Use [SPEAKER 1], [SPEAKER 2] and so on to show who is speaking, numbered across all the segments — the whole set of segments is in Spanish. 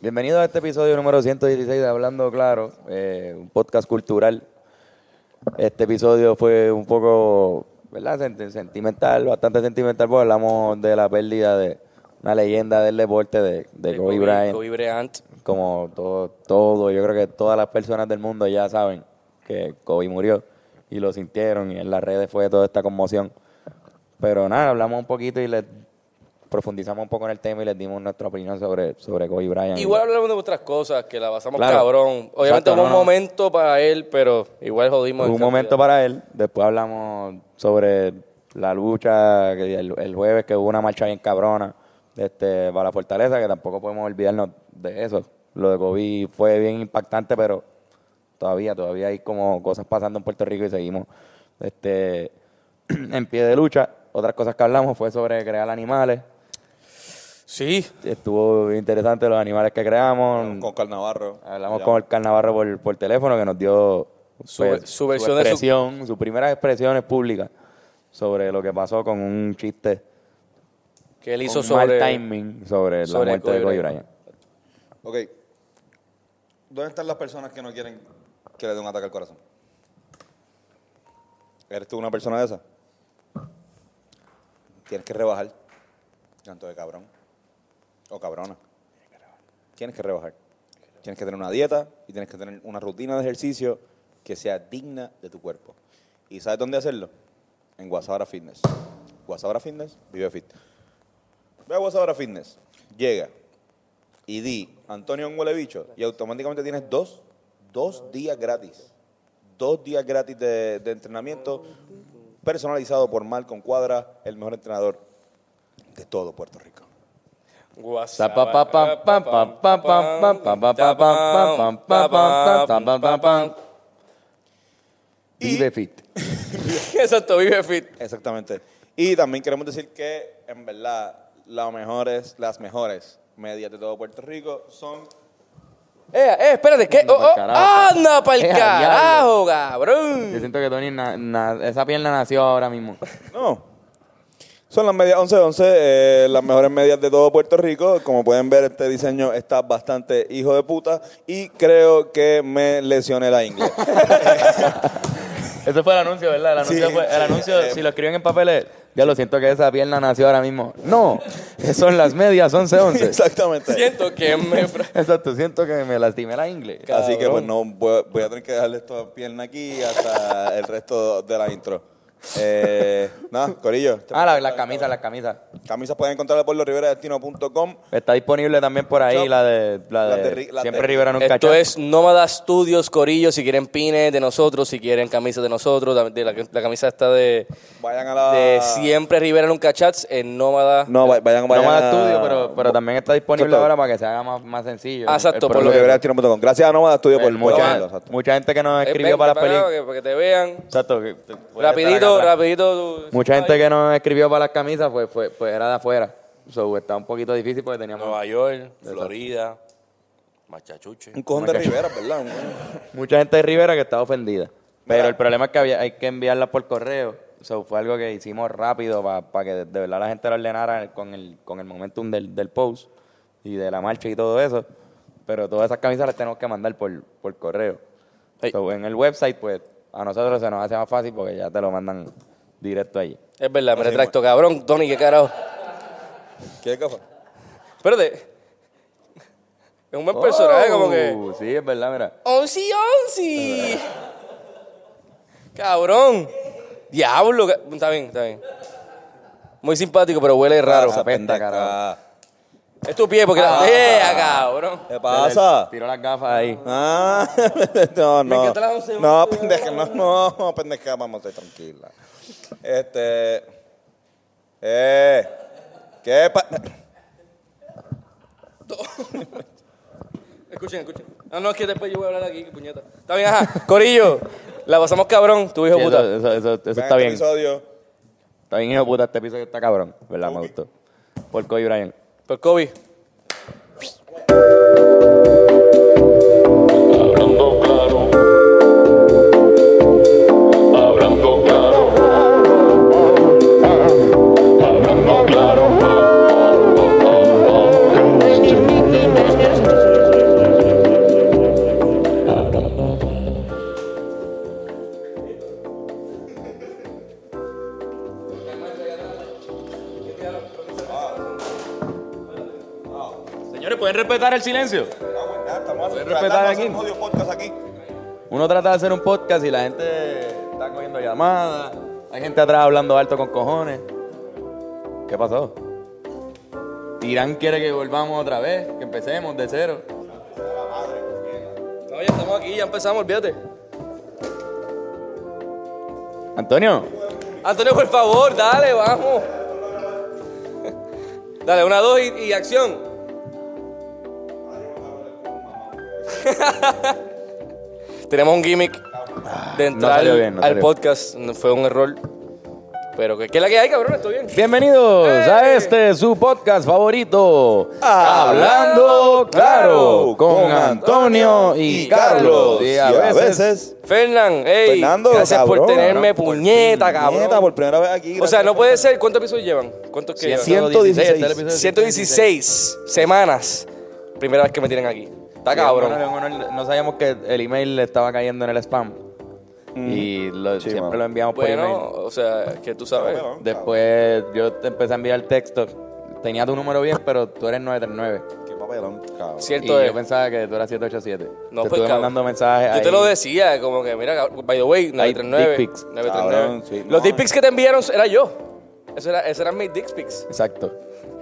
[SPEAKER 1] Bienvenido a este episodio número 116 de Hablando Claro, eh, un podcast cultural. Este episodio fue un poco, ¿verdad? Sent- Sentimental, bastante sentimental, porque hablamos de la pérdida de una leyenda del deporte de, de
[SPEAKER 2] de
[SPEAKER 1] Kobe Bryant.
[SPEAKER 2] Kobe Bryant.
[SPEAKER 1] Como todo, todo, yo creo que todas las personas del mundo ya saben que Kobe murió y lo sintieron y en las redes fue toda esta conmoción. Pero nada, hablamos un poquito y les profundizamos un poco en el tema y les dimos nuestra opinión sobre, sobre Kobe Bryant.
[SPEAKER 2] Igual hablamos de otras cosas que la pasamos
[SPEAKER 1] Claro.
[SPEAKER 2] cabrón. Obviamente
[SPEAKER 1] Exacto,
[SPEAKER 2] hubo
[SPEAKER 1] no,
[SPEAKER 2] un
[SPEAKER 1] no.
[SPEAKER 2] momento para él, pero igual
[SPEAKER 1] Hubo
[SPEAKER 2] jodimos. en
[SPEAKER 1] un
[SPEAKER 2] cantidad.
[SPEAKER 1] momento para él, después hablamos sobre la lucha, que el, el jueves que hubo una marcha bien cabrona este, para la fortaleza, que tampoco podemos olvidarnos de eso. Lo de Kobe fue bien impactante, pero todavía, todavía hay como cosas pasando en Puerto Rico y seguimos este, en pie de lucha. Otras cosas que hablamos fue sobre crear animales.
[SPEAKER 2] Sí,
[SPEAKER 1] Estuvo interesante los animales que creamos.
[SPEAKER 3] Con Carnavarro.
[SPEAKER 1] Hablamos con el Carnavarro por, por teléfono que nos dio
[SPEAKER 2] Su- su versión de su-
[SPEAKER 1] expresión, sus primeras expresiones públicas sobre lo que pasó con un chiste
[SPEAKER 2] que él hizo
[SPEAKER 1] con mal
[SPEAKER 2] sobre.
[SPEAKER 1] timing sobre,
[SPEAKER 2] sobre
[SPEAKER 1] la muerte de
[SPEAKER 2] Kobe
[SPEAKER 1] Kobe
[SPEAKER 2] Bryant.
[SPEAKER 1] Bryant.
[SPEAKER 3] Ok. ¿Dónde están las personas que no quieren que le den un ataque al corazón? ¿Eres tú una persona de esa? Tienes que rebajar. Canto de cabrón. O cabrona. Tienes que rebajar. Tienes que tener una dieta y tienes que tener una rutina de ejercicio que sea digna de tu cuerpo. ¿Y sabes dónde hacerlo? En Guasabara Fitness. Guasabara Fitness, vive fit. Ve a Guasabara Fitness. Llega, y di Antonio un huele bicho y automáticamente tienes dos, dos días gratis. Dos días gratis de, de entrenamiento personalizado por Malcolm Cuadra, el mejor entrenador de todo Puerto Rico.
[SPEAKER 2] WhatsApp.
[SPEAKER 1] Vive
[SPEAKER 3] Y-
[SPEAKER 1] fit.
[SPEAKER 2] Exacto, vive fit.
[SPEAKER 3] Exactamente. Y también queremos decir que, en verdad, las mejores, las mejores medias de todo Puerto Rico son...
[SPEAKER 2] Eh, eh, espérate, ¿qué?
[SPEAKER 1] Anda
[SPEAKER 2] Oh,
[SPEAKER 1] pa'l
[SPEAKER 2] oh,
[SPEAKER 1] carajo.
[SPEAKER 2] anda para el
[SPEAKER 1] Eh, a
[SPEAKER 2] carajo,
[SPEAKER 1] Yo
[SPEAKER 2] cabrón.
[SPEAKER 1] siento que Tony, na- na- esa pierna nació ahora mismo.
[SPEAKER 3] No. Son las medias 11-11, eh, las mejores medias de todo Puerto Rico. Como pueden ver, este diseño está bastante hijo de puta y creo que me lesioné la ingle.
[SPEAKER 1] Ese fue el anuncio, ¿verdad? El anuncio,
[SPEAKER 3] Sí,
[SPEAKER 1] fue- el
[SPEAKER 3] sí. Eh,
[SPEAKER 1] anuncio si lo escriben en papeles, ya lo siento que esa pierna nació ahora mismo. No, eh, son las medias 11-11.
[SPEAKER 3] Exactamente.
[SPEAKER 2] Siento que me. fra-
[SPEAKER 1] Exacto, siento que me lastimé la ingle.
[SPEAKER 3] Así que pues no voy, voy a tener que dejarle esta pierna aquí hasta el resto de la intro. Eh, nada, Corillo.
[SPEAKER 1] Ah, la, la camisa, la camisa.
[SPEAKER 3] Camisas pueden encontrarla por losriveradestino.com.
[SPEAKER 1] Está disponible también por ahí
[SPEAKER 3] Shop.
[SPEAKER 1] la de, la
[SPEAKER 3] Las
[SPEAKER 1] de,
[SPEAKER 3] de Ri- las
[SPEAKER 1] Siempre
[SPEAKER 3] de-
[SPEAKER 1] Rivera nunca
[SPEAKER 2] Esto
[SPEAKER 1] chapa.
[SPEAKER 2] es Nómada Studios, Corillo. Si quieren pines de nosotros, si quieren camisas de nosotros, la, de la, la camisa está de,
[SPEAKER 3] Vayan a la.
[SPEAKER 2] de Siempre Rivera Nunca Chats en Nómada.
[SPEAKER 3] No, va- vayan,
[SPEAKER 1] Ah. No
[SPEAKER 3] vayan
[SPEAKER 1] más
[SPEAKER 3] a-
[SPEAKER 1] estudio, pero, pero también está disponible
[SPEAKER 3] Ah. Exacto.
[SPEAKER 1] ahora para que se haga más, más sencillo.
[SPEAKER 2] Ah, exacto,
[SPEAKER 1] El
[SPEAKER 2] por lo que-
[SPEAKER 1] proceso.
[SPEAKER 3] losriveradestino.com. Gracias a Nómada Estudio por
[SPEAKER 1] Eh, mucha,
[SPEAKER 3] por- exacto.
[SPEAKER 1] mucha gente que nos
[SPEAKER 2] Eh,
[SPEAKER 1] escribió
[SPEAKER 2] ven,
[SPEAKER 1] para las
[SPEAKER 2] para acá,
[SPEAKER 1] películas.
[SPEAKER 2] para que- para que te vean.
[SPEAKER 1] Exacto. que- que-
[SPEAKER 2] Rapidito,
[SPEAKER 1] atrás.
[SPEAKER 2] rapidito. tú-
[SPEAKER 1] Mucha gente que nos escribió para las camisas pues, fue, pues era de afuera. So, estaba un poquito difícil porque teníamos
[SPEAKER 4] Nueva York, Florida, Machachuche.
[SPEAKER 3] Un cojón de Rivera, ¿verdad? Un-
[SPEAKER 1] mucha gente de Rivera que estaba ofendida. Pero
[SPEAKER 3] Mira.
[SPEAKER 1] el problema es que había, hay que enviarlas por correo. So, fue algo que hicimos rápido para que de, de verdad la gente lo ordenara con el, con el momentum del, del post y de la marcha y todo eso. Pero todas esas camisas las tenemos que mandar por, por correo.
[SPEAKER 2] Ey.
[SPEAKER 1] So, en el website, pues, a nosotros se nos hace más fácil porque ya te lo mandan directo allí.
[SPEAKER 2] Es verdad, me retracto, cabrón. Tony, qué carajo.
[SPEAKER 3] ¿Qué café?
[SPEAKER 2] Espérate. Es un buen personaje, como que.
[SPEAKER 1] Oh, Sí, es verdad, mira.
[SPEAKER 2] ¡Onsi, onsi! cabrón. Diablo. ca- Está bien, está bien. Muy simpático, pero huele raro.
[SPEAKER 1] Ah, apesta, carajo.
[SPEAKER 2] Es tu pie, porque la
[SPEAKER 3] Ah.
[SPEAKER 2] vea, cabrón.
[SPEAKER 3] ¿Qué pasa?
[SPEAKER 1] Tiró las gafas ahí.
[SPEAKER 3] Ah, no,
[SPEAKER 2] Me
[SPEAKER 3] no.
[SPEAKER 2] encanta la once,
[SPEAKER 3] No,
[SPEAKER 2] once.
[SPEAKER 3] pendeja, no, no, pendeja, vamos a estar tranquila. Este. Eh. ¿Qué pa
[SPEAKER 2] Escuchen, escuchen. No, no, es que después yo voy a hablar aquí, qué puñeta. Está bien, ajá. Corillo, la pasamos cabrón, tu hijo
[SPEAKER 1] Sí,
[SPEAKER 2] puta.
[SPEAKER 1] eso, eso- eso- eso
[SPEAKER 3] Vean
[SPEAKER 1] está
[SPEAKER 3] este
[SPEAKER 1] bien.
[SPEAKER 3] episodio.
[SPEAKER 1] Está bien, hijo de puta, este episodio está cabrón. ¿Verdad? Me
[SPEAKER 3] Kobe.
[SPEAKER 1] gustó. Por Kobe Bryant.
[SPEAKER 2] Por Kobe.
[SPEAKER 5] Hablando claro. Hablando claro. Hablando claro.
[SPEAKER 2] Señores, ¿pueden respetar el silencio?
[SPEAKER 3] Estamos
[SPEAKER 1] Voy a respetar tratando de aquí. hacer un
[SPEAKER 3] odio podcast aquí.
[SPEAKER 1] Uno trata de hacer un podcast y la gente está cogiendo llamadas. Hay gente atrás hablando alto con cojones. ¿Qué pasó? Irán quiere que volvamos otra vez, que empecemos de cero.
[SPEAKER 2] No, ya estamos aquí, ya empezamos, olvídate.
[SPEAKER 1] Antonio,
[SPEAKER 2] Antonio, por favor, dale, vamos. Dale, una, dos y, y acción. Tenemos un gimmick de entrar
[SPEAKER 1] salió bien, no
[SPEAKER 2] al
[SPEAKER 1] salió.
[SPEAKER 2] podcast. No, Fue un error. Pero que, que es la que hay, cabrón, estoy bien.
[SPEAKER 1] bienvenidos a este su podcast favorito, Hablando Claro, con Antonio y Carlos.
[SPEAKER 3] Y a veces.
[SPEAKER 2] Fernán, hey,
[SPEAKER 3] Fernando,
[SPEAKER 2] gracias por
[SPEAKER 3] cabrón,
[SPEAKER 2] tenerme,
[SPEAKER 3] cabrón, por
[SPEAKER 2] puñeta,
[SPEAKER 3] Neta,
[SPEAKER 2] cabrón.
[SPEAKER 3] por primera vez aquí.
[SPEAKER 2] o sea,
[SPEAKER 3] gracias.
[SPEAKER 2] no puede ser. ¿Cuántos episodios llevan? ¿Cuántos que llevan?
[SPEAKER 3] 116.
[SPEAKER 2] 116 semanas. Primera vez que me tienen aquí. Está cabrón.
[SPEAKER 1] Bueno, en honor- no sabíamos que el email le estaba cayendo en el spam. Y lo-
[SPEAKER 3] Sí,
[SPEAKER 1] siempre
[SPEAKER 3] mano.
[SPEAKER 1] lo enviamos por email.
[SPEAKER 2] Bueno, o sea, que tú sabes.
[SPEAKER 3] Cabrón.
[SPEAKER 1] Después yo te empecé a enviar texto. Tenía tu número bien, pero tú eres 939.
[SPEAKER 3] Qué papelón, cabrón.
[SPEAKER 1] Y
[SPEAKER 2] Cierto
[SPEAKER 1] yo
[SPEAKER 2] es.
[SPEAKER 1] pensaba que tú eras 787.
[SPEAKER 2] No,
[SPEAKER 1] te
[SPEAKER 2] pues,
[SPEAKER 1] estuve
[SPEAKER 2] cabrón.
[SPEAKER 1] mandando mensajes
[SPEAKER 2] Yo
[SPEAKER 1] ahí.
[SPEAKER 2] te lo decía, como que, mira, cabrón, by the way,
[SPEAKER 1] dick
[SPEAKER 2] 939.
[SPEAKER 1] pics.
[SPEAKER 2] 939.
[SPEAKER 3] Cabrón, sí,
[SPEAKER 2] Los
[SPEAKER 3] no.
[SPEAKER 2] dick pics que te enviaron era yo. Eso era, esos eran mis dick pics.
[SPEAKER 1] Exacto.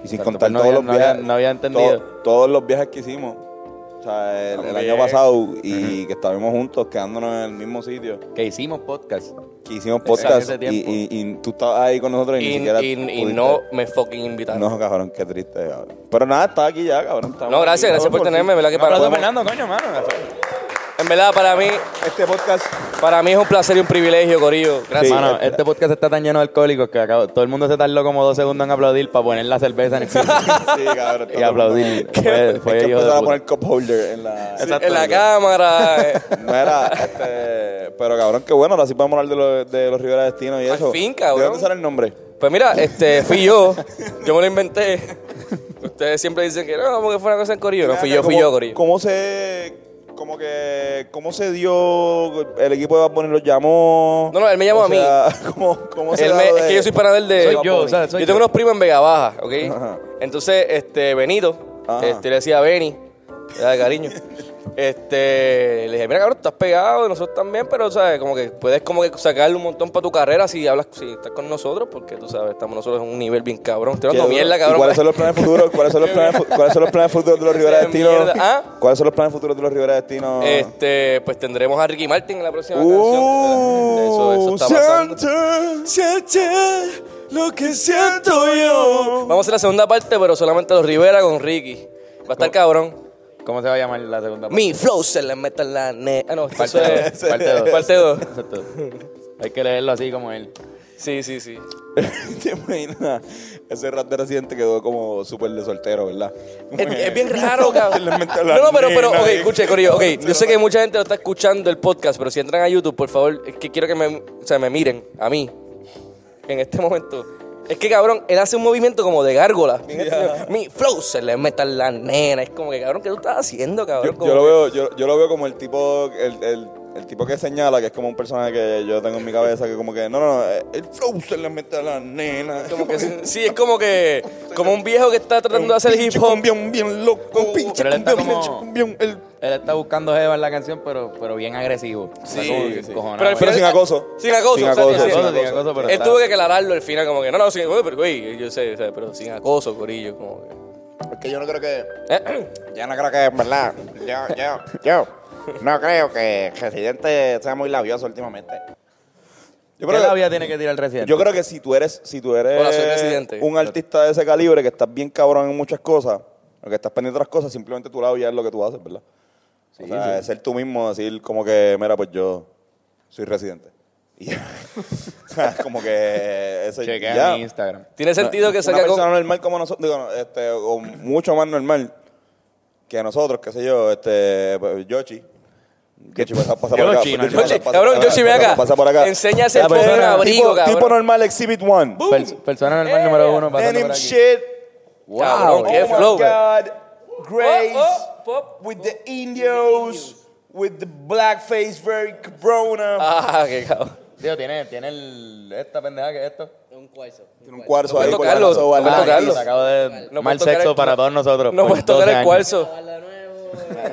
[SPEAKER 3] Y sin
[SPEAKER 1] Exacto,
[SPEAKER 3] contar
[SPEAKER 1] pues no
[SPEAKER 3] todos
[SPEAKER 1] había-
[SPEAKER 3] los
[SPEAKER 1] no
[SPEAKER 3] viajes.
[SPEAKER 1] había- no había entendido.
[SPEAKER 3] to- todos los viajes que hicimos. O sea, el, el año pasado y que estuvimos juntos, quedándonos en el mismo sitio.
[SPEAKER 1] Que hicimos podcast.
[SPEAKER 3] Que hicimos
[SPEAKER 1] Exacto,
[SPEAKER 3] podcast
[SPEAKER 1] ese
[SPEAKER 3] y,
[SPEAKER 1] tiempo.
[SPEAKER 3] y- y tú estabas ahí con nosotros y,
[SPEAKER 2] Y,
[SPEAKER 3] ni siquiera.
[SPEAKER 2] y- y
[SPEAKER 3] pudiste.
[SPEAKER 2] no me fucking invitaron. No,
[SPEAKER 3] No, cabrón, qué triste, cabrón. Pero nada, está aquí ya, cabrón. estamos
[SPEAKER 2] gracias,
[SPEAKER 3] aquí,
[SPEAKER 2] gracias
[SPEAKER 3] cabrón,
[SPEAKER 2] por tenerme.
[SPEAKER 3] fin.
[SPEAKER 2] En verdad, que
[SPEAKER 1] Un aplauso,
[SPEAKER 2] para,
[SPEAKER 1] Fernando, coño, mano.
[SPEAKER 2] en verdad, para mí,
[SPEAKER 3] Este podcast.
[SPEAKER 2] para mí es un placer y un privilegio, Corillo. Gracias.
[SPEAKER 3] Sí.
[SPEAKER 1] Mano, este podcast está tan lleno de alcohólicos que acabo- todo el mundo se tardó como dos segundos en aplaudir para poner la cerveza en el piso
[SPEAKER 3] sí, cabrón.
[SPEAKER 1] y aplaudir. Fue, fue
[SPEAKER 3] Hay que
[SPEAKER 1] hijo de
[SPEAKER 3] empezar a
[SPEAKER 1] puta.
[SPEAKER 3] poner cup holder en la.
[SPEAKER 2] Sí, en la cámara. eh.
[SPEAKER 3] No era, este, pero cabrón, qué bueno, ahora sí podemos hablar de, lo- de los Rivera Destino y
[SPEAKER 2] Al
[SPEAKER 3] eso.
[SPEAKER 2] fin, cabrón.
[SPEAKER 3] ¿De dónde sale el nombre?
[SPEAKER 2] Pues mira, este, fui yo. Yo me lo inventé. Ustedes siempre dicen que no, porque fue una cosa en Corillo. No, fui yo, fui
[SPEAKER 3] ¿Cómo-
[SPEAKER 2] yo, Corillo.
[SPEAKER 3] ¿Cómo se, como que, cómo se dio, el equipo de Bad Bunny los llamó?
[SPEAKER 2] No, no, él me llamó
[SPEAKER 3] O
[SPEAKER 2] a mí.
[SPEAKER 3] sea, ¿Cómo, cómo se
[SPEAKER 2] Él
[SPEAKER 3] da
[SPEAKER 2] me-
[SPEAKER 3] lo
[SPEAKER 2] es
[SPEAKER 3] de-
[SPEAKER 2] que yo soy pana del de.
[SPEAKER 1] Soy
[SPEAKER 2] Bad
[SPEAKER 1] yo,
[SPEAKER 2] Bunny.
[SPEAKER 1] o sea, soy
[SPEAKER 2] yo tengo
[SPEAKER 1] yo.
[SPEAKER 2] unos primos en Vega Baja, ¿ok?
[SPEAKER 3] Ajá.
[SPEAKER 2] Entonces, este, Benito,
[SPEAKER 3] Ajá.
[SPEAKER 2] este, le decía a Benny, le da cariño. Este, le dije, mira cabrón, estás pegado, y nosotros también, pero sabes, como que puedes como que sacarle un montón para tu carrera si hablas, si estás con nosotros, porque tú sabes, estamos nosotros en un nivel bien cabrón. Estoy
[SPEAKER 3] Qué
[SPEAKER 2] hablando
[SPEAKER 3] duro.
[SPEAKER 2] mierda,
[SPEAKER 3] ¿Y
[SPEAKER 2] cabrón. pues,
[SPEAKER 3] ¿Cuáles son los planes futuros? ¿Cuáles son los planes, fu- ¿cuáles son los planes futuros de los Rivera
[SPEAKER 2] Esa
[SPEAKER 3] Destino?
[SPEAKER 2] mierda, ¿ah?
[SPEAKER 3] ¿Cuáles son los planes futuros de los Uh, Rivera Destino?
[SPEAKER 2] Este, pues tendremos a Ricky Martin en la próxima canción. Eso, eso
[SPEAKER 3] Uh,
[SPEAKER 2] está pasando.
[SPEAKER 3] siente, siente lo que siento yo.
[SPEAKER 2] Vamos a hacer la segunda parte, pero solamente los Rivera con Ricky. Va a estar cabrón.
[SPEAKER 1] ¿Cómo se va a llamar la segunda parte?
[SPEAKER 2] Mi flow se le mete en la net. Ah, no, eso
[SPEAKER 1] Parte
[SPEAKER 2] es.
[SPEAKER 1] dos, parte dos.
[SPEAKER 2] Parte 2.
[SPEAKER 1] Exacto. Hay que leerlo así como él.
[SPEAKER 2] Sí, sí, sí.
[SPEAKER 3] ¿Te imaginas? Ese rap de Residente quedó como súper de soltero, ¿verdad? Como
[SPEAKER 2] Es,
[SPEAKER 3] que-
[SPEAKER 2] es bien raro, cabrón.
[SPEAKER 3] Le mete a la
[SPEAKER 2] No, no, pero, pero,
[SPEAKER 3] nena
[SPEAKER 2] ok,
[SPEAKER 3] ahí.
[SPEAKER 2] escuche, Corillo, ok. Yo sé que mucha gente lo está escuchando el podcast, pero si entran a YouTube, por favor, es que quiero que me, o sea, me miren a mí en este momento. Es que, cabrón, él hace un movimiento como de gárgola. Mi flow se le mete a la nena. Es como que, cabrón, ¿qué tú estás haciendo,
[SPEAKER 3] Yo,
[SPEAKER 2] cabrón?
[SPEAKER 3] yo
[SPEAKER 2] Como
[SPEAKER 3] lo
[SPEAKER 2] que-
[SPEAKER 3] veo, yo, yo lo veo como el tipo, el, el, el tipo que señala, que es como un personaje que yo tengo en mi cabeza, que como que, no, no, no, el flow se le mete a la nena.
[SPEAKER 2] como que sí, sí, es como que. Como un viejo que está tratando de hacer hip
[SPEAKER 3] Pinche
[SPEAKER 2] hop.
[SPEAKER 3] cumbión bien loco, un pinche
[SPEAKER 1] Pero él está
[SPEAKER 3] cumbión,
[SPEAKER 1] como-
[SPEAKER 3] pinche cumbión, el-
[SPEAKER 1] Él está buscando Jeva en la canción, pero, pero bien agresivo.
[SPEAKER 2] Sí,
[SPEAKER 1] Está como que
[SPEAKER 3] sí.
[SPEAKER 1] cojonado.
[SPEAKER 2] Pero al
[SPEAKER 3] Pero
[SPEAKER 2] final-
[SPEAKER 3] sin acoso.
[SPEAKER 2] Sin acoso,
[SPEAKER 3] Sin
[SPEAKER 2] o sea,
[SPEAKER 3] acoso,
[SPEAKER 2] sí, sí.
[SPEAKER 3] sin
[SPEAKER 1] Sin
[SPEAKER 3] acoso.
[SPEAKER 1] acoso, pero
[SPEAKER 2] Él
[SPEAKER 1] está-
[SPEAKER 2] tuvo que aclararlo al final, como que no, no, sí, pero güey, yo sé, o sea, pero sin acoso, corillo, como que.
[SPEAKER 6] Es que yo no creo que.
[SPEAKER 2] Eh,
[SPEAKER 6] Yo no creo que es verdad. Yo, yo, yo. No creo que Residente sea muy labioso últimamente.
[SPEAKER 3] Yo
[SPEAKER 1] ¿Qué
[SPEAKER 3] creo que-
[SPEAKER 1] labia tiene que tirar el residente?
[SPEAKER 3] Yo creo que si tú eres, si tú eres
[SPEAKER 2] Hola, soy Residente.
[SPEAKER 3] un artista de ese calibre, que estás bien cabrón en muchas cosas, o que estás pendiente de otras cosas, simplemente tu lado ya es lo que tú haces, ¿verdad? o sea, es ser tú mismo, decir como que, mira, pues yo soy residente. Y ya. O sea, como que ese
[SPEAKER 1] Chequea
[SPEAKER 3] ya.
[SPEAKER 1] mi Instagram.
[SPEAKER 2] Tiene sentido que
[SPEAKER 3] Una
[SPEAKER 2] salga
[SPEAKER 3] persona
[SPEAKER 2] con.
[SPEAKER 3] normal como nosotros, digo, no, este, o mucho más normal que nosotros, qué sé yo, este, pues, Yoshi. Yoshi pasa, pasa por acá.
[SPEAKER 1] Yoshi, no,
[SPEAKER 2] Yoshi.
[SPEAKER 3] pasa- pasa-
[SPEAKER 2] Cabrón, Yoshi, ven acá.
[SPEAKER 3] Pasa por acá.
[SPEAKER 2] Enseña ese
[SPEAKER 3] Tipo-
[SPEAKER 2] pobre abrigo, cabrón.
[SPEAKER 3] Tipo normal, Exhibit One.
[SPEAKER 1] Per- persona normal número uno pasando por
[SPEAKER 3] Eh, Denim
[SPEAKER 1] aquí.
[SPEAKER 3] shit.
[SPEAKER 1] Wow.
[SPEAKER 2] Cabrón,
[SPEAKER 3] Oh
[SPEAKER 2] qué
[SPEAKER 3] my
[SPEAKER 2] flow.
[SPEAKER 3] God. Grace.
[SPEAKER 2] Oh, oh, oh.
[SPEAKER 3] With the Indios. With the blackface, very cabrona.
[SPEAKER 2] Ah, qué cabrón.
[SPEAKER 1] Tío, tiene, tiene el- esta pendeja que es esto.
[SPEAKER 7] un cuarzo.
[SPEAKER 3] Tiene un cuarzo ahí
[SPEAKER 2] puedes
[SPEAKER 3] por la
[SPEAKER 2] tocarlo,
[SPEAKER 3] razón,
[SPEAKER 2] no puedes
[SPEAKER 3] ¿verdad?
[SPEAKER 1] Ah,
[SPEAKER 2] tocarlo.
[SPEAKER 1] se acabó de
[SPEAKER 2] No
[SPEAKER 1] mal
[SPEAKER 2] puedes tocar
[SPEAKER 1] sexo
[SPEAKER 2] el-
[SPEAKER 1] para todos nosotros.
[SPEAKER 2] No
[SPEAKER 1] por
[SPEAKER 2] puedes tocar
[SPEAKER 1] 12
[SPEAKER 2] el
[SPEAKER 1] años.
[SPEAKER 2] cuarzo.
[SPEAKER 7] Grabarla de nuevo.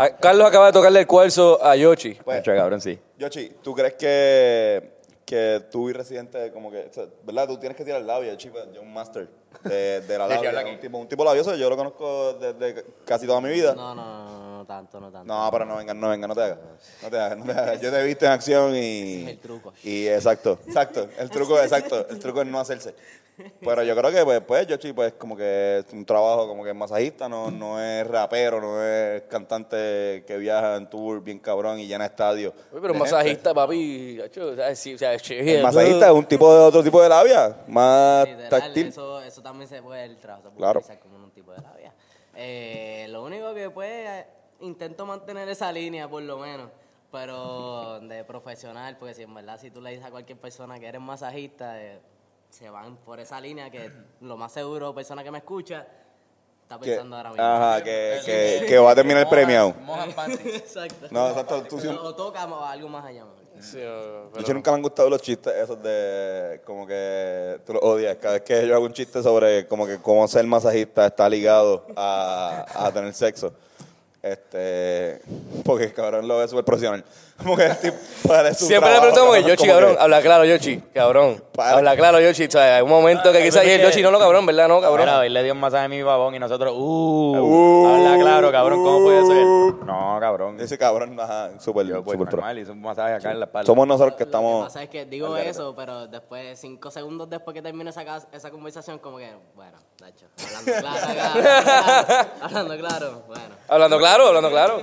[SPEAKER 2] A- Carlos acaba de tocarle el cuarzo a Yoshi.
[SPEAKER 1] Hacho, cabrón, sí.
[SPEAKER 3] Yoshi, ¿tú crees que, que tú y Residente, como que, o sea, ¿verdad? Tú tienes que tirar labia, Yoshi, pues, yo un master de, de la labia. un, tipo, un tipo labioso, yo lo conozco desde casi toda mi vida.
[SPEAKER 7] No, no, no, no tanto, no tanto.
[SPEAKER 3] No, pero no venga, no venga, no te hagas. No te hagas, no te hagas. Yo te he visto en acción y.
[SPEAKER 7] el truco.
[SPEAKER 3] Y exacto, exacto. El truco, exacto. El truco es no hacerse. Pero yo creo que, pues, pues Yoshi, pues, como que es un trabajo como que es masajista, no, no es rapero, no es cantante que viaja en tour bien cabrón y llena estadios.
[SPEAKER 2] Uy, pero
[SPEAKER 3] de
[SPEAKER 2] un
[SPEAKER 3] gente.
[SPEAKER 2] masajista, papi. hacho, o sea, sí, o sea, che,
[SPEAKER 3] El masajista es un tipo de otro tipo de labia, más
[SPEAKER 7] Literal,
[SPEAKER 3] táctil.
[SPEAKER 7] Eso, eso también se puede, el trabajo se puede
[SPEAKER 3] Claro.
[SPEAKER 7] utilizar como un tipo de labia. Eh, lo único que pues eh, intento mantener esa línea por lo menos, pero de profesional, porque si en verdad si tú le dices a cualquier persona que eres masajista, eh, se van por esa línea que lo más seguro, persona que me escucha, está
[SPEAKER 3] Que,
[SPEAKER 7] pensando ahora mismo.
[SPEAKER 3] ajá, que, que, que va a terminar el premiado.
[SPEAKER 4] Mojan panties.
[SPEAKER 7] Exacto.
[SPEAKER 3] No, exacto, tú siempre-
[SPEAKER 7] O toca algo más allá. mejor.
[SPEAKER 2] Sí, o-
[SPEAKER 3] Yo nunca me han gustado los chistes esos de como que tú los odias. Cada vez que yo hago un chiste sobre como que cómo ser masajista está ligado a, a tener sexo. Este, porque el cabrón lo ve súper profesional. Como que el tipo, para su
[SPEAKER 2] Siempre le
[SPEAKER 3] trabajo,
[SPEAKER 2] preguntamos que
[SPEAKER 3] cabrón,
[SPEAKER 2] Yoshi,
[SPEAKER 3] como
[SPEAKER 2] cabrón,
[SPEAKER 3] que-
[SPEAKER 2] habla claro, Yoshi, cabrón.
[SPEAKER 3] Para.
[SPEAKER 2] Habla claro, Yoshi. O sea, hay un momento que quizás
[SPEAKER 1] pero es
[SPEAKER 2] el
[SPEAKER 1] que-
[SPEAKER 2] Yoshi no lo cabrón, ¿verdad? No, cabrón.
[SPEAKER 1] Mira, hoy le dio un masaje a mi babón y nosotros, uh,
[SPEAKER 3] Uh,
[SPEAKER 1] habla claro, cabrón, ¿cómo puede
[SPEAKER 3] uh.
[SPEAKER 1] ser? No, cabrón.
[SPEAKER 3] Ese cabrón, ajá, súper
[SPEAKER 1] Yo, pues,
[SPEAKER 3] súper pro.
[SPEAKER 1] normal, hizo un masaje acá en la espalda.
[SPEAKER 3] Somos nosotros que
[SPEAKER 7] Lo que
[SPEAKER 3] estamos.
[SPEAKER 7] pasa es que digo
[SPEAKER 3] al garete.
[SPEAKER 7] eso, pero después, cinco segundos después que termine esa, cas- esa conversación, como que, bueno, Nacho, hablando claro, acá, hablando claro, hablando claro, bueno.
[SPEAKER 2] Hablando claro, hablando claro.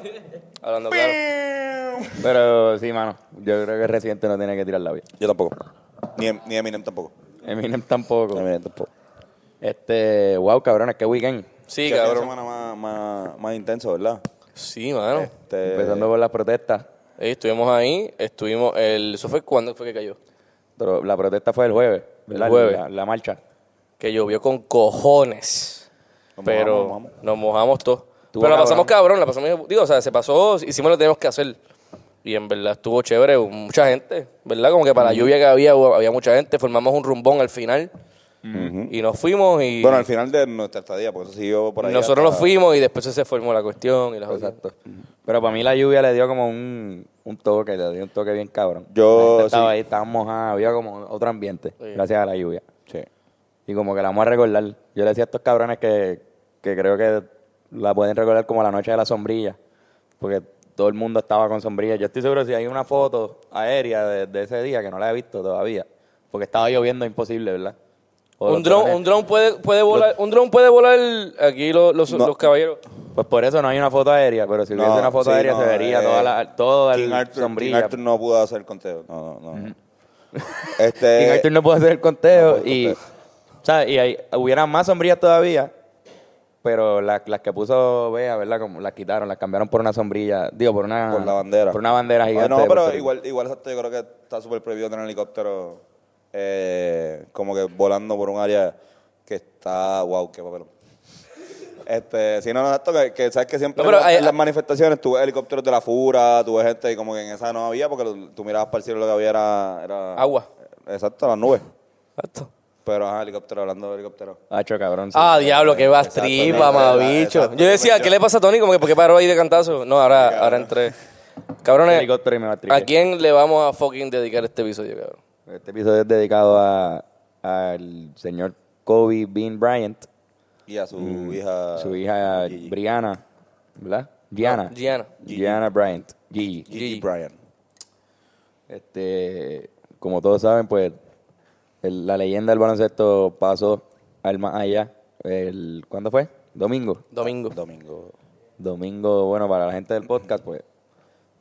[SPEAKER 2] Hablando claro.
[SPEAKER 1] Pero sí, mano, yo creo que Residente no tiene que tirar la vida.
[SPEAKER 3] Yo tampoco. Ni, ni Eminem tampoco.
[SPEAKER 1] Eminem tampoco.
[SPEAKER 3] Eminem tampoco.
[SPEAKER 1] Este, wow, cabrón, qué weekend.
[SPEAKER 2] Sí,
[SPEAKER 3] Que ha sido
[SPEAKER 2] cabrón.
[SPEAKER 3] semana más, más, más intenso, ¿verdad?
[SPEAKER 2] Sí, mano.
[SPEAKER 3] Este,
[SPEAKER 1] Empezando por las protestas.
[SPEAKER 2] Ey, estuvimos ahí, estuvimos. El, ¿Eso fue cuándo fue que cayó?
[SPEAKER 1] Pero la protesta fue el jueves, ¿verdad?
[SPEAKER 2] El jueves.
[SPEAKER 1] La, la marcha.
[SPEAKER 2] Que llovió con cojones.
[SPEAKER 3] Nos
[SPEAKER 2] pero
[SPEAKER 3] mojamos, nos mojamos.
[SPEAKER 2] nos mojamos todos.
[SPEAKER 1] Estuvo
[SPEAKER 2] Pero la
[SPEAKER 1] cabrón.
[SPEAKER 2] pasamos cabrón, la pasamos. Digo, o sea, se pasó, hicimos lo que teníamos que hacer. Y en verdad estuvo chévere, hubo mucha gente, ¿verdad? Como que para la lluvia que había, hubo- había mucha gente. Formamos un rumbón al final. Y nos fuimos mm, y.
[SPEAKER 3] Bueno, al final de nuestra estadía, porque eso siguió por ahí.
[SPEAKER 2] Nosotros
[SPEAKER 3] hasta-
[SPEAKER 2] nos fuimos y después se formó la cuestión y las cosas.
[SPEAKER 1] Exacto. Pero para mí la lluvia le dio como un, un toque, le dio un toque bien cabrón.
[SPEAKER 3] Yo,
[SPEAKER 1] La gente estaba
[SPEAKER 3] sí.
[SPEAKER 1] ahí, estábamos mojados, había como otro ambiente,
[SPEAKER 2] Sí.
[SPEAKER 1] gracias a la lluvia. Y como que la vamos a recordar. Yo le decía a estos cabrones que, que creo que la pueden recordar como la noche de la sombrilla, porque todo el mundo estaba con sombrilla. Yo estoy seguro si hay una foto aérea de, de ese día que no la he visto todavía, porque estaba lloviendo imposible, ¿verdad? O
[SPEAKER 2] Un
[SPEAKER 1] los
[SPEAKER 2] dron,
[SPEAKER 1] drones-
[SPEAKER 2] un dron puede, puede volar, un dron puede volar aquí los, los,
[SPEAKER 3] No.
[SPEAKER 2] los caballeros.
[SPEAKER 1] Pues por eso no hay una foto aérea, pero si hubiese
[SPEAKER 3] No,
[SPEAKER 1] una foto
[SPEAKER 3] sí,
[SPEAKER 1] aérea
[SPEAKER 3] no,
[SPEAKER 1] se vería
[SPEAKER 3] eh,
[SPEAKER 1] toda la, todo
[SPEAKER 3] King
[SPEAKER 1] el
[SPEAKER 3] Arthur- King
[SPEAKER 1] sombrilla.
[SPEAKER 3] Arthur no pudo hacer conteo. No, no, no.
[SPEAKER 1] King
[SPEAKER 3] este,
[SPEAKER 1] Arthur no pudo hacer el conteo
[SPEAKER 3] No pudo
[SPEAKER 1] y,
[SPEAKER 3] el conteo.
[SPEAKER 1] ¿sabes? y ahí hubiera más sombrillas todavía, pero la- las que puso Bea, ¿verdad? Como las quitaron, las cambiaron por una sombrilla, digo, por una
[SPEAKER 3] por la
[SPEAKER 1] Ah,
[SPEAKER 3] bandera.
[SPEAKER 1] Por una bandera
[SPEAKER 3] Ah,
[SPEAKER 1] gigante.
[SPEAKER 3] no,
[SPEAKER 1] de Puerto
[SPEAKER 3] pero
[SPEAKER 1] Rico.
[SPEAKER 3] igual, igual exacto, yo creo que está súper prohibido tener helicóptero eh, como que volando por un área que está, wow, qué papelón. Este, si no, no, exacto, que, que sabes que siempre
[SPEAKER 2] No, pero
[SPEAKER 3] en las-
[SPEAKER 2] hay-
[SPEAKER 3] en las manifestaciones tú ves helicópteros de la FURA, tú ves gente y como que en esa no había porque lo- tú mirabas para el cielo y lo que había era... era-
[SPEAKER 2] Agua.
[SPEAKER 3] Exacto, las nubes.
[SPEAKER 2] Exacto.
[SPEAKER 3] Pero, ajá, helicóptero, hablando de helicóptero.
[SPEAKER 1] Hacho, cabrón. sí.
[SPEAKER 2] Ah, diablo, qué vas
[SPEAKER 3] Exacto,
[SPEAKER 2] tripa,
[SPEAKER 3] no, no,
[SPEAKER 2] mamabicho.
[SPEAKER 3] exacto.
[SPEAKER 2] Yo decía, ¿qué le pasa a Tony? Como que porque paró ahí de cantazo. No, ahora, ahora entré. Cabrones,
[SPEAKER 1] Helicóptero y me va a
[SPEAKER 2] ¿a
[SPEAKER 1] tripear.
[SPEAKER 2] quién le vamos a fucking dedicar este episodio, cabrón?
[SPEAKER 1] Este episodio es dedicado a- al señor Kobe Bean Bryant,
[SPEAKER 3] Y a su hija...
[SPEAKER 1] Mm, su hija
[SPEAKER 3] Gigi.
[SPEAKER 1] Brianna, ¿verdad?
[SPEAKER 3] Ah.
[SPEAKER 1] Gianna.
[SPEAKER 2] Gianna.
[SPEAKER 1] Gianna Bryant. Gigi.
[SPEAKER 3] Gigi
[SPEAKER 2] Gigi.
[SPEAKER 3] Bryan.
[SPEAKER 1] Este, como todos saben, pues el- la leyenda del baloncesto pasó al más allá. El, ¿Cuándo fue? Domingo.
[SPEAKER 2] Domingo.
[SPEAKER 3] Domingo.
[SPEAKER 1] Domingo, bueno, para la gente del podcast, pues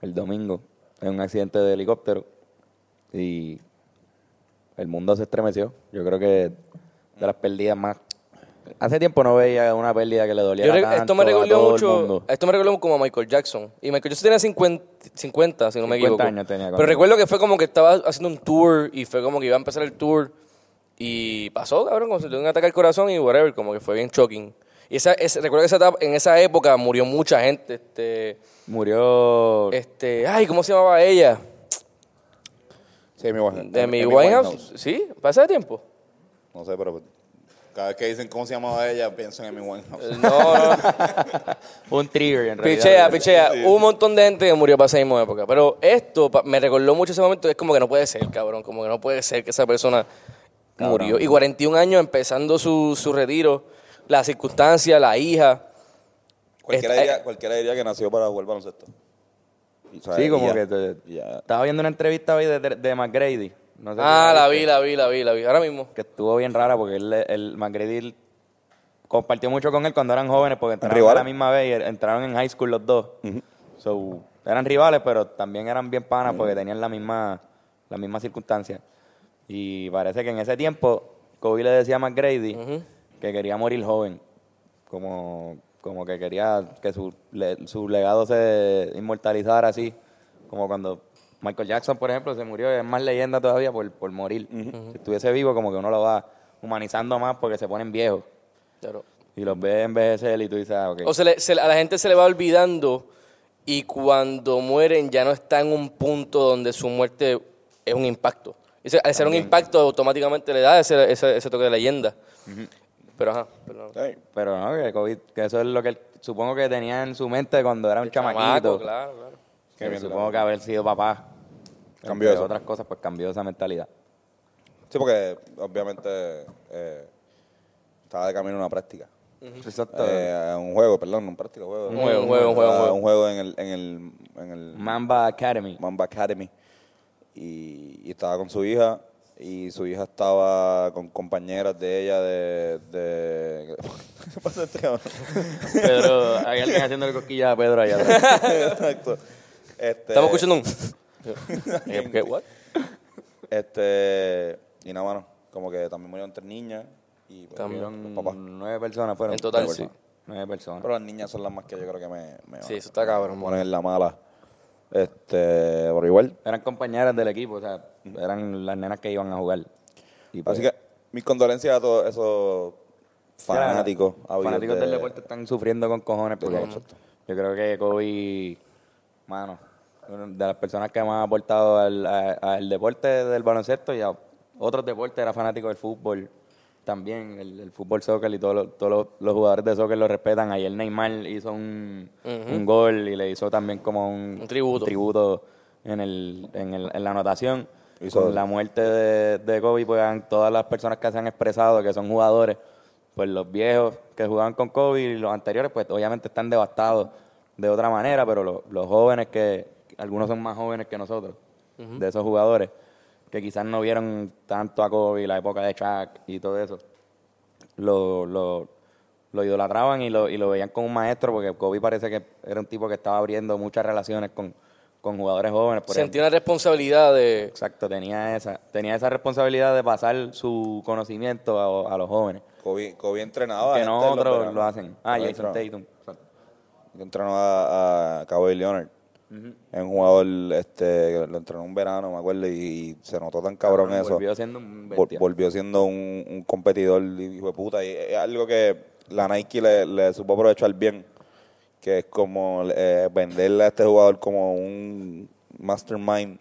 [SPEAKER 1] el domingo en un accidente de helicóptero y el mundo se estremeció. Yo creo que de las pérdidas más. Hace tiempo no veía una pérdida que le
[SPEAKER 2] Yo
[SPEAKER 1] dolía
[SPEAKER 2] re-
[SPEAKER 1] tanto
[SPEAKER 2] esto me
[SPEAKER 1] a
[SPEAKER 2] recordó
[SPEAKER 1] todo el
[SPEAKER 2] mucho.
[SPEAKER 1] mundo.
[SPEAKER 2] Esto me recordó como a Michael Jackson. Y Michael Jackson tenía 50, 50 si no me
[SPEAKER 1] 50
[SPEAKER 2] equivoco.
[SPEAKER 1] años tenía cuando-
[SPEAKER 2] Pero recuerdo que fue como que estaba haciendo un tour y fue como que iba a empezar el tour. Y pasó, cabrón, como si le dio un ataque al corazón y whatever, como que fue bien shocking. Y esa, es- recuerdo que esa etapa- en esa época murió mucha gente. Este,
[SPEAKER 1] Murió.
[SPEAKER 2] este, ay, ¿cómo se llamaba ella?
[SPEAKER 3] Sí, mi
[SPEAKER 2] De mi Winehouse. ¿Sí? ¿Pasa de tiempo?
[SPEAKER 3] No sé, pero cada vez que dicen cómo se llamaba ella, pienso en Amy Winehouse.
[SPEAKER 2] No, no.
[SPEAKER 1] Un trigger, en realidad.
[SPEAKER 2] Pichea, pichea. Hubo un montón de gente que murió para esa misma época. Pero esto pa- me recordó mucho ese momento. Es como que no puede ser, cabrón. Como que no puede ser que esa persona murió. Y 41 años empezando su, su retiro, las circunstancias, la hija.
[SPEAKER 3] Cualquiera
[SPEAKER 2] Esta-
[SPEAKER 3] diría, cualquiera diría que nació para jugar baloncesto. O sea,
[SPEAKER 1] Sí,
[SPEAKER 3] y
[SPEAKER 1] como
[SPEAKER 3] ya.
[SPEAKER 1] que te-
[SPEAKER 3] Y ya.
[SPEAKER 1] estaba viendo una entrevista hoy de, de McGrady. No sé
[SPEAKER 2] Ah,
[SPEAKER 1] si
[SPEAKER 2] la vi, la vi, la vi, la vi. Ahora mismo.
[SPEAKER 1] Que estuvo bien rara porque él, el McGrady compartió mucho con él cuando eran jóvenes porque entraron a
[SPEAKER 3] ¿Rivales?
[SPEAKER 1] la misma vez y er- entraron en high school los dos. So, eran rivales, pero también eran bien panas porque tenían la misma, la misma circunstancia. Y parece que en ese tiempo Kobe le decía a McGrady que quería morir joven. Como, como que quería que su, le- su legado se inmortalizara así. Como cuando Michael Jackson, por ejemplo, se murió, es más leyenda todavía por, por morir. Si estuviese vivo, como que uno lo va humanizando más porque se ponen viejos.
[SPEAKER 2] Claro.
[SPEAKER 1] Y los ve envejecer y tú dices, ah, ok.
[SPEAKER 2] O se le- se le- a la gente se le va olvidando y cuando mueren ya no está en un punto donde su muerte es un impacto. Y se- al ser un impacto automáticamente le da ese, ese- ese toque de leyenda. Pero ajá, perdón.
[SPEAKER 3] Ey,
[SPEAKER 1] Pero no, que COVID, que eso es lo que él- supongo que tenía en su mente cuando era un chamaquito.
[SPEAKER 2] Chamaco, claro, claro.
[SPEAKER 1] Que
[SPEAKER 3] qué bien,
[SPEAKER 1] supongo
[SPEAKER 3] claro.
[SPEAKER 1] que haber sido papá.
[SPEAKER 3] Cambió
[SPEAKER 1] entre
[SPEAKER 3] eso.
[SPEAKER 1] otras cosas, pues cambió esa mentalidad.
[SPEAKER 3] Sí, porque obviamente eh, estaba de camino a una práctica.
[SPEAKER 1] Exacto.
[SPEAKER 3] Eh, a un juego, perdón, no un práctica, juego.
[SPEAKER 2] Un juego, un juego, un juego, un
[SPEAKER 3] A
[SPEAKER 2] juego.
[SPEAKER 3] Un juego en el, en el, en el
[SPEAKER 1] Mamba Academy.
[SPEAKER 3] Mamba Academy. Y, y estaba con su hija. Y su hija estaba con compañeras de ella de. de... ¿Qué pasa este cabrón?
[SPEAKER 1] Pedro, hay alguien haciéndole cosquillas a Pedro allá atrás.
[SPEAKER 3] Exacto. Este,
[SPEAKER 2] Estamos escuchando un... Eh, ¿qué? What?
[SPEAKER 3] Este. Y nada, mano. Como que también murieron tres niñas. Y pues,
[SPEAKER 1] Fueron
[SPEAKER 3] los papás.
[SPEAKER 1] nueve personas fueron.
[SPEAKER 2] En total,
[SPEAKER 1] Nueve
[SPEAKER 2] sí.
[SPEAKER 1] personas. Nueve personas.
[SPEAKER 3] Pero las niñas son las más que yo creo que me. me
[SPEAKER 2] Sí, eso está cabrón,
[SPEAKER 3] me ponen en la mala. Este. Por igual.
[SPEAKER 1] Eran compañeras del equipo, o sea, eran las nenas que iban a jugar. Y pues,
[SPEAKER 3] Así que mis condolencias a todos esos
[SPEAKER 1] Claro,
[SPEAKER 3] fanáticos. ávidos
[SPEAKER 1] fanáticos
[SPEAKER 3] de-
[SPEAKER 1] del deporte están sufriendo con cojones porque yo creo que Kobe, mano, uno de las personas que más ha aportado al, a- al deporte del baloncesto y a otros deportes, era fanático del fútbol también, el, el fútbol soccer y todos los- todos los- los jugadores de soccer lo respetan. Ayer Neymar hizo un, un gol y le hizo también como un,
[SPEAKER 2] Un tributo.
[SPEAKER 1] tributo en, el, en, el- en la anotación.
[SPEAKER 3] Hizo-
[SPEAKER 1] Con la muerte de, de Kobe, pues han- todas las personas que se han expresado que son jugadores, pues los viejos que jugaban con Kobe y los anteriores, pues obviamente están devastados de otra manera, pero lo- los jóvenes que, algunos son más jóvenes que nosotros, de esos jugadores, que quizás no vieron tanto a Kobe, la época de Chuck y todo eso, lo, lo, lo idolatraban y lo, y lo veían como un maestro, porque Kobe parece que era un tipo que estaba abriendo muchas relaciones con, con jugadores jóvenes. Por ejemplo.
[SPEAKER 2] Sentí una responsabilidad de...
[SPEAKER 1] Exacto, tenía esa, tenía esa responsabilidad de pasar su conocimiento a, a los jóvenes.
[SPEAKER 3] Kobe, Kobe entrenaba.
[SPEAKER 1] que
[SPEAKER 3] gente
[SPEAKER 1] no
[SPEAKER 3] en los
[SPEAKER 1] otros
[SPEAKER 3] veranos.
[SPEAKER 1] lo hacen. Ah,
[SPEAKER 3] Kobe
[SPEAKER 1] Jason
[SPEAKER 3] entrenó-
[SPEAKER 1] Tatum.
[SPEAKER 3] Yo entrenó a, a Kawhi Leonard. Es un jugador este, que lo entrenó un verano, me acuerdo, y, se notó tan cabrón eso.
[SPEAKER 1] Volvió siendo un
[SPEAKER 3] Vol-
[SPEAKER 1] bestia.
[SPEAKER 3] volvió siendo un, un competidor hijo de puta. Y es algo que la Nike le, le supo aprovechar bien, que es como eh, venderle a este jugador como un mastermind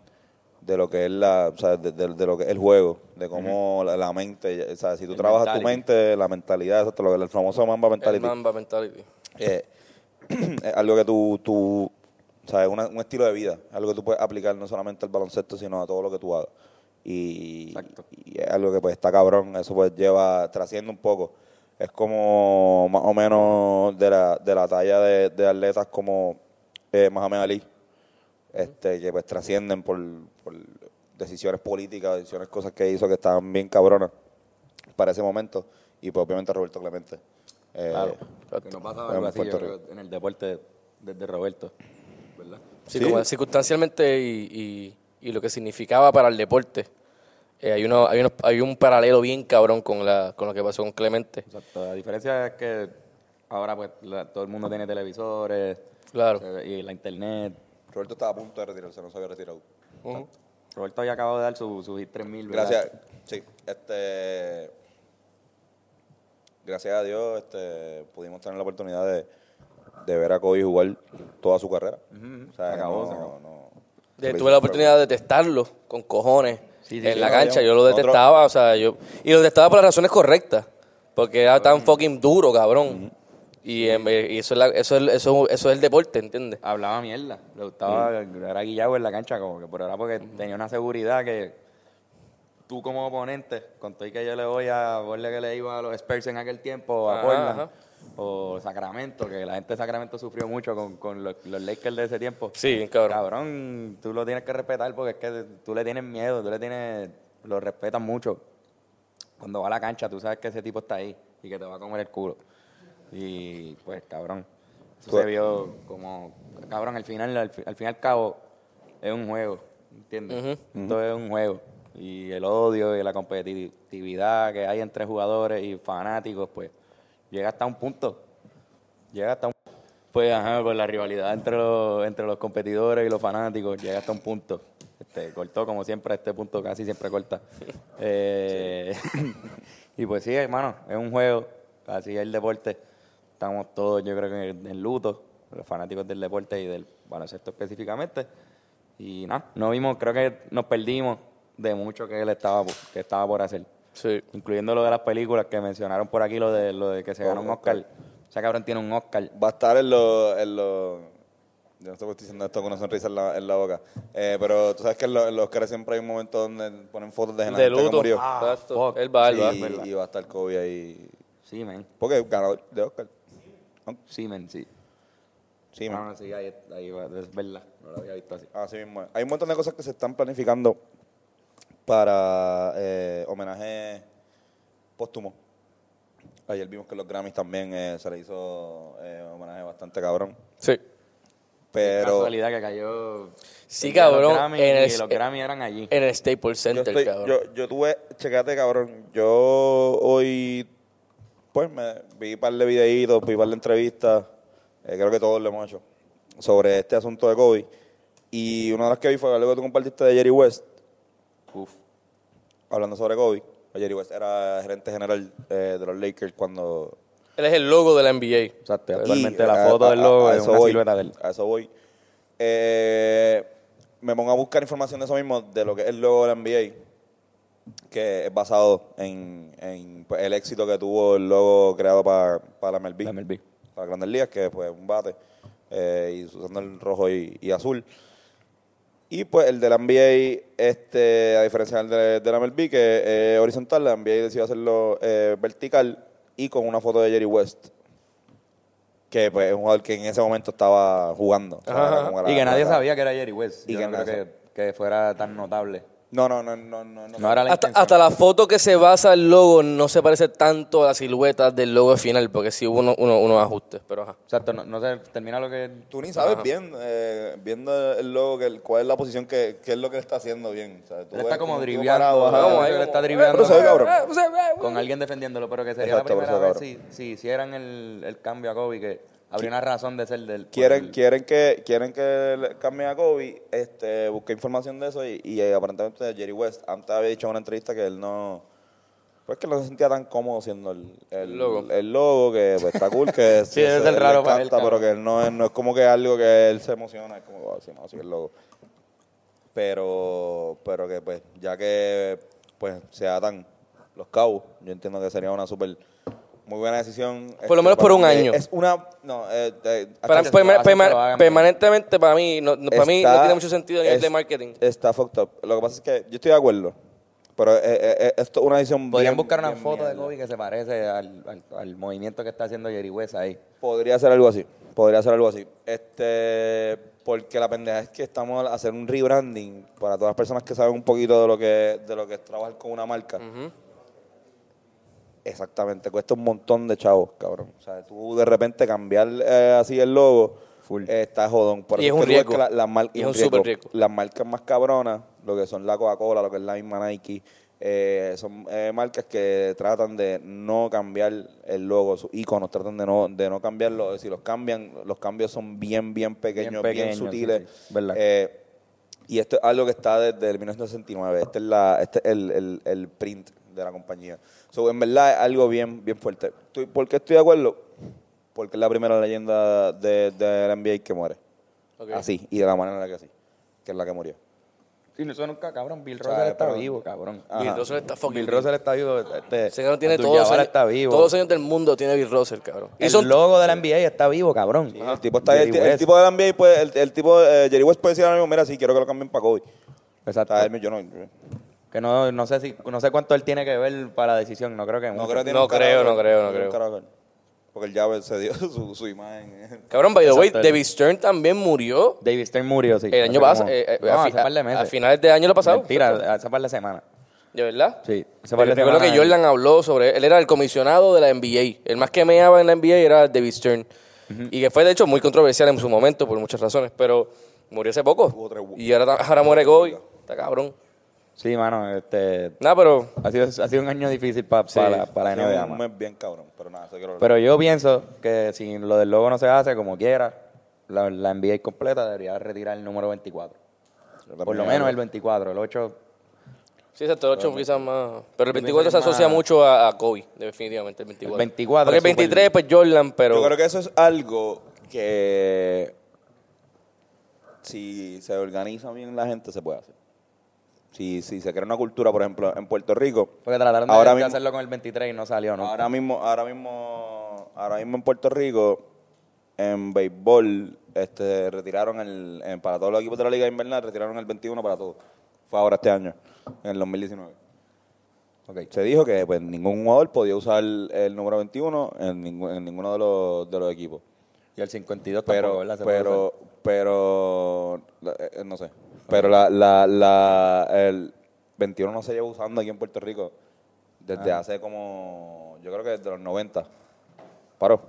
[SPEAKER 3] de lo que es la o sea, de, de- de lo que es el juego de cómo la, la mente o sea si tú
[SPEAKER 1] El
[SPEAKER 3] trabajas tu
[SPEAKER 1] mentality.
[SPEAKER 3] mente la mentalidad exacto, lo que- el famoso mamba
[SPEAKER 2] El
[SPEAKER 3] mentality
[SPEAKER 2] Mamba Mentality.
[SPEAKER 3] eh, es algo que tú, tú sabes, una- un estilo de vida, algo que tú puedes aplicar no solamente al baloncesto, sino a todo lo que tú hagas. Y,
[SPEAKER 1] Exacto.
[SPEAKER 3] y es algo que pues está cabrón, eso pues lleva trasciende un poco. Es como más o menos de la, de la talla de, de atletas como eh, Mohamed Ali, este, que pues trascienden por, por decisiones políticas, decisiones, cosas que hizo que estaban bien cabronas para ese momento. Y pues obviamente Roberto Clemente. Eh,
[SPEAKER 1] Claro. Que no pasaba algo
[SPEAKER 3] en
[SPEAKER 1] así yo
[SPEAKER 3] Puerto
[SPEAKER 1] creo, en el deporte desde Roberto. ¿Verdad?
[SPEAKER 2] Sí,
[SPEAKER 3] Sí.
[SPEAKER 2] como circunstancialmente y, y- y lo que significaba para el deporte. Eh, hay, uno, hay, uno- hay un paralelo bien cabrón con, la, con lo que pasó con Clemente.
[SPEAKER 1] Exacto. La diferencia es que ahora pues la- todo el mundo tiene televisores
[SPEAKER 2] Claro.
[SPEAKER 1] se ve- y la internet.
[SPEAKER 3] Roberto estaba a punto de retirarse, no se había retirado.
[SPEAKER 2] eh,
[SPEAKER 1] Roberto había acabado de dar su, su hit 3000. ¿verdad?
[SPEAKER 3] Gracias, sí, este, gracias a Dios, este, pudimos tener la oportunidad de, de ver a Kobe jugar toda su carrera. O sea,
[SPEAKER 1] Se acabó,
[SPEAKER 3] no-
[SPEAKER 1] se acabó.
[SPEAKER 3] no-
[SPEAKER 2] De-
[SPEAKER 3] se le
[SPEAKER 2] tuve la
[SPEAKER 3] hizo-
[SPEAKER 2] oportunidad de testarlo con cojones en la cancha. Yo lo detestaba, o sea, yo. Y lo detestaba por las razones correctas. Porque era tan fucking duro, cabrón. Y, em, eh, y eso, es la- eso, es, eso, eso es el deporte, ¿entiendes?
[SPEAKER 1] Hablaba mierda. Le gustaba, era guillado en la cancha, como que, pero era porque tenía una seguridad que tú como oponente, con todo y que yo le voy a ponle que le iba a los Spurs en aquel tiempo, a
[SPEAKER 2] Ajá,
[SPEAKER 1] Portland,
[SPEAKER 2] ajá.
[SPEAKER 1] o Sacramento, que la gente de Sacramento sufrió mucho con, con los, los Lakers de ese tiempo.
[SPEAKER 2] Sí, bien cabrón.
[SPEAKER 1] Cabrón, tú lo tienes que respetar porque es que tú le tienes miedo, tú le tienes, lo respetas mucho. Cuando va a la cancha, tú sabes que ese tipo está ahí y que te va a comer el culo. Y pues, cabrón, eso
[SPEAKER 3] Tú-
[SPEAKER 1] se vio como, cabrón, al final, al, fi- al fin y al cabo, es un juego, ¿entiendes? Esto es un juego. Y el odio y la competitividad que hay entre jugadores y fanáticos, pues, llega hasta un punto. Llega hasta un pues, ajá, pues la rivalidad entre los, entre los competidores y los fanáticos llega hasta un punto. Este, cortó, como siempre, a este punto casi siempre corta. Eh, y pues sí, hermano, es un juego, así es el deporte. Estamos todos, yo creo que en, en luto, los fanáticos del deporte y del baloncesto específicamente. Y nada, no vimos, creo que nos perdimos de mucho que él estaba, por- que estaba por hacer
[SPEAKER 2] Sí.
[SPEAKER 1] incluyendo lo de las películas que mencionaron por aquí, lo de lo de que se ganó un Oscar. O sea, cabrón tiene un Oscar.
[SPEAKER 3] Va a estar en los. En los- yo no sé por qué estoy diciendo esto con una sonrisa en la, en la boca. Eh, pero tú sabes que en los, en los Oscars siempre hay un momento donde ponen fotos de gente
[SPEAKER 2] De
[SPEAKER 3] que
[SPEAKER 2] luto. Ah,
[SPEAKER 3] murió.
[SPEAKER 2] Exacto.
[SPEAKER 1] fuck.
[SPEAKER 2] El bar,
[SPEAKER 3] Sí,
[SPEAKER 2] va.
[SPEAKER 3] y, va a estar Kobe ahí.
[SPEAKER 1] Sí, men.
[SPEAKER 3] Porque es ganador de Oscar.
[SPEAKER 1] Sí, men, sí.
[SPEAKER 3] Sí, man.
[SPEAKER 1] Ah, sí, ahí, ahí va, es verdad. No lo había visto así.
[SPEAKER 3] Así mismo. es. Hay un montón de cosas que se están planificando para eh, homenaje póstumo. Ayer vimos que los Grammys también eh, se le hizo eh, homenaje bastante cabrón.
[SPEAKER 2] Sí.
[SPEAKER 3] Pero yo
[SPEAKER 1] Casualidad que cayó.
[SPEAKER 2] Sí,
[SPEAKER 1] el día de los
[SPEAKER 2] cabrón,
[SPEAKER 1] Grammy,
[SPEAKER 2] en el-
[SPEAKER 1] y los Grammy eran allí.
[SPEAKER 2] En el Staples Center,
[SPEAKER 3] estoy-
[SPEAKER 2] cabrón.
[SPEAKER 3] yo, yo tuve, checate cabrón, yo hoy pues me vi un par de videitos, vi un par de entrevistas, eh, creo que todos lo hemos hecho, sobre este asunto de COVID. Y una de las que vi fue algo que tú compartiste de Jerry West,
[SPEAKER 1] Uf.
[SPEAKER 3] hablando sobre Kobe, Jerry West era gerente general eh, de los Lakers cuando...
[SPEAKER 2] Él es el logo de la NBA.
[SPEAKER 1] Exacto,
[SPEAKER 3] y,
[SPEAKER 1] actualmente la
[SPEAKER 3] a-
[SPEAKER 1] foto
[SPEAKER 3] a-
[SPEAKER 1] del
[SPEAKER 3] a-
[SPEAKER 1] logo
[SPEAKER 3] a
[SPEAKER 1] es
[SPEAKER 3] eso
[SPEAKER 1] una
[SPEAKER 3] voy,
[SPEAKER 1] silueta de él.
[SPEAKER 3] A eso voy. Eh, me pongo a buscar información de eso mismo, de lo que es el logo de la NBA, que es basado en, en, pues, el éxito que tuvo el logo creado para para la MLB
[SPEAKER 1] La MLB.
[SPEAKER 3] para Grandes Ligas, que pues un bate, eh, y usando el rojo y, y azul. Y pues el de la NBA, este, a diferencia del de, de la MLB, que es horizontal, la NBA decidió hacerlo eh, vertical y con una foto de Jerry West, que pues es un jugador que en ese momento estaba jugando. o sea,
[SPEAKER 2] Ajá,
[SPEAKER 3] era
[SPEAKER 2] ajá.
[SPEAKER 3] como la-
[SPEAKER 1] Y que nadie
[SPEAKER 3] la-
[SPEAKER 1] sabía que era Jerry West.
[SPEAKER 3] Y
[SPEAKER 1] Yo
[SPEAKER 3] que
[SPEAKER 1] no
[SPEAKER 3] nadie
[SPEAKER 1] creo que, que fuera tan notable.
[SPEAKER 3] No, no, no, no, no.
[SPEAKER 1] No era la
[SPEAKER 2] Hasta,
[SPEAKER 1] intención.
[SPEAKER 2] hasta la foto que se basa el logo no se parece tanto a la silueta del logo final, porque sí hubo uno- uno- unos ajustes, pero ajá.
[SPEAKER 1] Exacto, no, no se termina lo que.
[SPEAKER 3] Tú ni sabes bien, eh, viendo el logo, que, el- cuál es la posición, que, qué es lo que él está haciendo bien. o sea, tú
[SPEAKER 1] Él
[SPEAKER 3] ves
[SPEAKER 1] está como
[SPEAKER 3] tú
[SPEAKER 1] driviando.
[SPEAKER 3] parado,
[SPEAKER 1] ajá,
[SPEAKER 3] ajá.
[SPEAKER 2] ahí,
[SPEAKER 1] él
[SPEAKER 2] como-
[SPEAKER 1] está driviando.
[SPEAKER 3] Pero se ve cabrón.
[SPEAKER 1] con alguien defendiéndolo, pero que sería
[SPEAKER 3] Exacto,
[SPEAKER 1] la
[SPEAKER 3] por eso,
[SPEAKER 1] primera vez si, si hicieran el, el cambio a Kobe, que habría una razón de ser del...
[SPEAKER 3] Quieren,
[SPEAKER 1] por el-
[SPEAKER 3] quieren que quieren que le cambie a Kobe. Este, busqué información de eso y, y, eh, aparentemente Jerry West antes había dicho en una entrevista que él no pues que no se sentía tan cómodo siendo el, el
[SPEAKER 2] Logo.
[SPEAKER 3] el logo, que pues, está cool que
[SPEAKER 1] Sí, debe ser
[SPEAKER 3] le
[SPEAKER 1] raro para él,
[SPEAKER 3] encanta, pero
[SPEAKER 1] cabrón.
[SPEAKER 3] que él no es, no es como que algo que él se emociona, es como "Wow, sí, no, sí, el logo. Pero pero que pues ya que pues se atan los cabos, yo entiendo que sería una súper muy buena decisión. este,
[SPEAKER 2] lo menos por
[SPEAKER 3] para
[SPEAKER 2] un
[SPEAKER 3] mí
[SPEAKER 2] año.
[SPEAKER 3] Es una no eh, eh,
[SPEAKER 2] Para-
[SPEAKER 1] Hasta que
[SPEAKER 2] perma-
[SPEAKER 1] lo hacen,
[SPEAKER 2] perma-
[SPEAKER 1] que lo hagan.
[SPEAKER 2] permanentemente para mí, no, no- para mí no
[SPEAKER 3] Está-
[SPEAKER 2] tiene mucho sentido a nivel
[SPEAKER 3] es-
[SPEAKER 2] de marketing.
[SPEAKER 3] Está fucked up. Lo que pasa es que yo estoy de acuerdo. Pero eh, eh, eh, esto es una decisión.
[SPEAKER 1] Podrían
[SPEAKER 3] bien-
[SPEAKER 1] buscar una
[SPEAKER 3] bien
[SPEAKER 1] foto de
[SPEAKER 3] mierda.
[SPEAKER 1] Kobe que se parece al, al- al movimiento que está haciendo Jerry West ahí.
[SPEAKER 3] Podría ser algo así. Podría ser algo así. Este. Porque la pendeja es que estamos a hacer un rebranding para todas las personas que saben un poquito de lo que, de lo que es trabajar con una marca. Exactamente, cuesta un montón de chavos, cabrón. O sea, tú de repente cambiar eh, así el logo eh, está jodón. Por
[SPEAKER 2] Y
[SPEAKER 3] eso
[SPEAKER 2] es
[SPEAKER 3] que
[SPEAKER 2] un
[SPEAKER 3] tú ves
[SPEAKER 2] riesgo.
[SPEAKER 3] que la- las mar-
[SPEAKER 2] Y es un súper riesgo.
[SPEAKER 3] Las marcas más cabronas, lo que son la Coca-Cola, lo que es la misma Nike, eh, son eh, marcas que tratan de no cambiar el logo, sus iconos, tratan de no, de no cambiarlo. Si los cambian, los cambios son bien, bien pequeños, bien,
[SPEAKER 1] pequeños, sí,
[SPEAKER 3] sutiles.
[SPEAKER 1] sí. Verdad.
[SPEAKER 3] Eh, y esto es algo que está desde el 1969. Este es, la, este es el, el- el print de la compañía. So, en verdad es algo bien, bien fuerte. Estoy- ¿Por qué estoy de acuerdo? Porque es la primera leyenda de, de la NBA que muere. Así, y de la manera en la que así, que es la que murió.
[SPEAKER 1] Y nosotros nunca, cabrón, Bill
[SPEAKER 3] O sea,
[SPEAKER 1] Russell está
[SPEAKER 3] pero-
[SPEAKER 1] vivo, cabrón.
[SPEAKER 3] Ajá.
[SPEAKER 4] Bill Russell está fucking
[SPEAKER 1] Bill
[SPEAKER 4] vivo.
[SPEAKER 1] Russell está vivo. Este,
[SPEAKER 2] Ese cabrón tiene
[SPEAKER 1] Abdul
[SPEAKER 2] todos los,
[SPEAKER 1] Jabbar
[SPEAKER 2] años,
[SPEAKER 1] está vivo.
[SPEAKER 2] todos los años del mundo tiene Bill Russell, cabrón. Y
[SPEAKER 1] el
[SPEAKER 2] son
[SPEAKER 1] logo de la NBA está vivo, cabrón.
[SPEAKER 3] Sí, el tipo está, el,
[SPEAKER 1] Jerry
[SPEAKER 3] ti- el
[SPEAKER 1] West.
[SPEAKER 3] tipo de la NBA, puede- el, el tipo, eh, Jerry West puede decir ahora mismo, mira, sí, quiero que lo cambien para Kobe.
[SPEAKER 1] Exacto.
[SPEAKER 3] Está él, yo no, yo-
[SPEAKER 1] Que no, no sé si, no sé cuánto él tiene que ver para la decisión. No creo que
[SPEAKER 3] no
[SPEAKER 1] mucho.
[SPEAKER 3] creo, que tiene
[SPEAKER 2] No
[SPEAKER 3] un carajo,
[SPEAKER 2] creo, no creo, no
[SPEAKER 3] tiene un
[SPEAKER 2] creo.
[SPEAKER 3] carajo. Porque el llave se dio su, su imagen.
[SPEAKER 2] Cabrón, by the way,
[SPEAKER 1] Exacto.
[SPEAKER 2] David Stern también murió
[SPEAKER 1] David Stern murió, sí.
[SPEAKER 2] el año pasado.
[SPEAKER 1] pasado.
[SPEAKER 2] a,
[SPEAKER 1] hace
[SPEAKER 2] fi-
[SPEAKER 1] par de
[SPEAKER 2] a-
[SPEAKER 1] meses.
[SPEAKER 2] a finales de año lo pasado.
[SPEAKER 1] Mentira, hace par de semanas.
[SPEAKER 2] ¿De verdad?
[SPEAKER 1] Sí, hace par de
[SPEAKER 2] Porque Recuerdo
[SPEAKER 1] semanas.
[SPEAKER 2] que Jordan habló sobre él. era el comisionado de la NBA. El más que meaba en la NBA era David Stern. Y que fue, de hecho, muy controversial en su momento por muchas razones. Pero murió hace
[SPEAKER 3] Hubo
[SPEAKER 2] poco.
[SPEAKER 3] tres-
[SPEAKER 2] Y ahora, ahora muere Kobe. Está cabrón.
[SPEAKER 1] Sí, mano, este...
[SPEAKER 2] Nada, pero
[SPEAKER 1] Ha sido, ha sido un año difícil pa-
[SPEAKER 2] Sí.
[SPEAKER 1] para, para la
[SPEAKER 3] Sí,
[SPEAKER 1] NBA,
[SPEAKER 3] un
[SPEAKER 1] mano.
[SPEAKER 3] mes bien cabrón, pero nada, eso quiero
[SPEAKER 1] Pero yo pienso que si lo del logo no se hace como quiera, la, la NBA completa debería retirar el número 24. Por lo menos el 24, el 8.
[SPEAKER 2] sí, exacto, el 8 quizás más. Pero
[SPEAKER 1] Yo
[SPEAKER 2] el 24 se
[SPEAKER 1] pienso que es
[SPEAKER 2] asocia
[SPEAKER 1] más-
[SPEAKER 2] mucho a, a Kobe, definitivamente, el 24.
[SPEAKER 1] El 24
[SPEAKER 2] Porque el
[SPEAKER 1] es súper-
[SPEAKER 2] 23, pues Jordan, pero.
[SPEAKER 3] Yo creo que eso es algo que si se organiza bien la gente se puede hacer. Si, si se crea una cultura, por ejemplo, en Puerto Rico,
[SPEAKER 1] Porque trataron de,
[SPEAKER 3] Ahora
[SPEAKER 1] de
[SPEAKER 3] mismo-
[SPEAKER 1] hacerlo con el 23 y no salió, ¿no?
[SPEAKER 3] ahora mismo, ahora mismo, ahora mismo en Puerto Rico, en béisbol, este, retiraron el, en- para todos los equipos de la Liga Invernal, retiraron el 21 para todos. Fue ahora este año, en el 2019. Se dijo que pues, ningún jugador podía usar el, el número 21 en, ningún- en ninguno de los, de los equipos.
[SPEAKER 1] Y el 52
[SPEAKER 3] pero
[SPEAKER 1] tampoco, ¿verdad? Se puede
[SPEAKER 3] pero
[SPEAKER 1] hacer.
[SPEAKER 3] pero la- eh, no sé pero la, la, la el 21 no se lleva usando aquí en Puerto Rico desde
[SPEAKER 1] Ah.
[SPEAKER 3] hace como yo creo que desde los 90 paró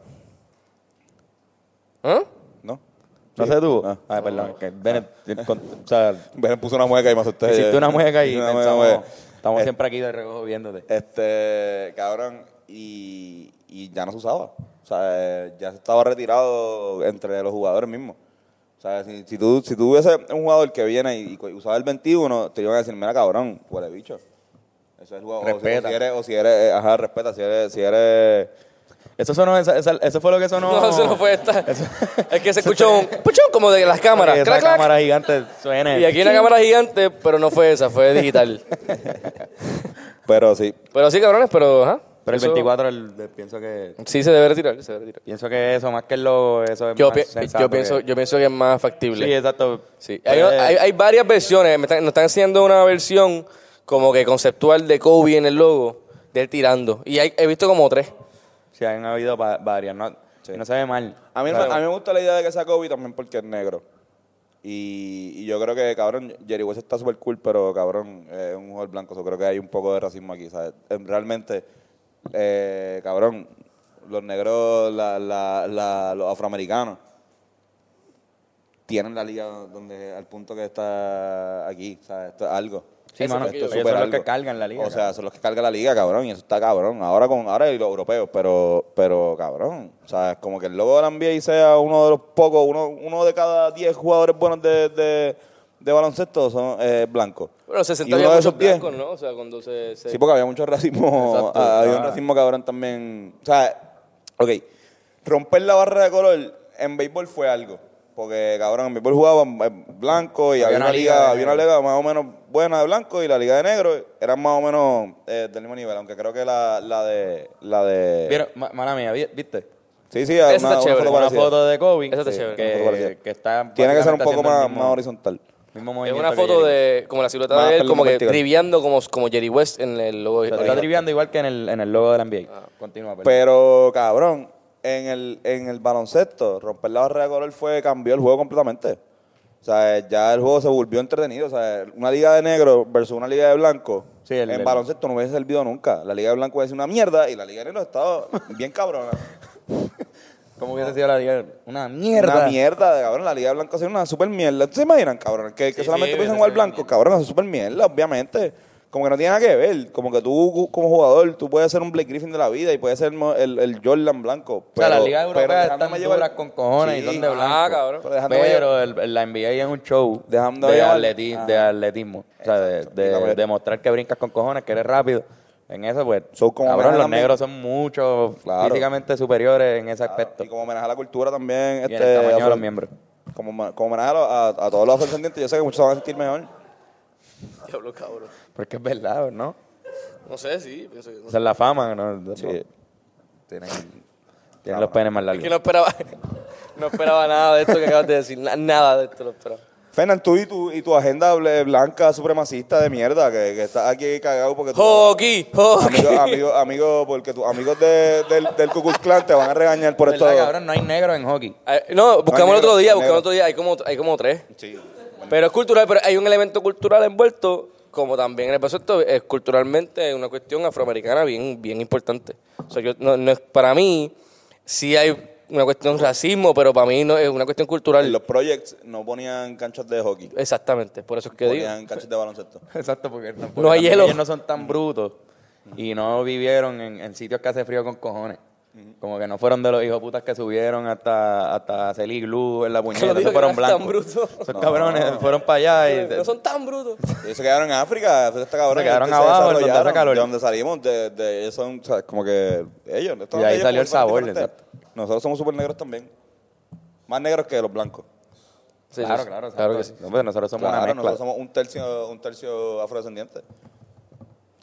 [SPEAKER 2] ¿Ah?
[SPEAKER 3] no
[SPEAKER 1] ¿No
[SPEAKER 3] Sí.
[SPEAKER 1] se tuvo?
[SPEAKER 3] Ah.
[SPEAKER 1] Ay, perdón. que Bennett, con- o sea,
[SPEAKER 3] Beren puso una mueca y me asusté
[SPEAKER 1] hiciste una mueca y
[SPEAKER 3] Hice una
[SPEAKER 1] pensamos,
[SPEAKER 3] mueca.
[SPEAKER 1] estamos
[SPEAKER 3] Eh,
[SPEAKER 1] siempre aquí de reojo viéndote.
[SPEAKER 3] Este, cabrón, y, y ya no se usaba. O sea, eh, ya se estaba retirado entre los jugadores mismos. O sea, si, si tú, si tú hubiese un jugador que viene y, y cu- usaba el 21, te iban a decir, mira, cabrón, huele bicho. Eso es el jugador. O si-
[SPEAKER 1] Respeta.
[SPEAKER 3] O si eres, o si eres, eh, ajá, respeta, si eres, si eres...
[SPEAKER 1] Eso, sonó, esa- esa- eso fue lo que sonó.
[SPEAKER 2] No, eso no fue esta.
[SPEAKER 1] Eso-
[SPEAKER 2] es que se escuchó un puchón como de las cámaras.
[SPEAKER 1] Esa
[SPEAKER 2] Clac, clac.
[SPEAKER 1] cámara gigante suena.
[SPEAKER 2] Y aquí la cámara gigante, pero no fue esa, fue digital.
[SPEAKER 3] Pero sí,
[SPEAKER 2] pero sí, cabrones, pero. ajá,
[SPEAKER 1] Pero el
[SPEAKER 2] eso-
[SPEAKER 1] 24, el- de- pienso que...
[SPEAKER 2] Sí, se debe retirar, se debe retirar.
[SPEAKER 1] Pienso que eso, más que el logo, eso es
[SPEAKER 2] Yo,
[SPEAKER 1] más
[SPEAKER 2] pi-
[SPEAKER 1] sensato
[SPEAKER 2] yo, pienso,
[SPEAKER 1] que-
[SPEAKER 2] yo pienso que es más factible.
[SPEAKER 1] Sí, pues- exacto.
[SPEAKER 2] Sí. Hay, una- hay- hay varias versiones. Me están- nos están enseñando una versión como que conceptual de Kobe en el logo, de él tirando. Y hay- he visto como tres.
[SPEAKER 1] Sí, han habido va- varias. No, no se ve mal.
[SPEAKER 3] A mí, no-
[SPEAKER 1] Claro.
[SPEAKER 3] a mí me gusta la idea de que sea Kobe también porque es negro. Y, y yo creo que, cabrón, Jerry West está súper cool, pero, cabrón, eh, es un jugador blanco. Yo creo que hay un poco de racismo aquí, ¿sabes? Em, Realmente, eh, cabrón, los negros, la- la- la- los afroamericanos, tienen la liga donde al punto que está aquí, ¿sabes? Esto es algo.
[SPEAKER 1] Sí,
[SPEAKER 2] Eso
[SPEAKER 1] mano,
[SPEAKER 2] fue que yo
[SPEAKER 1] ellos
[SPEAKER 2] vi.
[SPEAKER 1] son los
[SPEAKER 3] algo.
[SPEAKER 1] que cargan la liga.
[SPEAKER 3] O sea,
[SPEAKER 1] cabrón.
[SPEAKER 3] son los que cargan la liga, cabrón, y eso está cabrón. Ahora con ahora y los europeos, pero pero cabrón, o sea, es como que el logo de la NBA sea uno de los pocos, uno uno de cada 10 jugadores buenos de, de, de baloncesto son eh, blancos.
[SPEAKER 2] Bueno, se
[SPEAKER 3] Y uno
[SPEAKER 2] sentaban
[SPEAKER 3] de
[SPEAKER 2] muchos
[SPEAKER 3] esos 10.
[SPEAKER 2] blancos, ¿no? O sea, cuando se... se-
[SPEAKER 3] Sí, porque había mucho racismo,
[SPEAKER 1] Exacto.
[SPEAKER 3] ah, había un
[SPEAKER 1] Ah.
[SPEAKER 3] racismo cabrón también. O sea, ok, romper la barra de color en béisbol fue algo. Porque, cabrón, en béisbol jugaban eh, blanco y había, una liga,
[SPEAKER 1] de
[SPEAKER 3] había una liga más o menos buena de blanco y la liga de negro eran más o menos eh, del mismo nivel, aunque creo que la, la de... La de
[SPEAKER 1] Vieron, ma- mala mía, vi- ¿viste?
[SPEAKER 3] Sí, sí, una,
[SPEAKER 2] está
[SPEAKER 3] una
[SPEAKER 2] chévere,
[SPEAKER 3] foto
[SPEAKER 1] Una
[SPEAKER 3] parecida.
[SPEAKER 1] foto de Kobe.
[SPEAKER 2] Eso está
[SPEAKER 1] sí,
[SPEAKER 2] chévere.
[SPEAKER 3] Una foto
[SPEAKER 1] Que,
[SPEAKER 3] parecida.
[SPEAKER 1] que está
[SPEAKER 3] Tiene que ser un
[SPEAKER 1] básicamente
[SPEAKER 3] poco
[SPEAKER 1] haciendo
[SPEAKER 3] más,
[SPEAKER 1] el mismo-
[SPEAKER 3] más horizontal.
[SPEAKER 1] mismo
[SPEAKER 2] es
[SPEAKER 1] movimiento
[SPEAKER 2] una
[SPEAKER 1] que
[SPEAKER 2] foto
[SPEAKER 1] Jerry.
[SPEAKER 2] de como la silueta
[SPEAKER 3] Más
[SPEAKER 2] de él,
[SPEAKER 3] perdón,
[SPEAKER 2] como que
[SPEAKER 3] vertical.
[SPEAKER 2] triviando como, como Jerry West en el logo.
[SPEAKER 1] O sea, está
[SPEAKER 2] original.
[SPEAKER 1] triviando igual que en el, en el logo de la NBA. Continúa, perdón.
[SPEAKER 3] Pero, cabrón, en el, en el baloncesto, romper la barrera de color fue, cambió el juego completamente. O sea, eh, ya el juego se volvió entretenido. O sea, una liga de negro versus una liga de blanco.
[SPEAKER 1] Sí, el-
[SPEAKER 3] en
[SPEAKER 1] el-
[SPEAKER 3] baloncesto no hubiese servido nunca. La liga de blanco es una mierda y la liga de negro ha estado bien cabrona.
[SPEAKER 1] ¿Cómo hubiese sido la liga? Una mierda.
[SPEAKER 3] Una mierda, cabrón. La liga de blanco ha sido una super mierda. ¿Ustedes se imaginan, cabrón? Que, que
[SPEAKER 4] Sí,
[SPEAKER 3] solamente
[SPEAKER 4] sí,
[SPEAKER 3] piensan
[SPEAKER 4] hubiese
[SPEAKER 3] jugar
[SPEAKER 4] sido
[SPEAKER 3] blanco,
[SPEAKER 4] mierda.
[SPEAKER 3] cabrón. Eso es super mierda, obviamente. Como que no tiene nada que ver. Como que tú, como jugador, tú puedes ser un Blake Griffin de la vida y puedes ser mo- el, el Jordan blanco.
[SPEAKER 1] O sea,
[SPEAKER 3] pero-
[SPEAKER 1] las ligas
[SPEAKER 3] pero
[SPEAKER 1] europeas están
[SPEAKER 3] dejándome llevar-
[SPEAKER 1] duras con cojones y
[SPEAKER 3] Sí,
[SPEAKER 1] son de
[SPEAKER 2] ah,
[SPEAKER 1] blanco.
[SPEAKER 2] cabrón.
[SPEAKER 1] Pero,
[SPEAKER 3] Pero dejándome
[SPEAKER 1] el- el- la NBA es un show
[SPEAKER 3] Dejándome
[SPEAKER 1] de,
[SPEAKER 3] llevar.
[SPEAKER 1] atleti-
[SPEAKER 3] Ajá.
[SPEAKER 1] de atletismo. O sea, de,
[SPEAKER 3] Exacto.
[SPEAKER 1] de-
[SPEAKER 3] Y la verdad-
[SPEAKER 1] de mostrar que brincas con cojones, que eres rápido. En eso, pues,
[SPEAKER 3] So, como
[SPEAKER 1] cabrón,
[SPEAKER 3] ven
[SPEAKER 1] los
[SPEAKER 3] también-
[SPEAKER 1] negros son mucho
[SPEAKER 3] Claro.
[SPEAKER 1] físicamente superiores en ese aspecto.
[SPEAKER 3] Y como homenaje a la cultura también.
[SPEAKER 1] Y en
[SPEAKER 3] Este,
[SPEAKER 1] el tamaño de
[SPEAKER 3] afro-
[SPEAKER 1] los miembros.
[SPEAKER 3] Como, ma- como homenaje a, lo- a- a todos los afrodescendientes, yo sé que muchos se van a sentir mejor.
[SPEAKER 2] Diablo, cabrón.
[SPEAKER 1] Porque es verdad, ¿no?
[SPEAKER 2] No sé, sí, pienso que no.
[SPEAKER 1] Esa es la fama, ¿no?
[SPEAKER 3] Sí.
[SPEAKER 1] Tienen, tienen los penes más
[SPEAKER 2] Es
[SPEAKER 1] largos.
[SPEAKER 2] que no esperaba, no esperaba nada de esto que acabas de decir. na- nada de esto lo esperaba.
[SPEAKER 3] Fernan, tú y tu, y tu agenda ble- blanca supremacista de mierda, que, que estás aquí cagado porque tú...
[SPEAKER 2] Hockey, hockey.
[SPEAKER 3] Amigo, ah, amigo, amigo, porque tus amigos de- del, del Ku Klux Klan te van a regañar por esto.
[SPEAKER 1] ¿Verdad, cabrón? No hay negro en hockey.
[SPEAKER 2] Ay, No, buscamos el
[SPEAKER 3] negro,
[SPEAKER 2] otro día,
[SPEAKER 3] negro.
[SPEAKER 2] buscamos el otro día. Hay como, hay como tres.
[SPEAKER 3] Sí.
[SPEAKER 2] Pero es cultural, pero hay un elemento cultural envuelto, como también en el paso esto, es culturalmente una cuestión afroamericana bien, bien importante. O sea, yo, no, no es, para mí, sí hay una cuestión racismo, pero para mí no es una cuestión
[SPEAKER 3] En
[SPEAKER 2] cultural.
[SPEAKER 3] los projects no ponían canchas de hockey,
[SPEAKER 2] Exactamente, por eso es que digo.
[SPEAKER 3] ponían canchas de baloncesto.
[SPEAKER 1] Exacto, porque no, porque
[SPEAKER 2] No hay
[SPEAKER 1] también
[SPEAKER 2] hielo.
[SPEAKER 1] Ellos no son tan brutos y no vivieron en, en sitios que hace frío con cojones. Como que no fueron de los hijos putas que subieron hasta, hasta hacer iglú en la puñeta.
[SPEAKER 2] digo
[SPEAKER 1] Esos
[SPEAKER 2] que
[SPEAKER 1] fueron
[SPEAKER 2] no es tan
[SPEAKER 1] blancos.
[SPEAKER 2] bruto.
[SPEAKER 1] Esos cabrones fueron para allá y
[SPEAKER 2] No son tan brutos.
[SPEAKER 3] Ellos se quedaron en África, está cabrón,
[SPEAKER 1] Se quedaron
[SPEAKER 3] ellos
[SPEAKER 1] abajo, en donde hace
[SPEAKER 3] desarrollaron,
[SPEAKER 1] calor.
[SPEAKER 3] De donde salimos, de, de- ellos son, o sea, como que ellos. esto
[SPEAKER 1] Y ahí
[SPEAKER 3] ellos
[SPEAKER 1] salió el
[SPEAKER 3] son
[SPEAKER 1] sabor,
[SPEAKER 3] diferentes. Nosotros somos súper negros también. Más negros que los blancos.
[SPEAKER 2] Sí, sí,
[SPEAKER 1] claro,
[SPEAKER 2] sí.
[SPEAKER 1] claro,
[SPEAKER 2] claro que sí.
[SPEAKER 1] exacto. No, pues nosotros somos
[SPEAKER 3] Claro,
[SPEAKER 1] una mezcla.
[SPEAKER 3] nosotros somos un tercio, un tercio afrodescendiente.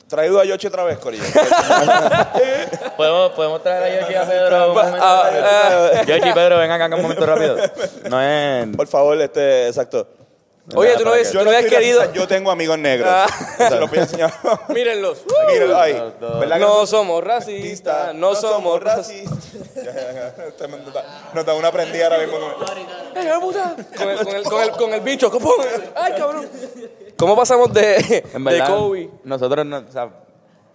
[SPEAKER 3] Traído a Yoshi otra vez, Corillo.
[SPEAKER 1] ¿Podemos, podemos traer a Yoshi y a Pedro un momento
[SPEAKER 2] ah,
[SPEAKER 1] rápido? Yoshi y Pedro, vengan acá un momento rápido. No es...
[SPEAKER 3] Por favor, este, exacto.
[SPEAKER 2] Oye, tú no ves-
[SPEAKER 3] Yo
[SPEAKER 2] tú no habías
[SPEAKER 3] estoy
[SPEAKER 2] querido.
[SPEAKER 3] racista, Yo tengo amigos negros.
[SPEAKER 2] Ah.
[SPEAKER 3] Se los voy a enseñar.
[SPEAKER 2] Mírenlos.
[SPEAKER 3] Míralo ahí. ¿Verdad que
[SPEAKER 2] No somos racistas, no somos racistas.
[SPEAKER 3] racistas. Ya, ya, ya. Usted nos da- Nos da una prendida ahora mismo.
[SPEAKER 2] ¡Ey, hijo de puta! Con el, con el, con el, con el bicho, ¿cómo? ¡Ay, cabrón! ¿Cómo pasamos de,
[SPEAKER 1] En
[SPEAKER 2] de
[SPEAKER 1] verdad,
[SPEAKER 2] Kobe?
[SPEAKER 1] nosotros, no- o sea,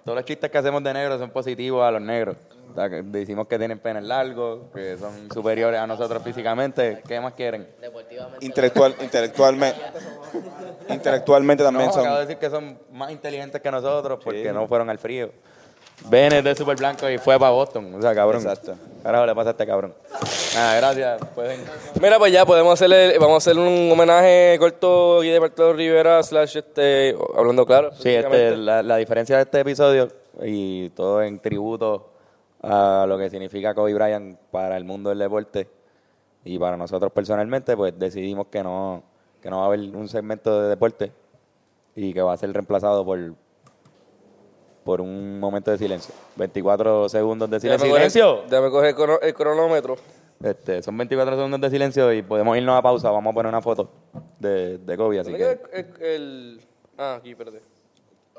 [SPEAKER 1] todos los chistes que hacemos de negros son positivos a los negros. O sea, que decimos que tienen penes largos, que son superiores a nosotros físicamente. ¿Qué más quieren?
[SPEAKER 7] Deportivamente.
[SPEAKER 3] Intelectual, intelectualmente. Intelectualmente
[SPEAKER 1] No,
[SPEAKER 3] también
[SPEAKER 1] acabo de
[SPEAKER 3] son.
[SPEAKER 1] decir que son más inteligentes que nosotros porque no fueron al frío. Ben es de Super Blanco y fue para Boston. O sea, cabrón.
[SPEAKER 3] Exacto.
[SPEAKER 1] Carajo, le pasa a este cabrón. Nada, gracias. Pueden...
[SPEAKER 2] Mira, pues ya podemos hacerle, vamos a hacer un homenaje corto y de Bartolo Rivera, slash, este, hablando claro.
[SPEAKER 1] Sí, este, la, la diferencia de este episodio y todo en tributo a lo que significa Kobe Bryant para el mundo del deporte y para nosotros personalmente, pues decidimos que no, que no va a haber un segmento de deporte y que va a ser reemplazado por por un momento de silencio. 24 segundos de
[SPEAKER 2] Déjame
[SPEAKER 1] silencio.
[SPEAKER 2] coger-
[SPEAKER 1] ¡Silencio!
[SPEAKER 2] Déjame coger el, crono- el cronómetro.
[SPEAKER 1] Este, son 24 segundos de silencio y podemos irnos a pausa. Vamos a poner una foto de, de Kobe, así
[SPEAKER 2] ¿Dónde
[SPEAKER 1] que
[SPEAKER 2] queda el, el- el- Ah, aquí, espérate.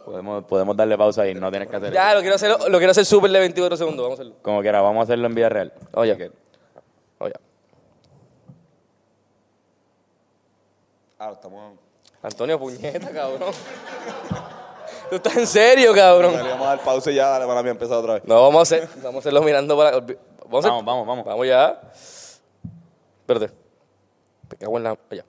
[SPEAKER 1] podemos, podemos darle pausa y no tienes que hacer
[SPEAKER 2] Ya, lo quiero hacer, lo quiero hacer súper de 24 segundos, vamos a hacerlo.
[SPEAKER 1] Como quiera, vamos a hacerlo en vida real.
[SPEAKER 2] Oye.
[SPEAKER 1] Así que-
[SPEAKER 2] Oye,
[SPEAKER 3] Ah, estamos.
[SPEAKER 2] Antonio Puñeta, cabrón. ¿Tú estás en serio, cabrón?
[SPEAKER 3] Vamos a dar pausa y ya dale, van a empezar otra vez.
[SPEAKER 2] No, vamos a hacer, vamos a hacerlo mirando para... Vamos, a hacer-
[SPEAKER 1] Vamos, vamos, vamos.
[SPEAKER 2] Vamos ya. Espérate. Me cago en la. Allá.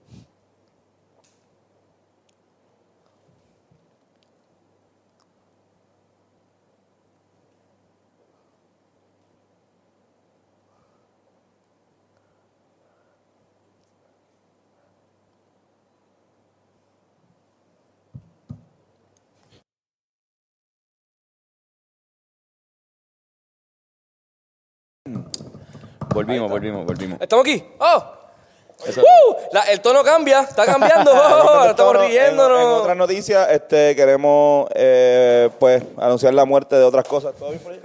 [SPEAKER 1] Volvimos, volvimos, volvimos.
[SPEAKER 2] ¿Estamos aquí? ¡Oh!
[SPEAKER 1] Eso-
[SPEAKER 2] ¡Woo! La- el tono cambia, está cambiando. Oh, estamos
[SPEAKER 3] Bueno, en- En,
[SPEAKER 2] riéndonos.
[SPEAKER 3] otras noticias, este, queremos eh, pues anunciar la muerte de otras cosas. ¿Todo bien por ahí?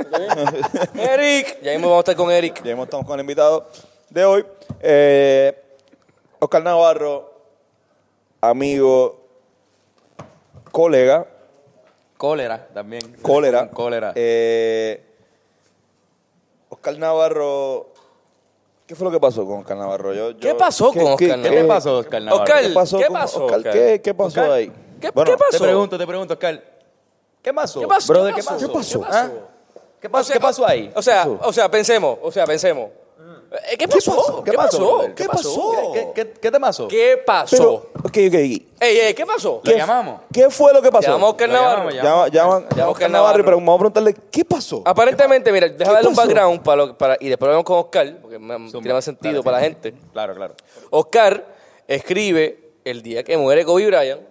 [SPEAKER 2] Eric. Ya mismo vamos a estar con Eric.
[SPEAKER 3] Ya mismo estamos con el invitado de hoy. Eh, Oscar Navarro, amigo, colega,
[SPEAKER 1] Cólera también.
[SPEAKER 3] cólera.
[SPEAKER 1] Cólera.
[SPEAKER 3] Eh, Oscar Navarro, ¿qué fue lo que pasó con Oscar Navarro? Yo- yo-
[SPEAKER 2] ¿Qué pasó con Oscar
[SPEAKER 1] ¿Qué
[SPEAKER 2] eh,
[SPEAKER 1] le pasó, Oscar Navarro?
[SPEAKER 2] Oscar,
[SPEAKER 1] ¿Qué
[SPEAKER 3] ¿Qué pasó?
[SPEAKER 2] ¿Qué
[SPEAKER 3] con
[SPEAKER 2] pasó,
[SPEAKER 3] Oscar?
[SPEAKER 2] Oscar?
[SPEAKER 3] ¿Qué, qué pasó
[SPEAKER 1] Oscar,
[SPEAKER 3] ahí?
[SPEAKER 2] ¿Qué-
[SPEAKER 3] Bueno,
[SPEAKER 2] qué pasó?
[SPEAKER 1] Te pregunto, te pregunto, Oscar. ¿Qué pasó?
[SPEAKER 2] ¿Qué pasó?
[SPEAKER 1] Brother,
[SPEAKER 2] ¿Qué
[SPEAKER 1] ¿qué
[SPEAKER 2] pasó?
[SPEAKER 1] pasó?
[SPEAKER 2] ¿Qué pasó?
[SPEAKER 1] ¿Ah? ¿Qué pasó?
[SPEAKER 2] O sea,
[SPEAKER 1] ¿Qué pasó ahí?
[SPEAKER 2] O sea,
[SPEAKER 1] ¿Qué pasó?
[SPEAKER 2] o sea, pensemos. O sea, pensemos. Eh, ¿Qué pasó? ¿Qué pasó?
[SPEAKER 1] ¿Qué pasó? ¿Qué, qué, qué te pasó?
[SPEAKER 2] ¿Qué
[SPEAKER 3] Pero,
[SPEAKER 2] pasó?
[SPEAKER 3] ok, ok.
[SPEAKER 2] Ey, ey, ¿qué pasó?
[SPEAKER 1] ¿Lo llamamos?
[SPEAKER 3] ¿Qué fue lo que pasó?
[SPEAKER 2] Llamamos a Oscar
[SPEAKER 1] Lo llamamos,
[SPEAKER 2] Navarro.
[SPEAKER 1] ya.
[SPEAKER 3] Llama- llaman-
[SPEAKER 2] Llama a
[SPEAKER 3] llama a
[SPEAKER 2] Oscar
[SPEAKER 3] Oscar Navarro,
[SPEAKER 2] Navarro.
[SPEAKER 3] y pero vamos a preguntarle, ¿qué pasó?
[SPEAKER 2] Aparentemente, mira, déjame darle un
[SPEAKER 3] pasó?
[SPEAKER 2] background para lo- para, y después vamos con Oscar, porque me- tiene más sentido para la gente.
[SPEAKER 1] Claro, claro.
[SPEAKER 2] Oscar escribe el día que muere Kobe Bryant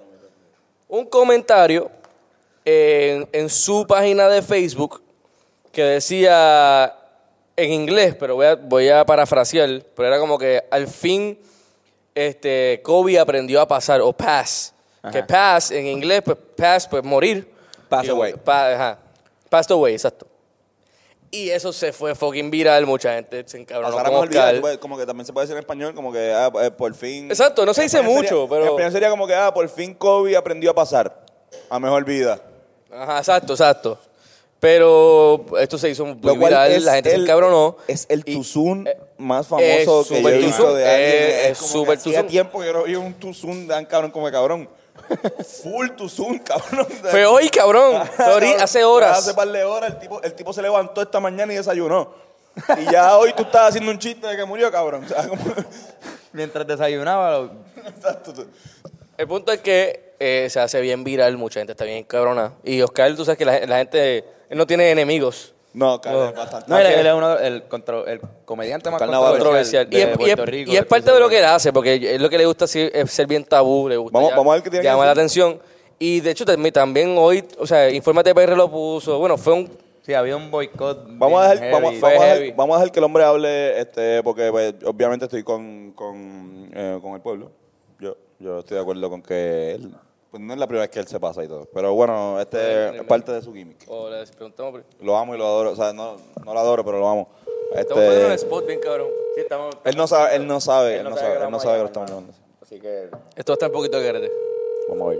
[SPEAKER 2] un comentario en, en su página de Facebook que decía en inglés, pero voy a, voy a parafrasear, pero era como que al fin este, Kobe aprendió a pasar o pass. Que pass en inglés, pues pass, pues morir.
[SPEAKER 3] Pass
[SPEAKER 2] Y-
[SPEAKER 3] away.
[SPEAKER 2] pa- ajá. Passed away, exacto. Y eso se fue fucking viral, mucha gente se encabronó
[SPEAKER 3] Pasar a
[SPEAKER 2] con
[SPEAKER 3] mejor vida,
[SPEAKER 2] Oscar.
[SPEAKER 3] tú puedes- como que también se puede decir en español, como que ah, eh, por fin.
[SPEAKER 2] Exacto, no se dice
[SPEAKER 3] En español
[SPEAKER 2] mucho,
[SPEAKER 3] sería-
[SPEAKER 2] pero-
[SPEAKER 3] En español sería como que ah, por fin Kobe aprendió a pasar a mejor vida.
[SPEAKER 2] Ajá, exacto, exacto. Pero esto se hizo muy
[SPEAKER 3] Lo cual
[SPEAKER 2] viral,
[SPEAKER 3] es
[SPEAKER 2] la gente se
[SPEAKER 3] el-
[SPEAKER 2] encabronó.
[SPEAKER 3] Es el
[SPEAKER 2] Y-
[SPEAKER 3] Tuzun
[SPEAKER 2] eh,
[SPEAKER 3] más famoso
[SPEAKER 2] es
[SPEAKER 3] que yo
[SPEAKER 2] súper
[SPEAKER 3] he visto
[SPEAKER 2] tuzún,
[SPEAKER 3] de alguien.
[SPEAKER 2] es- es
[SPEAKER 3] como
[SPEAKER 2] súper
[SPEAKER 3] que hacía
[SPEAKER 2] tuzún.
[SPEAKER 3] tiempo que yo no vi un Tuzun tan cabrón como el cabrón. Full Tuzun, cabrón.
[SPEAKER 2] Fue hoy, cabrón. Fue ahorita,
[SPEAKER 3] Cabrón,
[SPEAKER 2] hace horas.
[SPEAKER 3] Hace par de horas el tipo, el tipo se levantó esta mañana y desayunó. Y ya hoy tú estás haciendo un chiste de que murió, cabrón. O sea, como-
[SPEAKER 1] Mientras desayunaba, lo-
[SPEAKER 3] Exacto, tú-
[SPEAKER 2] El punto es que eh, se hace bien viral, mucha gente está bien cabrona. Y Oscar, tú sabes que la, la gente, él no tiene enemigos.
[SPEAKER 3] No, cabrón, bastante.
[SPEAKER 1] No, él, él es uno de- el, contro- el comediante más
[SPEAKER 3] Oscar Navarro.
[SPEAKER 1] controversial
[SPEAKER 2] Controversial.
[SPEAKER 1] de
[SPEAKER 2] Y es, y es-
[SPEAKER 1] Puerto Rico.
[SPEAKER 2] y es parte de lo que él hace, porque es lo que le gusta sí, es ser bien tabú, le gusta
[SPEAKER 3] Vamos-
[SPEAKER 2] ya-
[SPEAKER 3] vamos a ver qué tiene que
[SPEAKER 2] llamar la
[SPEAKER 3] hacer.
[SPEAKER 2] atención. Y de hecho tam- también hoy, o sea, Infórmate PR lo puso. Bueno, fue un...
[SPEAKER 1] Sí, había un boicot.
[SPEAKER 3] Vamos a,
[SPEAKER 1] bien
[SPEAKER 3] dejar, vamos,
[SPEAKER 1] heavy.
[SPEAKER 3] vamos a
[SPEAKER 2] Fue
[SPEAKER 3] dejar-
[SPEAKER 2] heavy.
[SPEAKER 3] vamos a dejar que el hombre hable, este, porque pues, obviamente estoy con, con, eh, con el pueblo. Yo, yo estoy de acuerdo con que él, pues, no es la primera vez que él se pasa y todo. Pero bueno, este es parte de su gimmick.
[SPEAKER 2] O Oh, le preguntamos... por-
[SPEAKER 3] Lo amo y lo adoro. O sea, no, no lo adoro, pero lo amo.
[SPEAKER 2] Estamos poniendo un
[SPEAKER 3] Este,
[SPEAKER 2] spot bien cabrón. Sí, estamos...
[SPEAKER 3] él no sabe, él no sabe, él no sabe,
[SPEAKER 1] lo
[SPEAKER 3] él no
[SPEAKER 1] vamos
[SPEAKER 3] sabe
[SPEAKER 1] a
[SPEAKER 3] que lo
[SPEAKER 1] llamar,
[SPEAKER 3] estamos grabando.
[SPEAKER 1] Así que.
[SPEAKER 2] Esto está un poquito de carete.
[SPEAKER 3] Vamos a ver.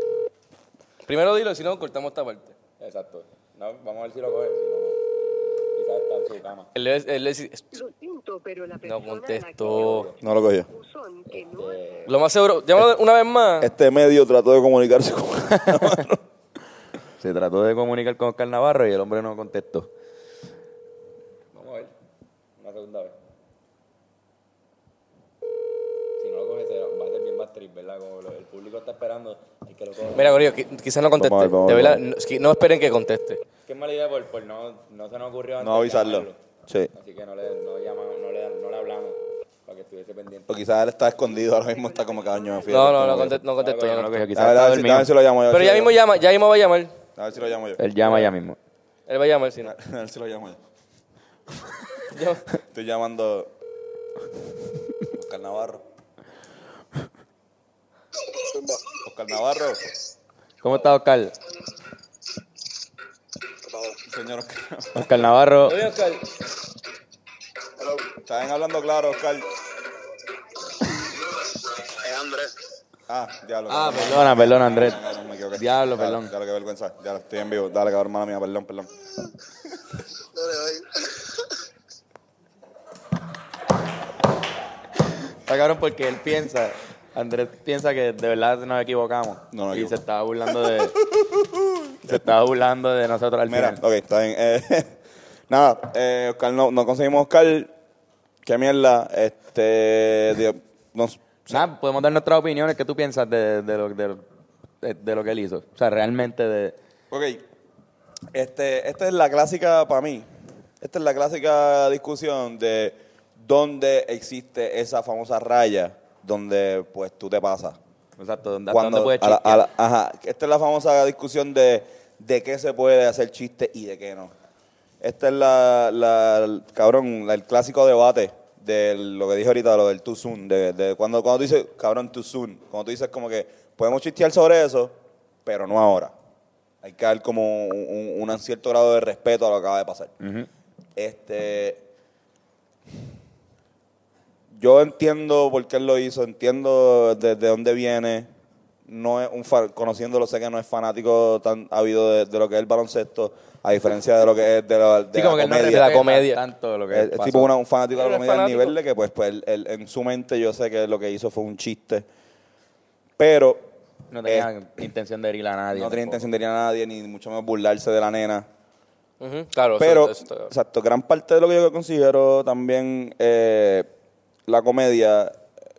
[SPEAKER 2] Primero dilo, si no, cortamos esta parte.
[SPEAKER 1] Exacto. No, vamos a ver si lo cogen. Si no, quizás está en su cama.
[SPEAKER 2] Él, le- él le dice,
[SPEAKER 8] Lo siento, pero la
[SPEAKER 2] no
[SPEAKER 8] persona
[SPEAKER 2] contestó. Este,
[SPEAKER 3] No lo cogió.
[SPEAKER 8] buzón que no es
[SPEAKER 2] Lo más seguro, llámalo una vez más.
[SPEAKER 3] Este medio trató de comunicarse con
[SPEAKER 1] Se trató de comunicar con Oscar Navarro y el hombre no contestó. Vamos a ver. Una segunda vez. Si no lo coge, se va a ser bien más triste, ¿verdad? Como lo- el público está esperando y que lo coja.
[SPEAKER 2] Mira, Corillo, qui- quizás no conteste.
[SPEAKER 3] Vamos a ver, vamos
[SPEAKER 2] de
[SPEAKER 3] a ver,
[SPEAKER 2] verdad,
[SPEAKER 3] vamos
[SPEAKER 2] no, es que no esperen que conteste.
[SPEAKER 1] Qué mala idea por, por no, no se nos ocurrió antes
[SPEAKER 3] no avisarlo.
[SPEAKER 1] llamarlo.
[SPEAKER 3] Sí.
[SPEAKER 1] Así que no le, no llamamos, no le, no le hablamos para que estuviese pendiente.
[SPEAKER 3] O quizás él está escondido ahora mismo, está como caño. fíjate,
[SPEAKER 2] No, no,
[SPEAKER 3] como
[SPEAKER 2] no
[SPEAKER 3] que-
[SPEAKER 2] contestó. No contestó,
[SPEAKER 1] Coño, no
[SPEAKER 2] no
[SPEAKER 1] lo
[SPEAKER 2] contestó.
[SPEAKER 1] cogió, quizás
[SPEAKER 3] A ver,
[SPEAKER 1] estaba
[SPEAKER 3] a ver si- a ver si
[SPEAKER 1] dormido.
[SPEAKER 3] lo llamo yo. a ver
[SPEAKER 2] Pero
[SPEAKER 3] si
[SPEAKER 2] ya
[SPEAKER 3] lo
[SPEAKER 2] mismo
[SPEAKER 3] llamo.
[SPEAKER 2] llama, ya mismo va a llamar.
[SPEAKER 3] A ver si lo llamo yo.
[SPEAKER 1] Él llama ya mismo.
[SPEAKER 2] Él va a llamar, si no.
[SPEAKER 3] A ver si lo llamo yo.
[SPEAKER 2] Llama.
[SPEAKER 3] Estoy llamando. Oscar Navarro. Oscar Navarro.
[SPEAKER 1] ¿Cómo está Oscar?
[SPEAKER 3] Señor Oscar. Navarro.
[SPEAKER 1] Oscar Navarro.
[SPEAKER 2] Oye, Oscar,
[SPEAKER 3] Estaban hablando claro, Oscar. Ah, diablo.
[SPEAKER 1] Ah,
[SPEAKER 3] cabrón.
[SPEAKER 1] perdona, perdona, Andrés.
[SPEAKER 3] No, no, no, me equivoqué.
[SPEAKER 1] Diablo,
[SPEAKER 3] Claro,
[SPEAKER 1] perdón.
[SPEAKER 3] Claro, qué vergüenza. Ya lo estoy en vivo. Dale, cabrón, mala mía, perdón, perdón.
[SPEAKER 1] Está cabrón porque él piensa, Andrés piensa que de verdad nos equivocamos.
[SPEAKER 3] No, no,
[SPEAKER 1] y se
[SPEAKER 3] equivoco.
[SPEAKER 1] estaba burlando de. se estaba burlando de nosotros al
[SPEAKER 3] Mira,
[SPEAKER 1] final.
[SPEAKER 3] ok, está bien. Eh, nada, eh, Oscar, no, no conseguimos Oscar. Qué mierda. Este. Dios, no,
[SPEAKER 1] Nada, podemos dar nuestras opiniones. ¿Qué tú piensas de, de lo, de, de- de lo que él hizo? O sea, realmente de.
[SPEAKER 3] Ok. Este, esta es la clásica para mí. Esta es la clásica discusión de dónde existe esa famosa raya donde pues tú te pasas.
[SPEAKER 1] Exacto, ¿dónde,
[SPEAKER 3] Cuando-
[SPEAKER 1] dónde puedes
[SPEAKER 3] a la-
[SPEAKER 1] chequear?
[SPEAKER 3] a la- ajá. Esta es la famosa discusión de, de qué se puede hacer chiste y de qué no. Esta es la, la- cabrón, la- el clásico debate de lo que dije ahorita, lo del too soon, de, de cuando, cuando tú dices, cabrón, too soon, cuando tú dices como que podemos chistear sobre eso, pero no ahora. Hay que dar como un, un- un cierto grado de respeto a lo que acaba de pasar. Este, yo entiendo por qué él lo hizo, entiendo desde dónde viene. No es un fa- conociéndolo sé que no es fanático tan ávido de, de lo que es el baloncesto, a diferencia de lo que es de la, de
[SPEAKER 1] Sí,
[SPEAKER 3] la
[SPEAKER 1] como que él no
[SPEAKER 2] de
[SPEAKER 3] comedia.
[SPEAKER 2] la
[SPEAKER 1] respeta
[SPEAKER 2] comedia.
[SPEAKER 1] Tanto lo que
[SPEAKER 3] Es, es
[SPEAKER 1] pasó.
[SPEAKER 3] tipo una- un fanático de
[SPEAKER 2] Él es
[SPEAKER 3] la comedia al
[SPEAKER 2] fanático.
[SPEAKER 3] nivel de que, pues, pues él- él- en su mente yo sé que lo que hizo fue un chiste. Pero
[SPEAKER 1] No tenía intención de herir a nadie.
[SPEAKER 3] no
[SPEAKER 1] tampoco.
[SPEAKER 3] tenía intención de herir a nadie, ni mucho menos burlarse de la nena.
[SPEAKER 2] Ujú, Claro,
[SPEAKER 3] Pero,
[SPEAKER 2] eso- eso está-
[SPEAKER 3] exacto, gran parte de lo que yo considero también eh, la comedia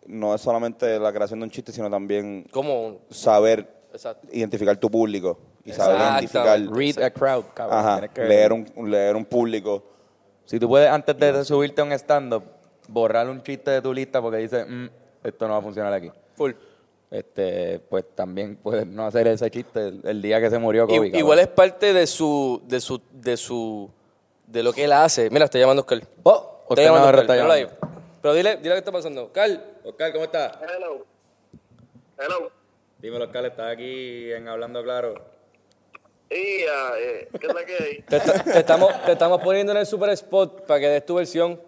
[SPEAKER 3] no es solamente la creación de un chiste, sino también
[SPEAKER 2] como un-
[SPEAKER 3] saber
[SPEAKER 2] Exacto.
[SPEAKER 3] identificar tu público y saber
[SPEAKER 2] Exactamente.
[SPEAKER 3] identificar,
[SPEAKER 1] Read a crowd, cabrón.
[SPEAKER 3] ajá,
[SPEAKER 1] Tienes que-
[SPEAKER 3] leer, un, leer un público.
[SPEAKER 1] Si tú puedes, antes de subirte a un stand-up, borrar un chiste de tu lista porque dices, "Mm, esto no va a funcionar aquí.
[SPEAKER 2] Full.
[SPEAKER 1] Este, pues también puedes no hacer ese chiste el, el día que se murió Kobe.
[SPEAKER 2] I-
[SPEAKER 1] cabrón.
[SPEAKER 2] Igual es parte de su, de su, de su, de lo que él hace. Mira, está llamando Oscar.
[SPEAKER 1] Oh,
[SPEAKER 2] Está
[SPEAKER 1] Oscar
[SPEAKER 2] llamando
[SPEAKER 1] Navarro
[SPEAKER 2] Oscar,
[SPEAKER 1] está
[SPEAKER 2] míralo
[SPEAKER 1] llamando.
[SPEAKER 2] ahí. Pero dile, dile qué está pasando. Oscar, Oscar, ¿cómo estás?
[SPEAKER 8] Hello. Hello.
[SPEAKER 1] Dímelo, Carl, estás aquí en Hablando Claro.
[SPEAKER 9] Y, ah, eh, ¿qué es la que hay?
[SPEAKER 2] Te, esta- te estamos, te estamos poniendo en el super spot para que des tu versión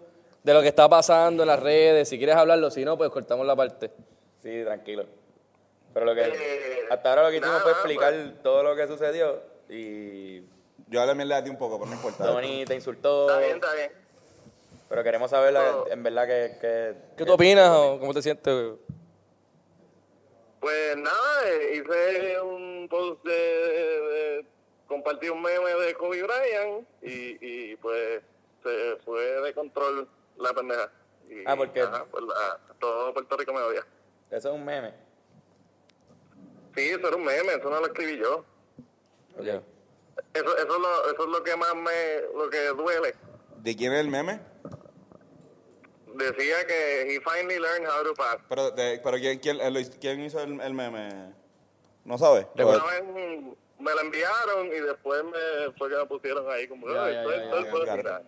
[SPEAKER 2] de lo que está pasando en las redes. Si quieres hablarlo, si no, pues cortamos la parte.
[SPEAKER 1] Sí, tranquilo. Pero lo que
[SPEAKER 9] Eh,
[SPEAKER 1] hasta ahora lo que hicimos
[SPEAKER 9] nada, pues,
[SPEAKER 1] fue explicar todo lo que sucedió y
[SPEAKER 3] Yo también le ti un poco, pero no importa.
[SPEAKER 1] Tony te insultó,
[SPEAKER 9] Está bien, está bien.
[SPEAKER 1] pero queremos saber la- en verdad que, que-
[SPEAKER 2] ¿Qué tú opinas o cómo te sientes?
[SPEAKER 9] Pues nada, eh, hice un post de, de- compartí un meme de Kobe Bryant y, y pues se fue de control la pendeja. Y,
[SPEAKER 1] Ah, ¿por qué?
[SPEAKER 9] ajá, pues, la- todo Puerto Rico me odia.
[SPEAKER 1] e- eso es un meme.
[SPEAKER 9] Sí, eso era un meme, eso no lo escribí yo.
[SPEAKER 1] Ok.
[SPEAKER 9] Eso, eso, es lo, eso es lo que más me, lo que duele.
[SPEAKER 3] ¿De quién es el meme?
[SPEAKER 9] Decía que he finally learned how to pass.
[SPEAKER 3] Pero, de- pero ¿quién, quién- eh, lo hizo- quién hizo el, el meme? ¿No sabes?
[SPEAKER 9] Una vez mm, me la enviaron y después me fue que la pusieron ahí como
[SPEAKER 1] Ya,
[SPEAKER 9] "Ay,
[SPEAKER 1] ya,
[SPEAKER 9] esto-
[SPEAKER 1] ya,
[SPEAKER 9] esto
[SPEAKER 3] ya,
[SPEAKER 9] es bueno",
[SPEAKER 3] ya.
[SPEAKER 9] mira.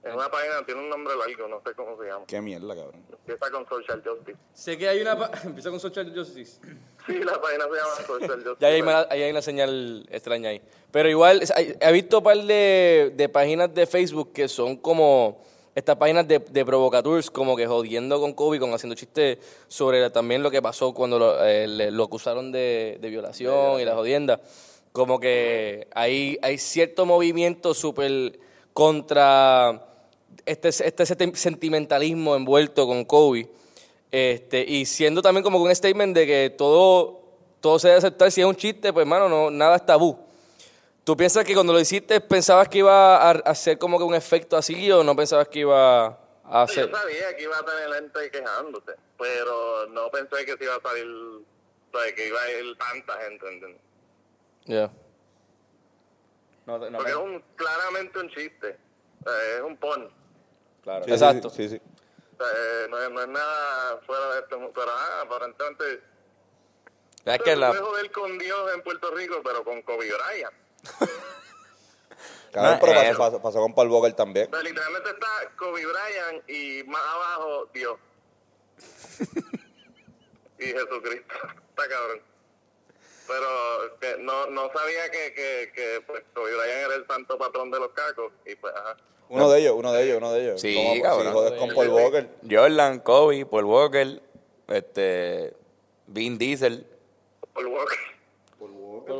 [SPEAKER 9] en una página tiene un nombre largo no sé cómo se llama
[SPEAKER 3] Qué mierda, cabrón.
[SPEAKER 9] empieza con social justice
[SPEAKER 2] Sé que hay una... Empieza con Social Justice.
[SPEAKER 9] sí la página se llama social justice
[SPEAKER 2] Ya hay, una, ahí hay una señal extraña ahí. Pero igual, es- hay- he visto un par de, de páginas de Facebook que son como estas páginas de, de provocateurs, como que jodiendo con Kobe, con haciendo chistes sobre la- también lo que pasó cuando lo, eh, le- lo acusaron de, de violación y la jodienda. Como que hay, hay cierto movimiento súper contra este, este senti- sentimentalismo envuelto con Kobe. Este, y siendo también como un statement de que todo, todo se debe aceptar. Si es un chiste, pues hermano, no, nada es tabú. ¿Tú piensas que cuando lo hiciste pensabas que iba a hacer como que un efecto así o no pensabas que iba a
[SPEAKER 9] Sí, yo
[SPEAKER 2] hacer?
[SPEAKER 9] sabía que iba a tener gente quejándose pero no pensé que se iba a salir o sea, que iba a ir tanta gente ¿entiendes?
[SPEAKER 2] Ya.
[SPEAKER 1] No, no,
[SPEAKER 9] porque es un, claramente un chiste O sea, es un pon
[SPEAKER 1] claro.
[SPEAKER 3] Sí, sí,
[SPEAKER 2] Exacto.
[SPEAKER 3] Sí, sí.
[SPEAKER 9] O sea, eh, no, es- no es nada fuera de este mundo pero ah, aparentemente
[SPEAKER 2] Es que la-
[SPEAKER 9] Puedes joder con Dios en Puerto Rico, pero con Kobe Bryant.
[SPEAKER 3] Cabrón, pero
[SPEAKER 1] eh,
[SPEAKER 3] pasó, pasó- pasó con Paul Walker también.
[SPEAKER 9] O sea, literalmente está Kobe Bryant y más abajo Dios. y Jesucristo. está cabrón. Pero que no, no sabía que, que, que pues, Kobe Bryant era el santo patrón de los cacos. Y pues, ajá.
[SPEAKER 3] Uno de ellos, uno de ellos, uno de ellos.
[SPEAKER 1] Sí,
[SPEAKER 3] ¿Cómo-
[SPEAKER 1] cabrón.
[SPEAKER 3] Si jodes con Paul Walker.
[SPEAKER 1] Jordan, Kobe, Paul Walker, este, Vin Diesel.
[SPEAKER 9] Paul Walker.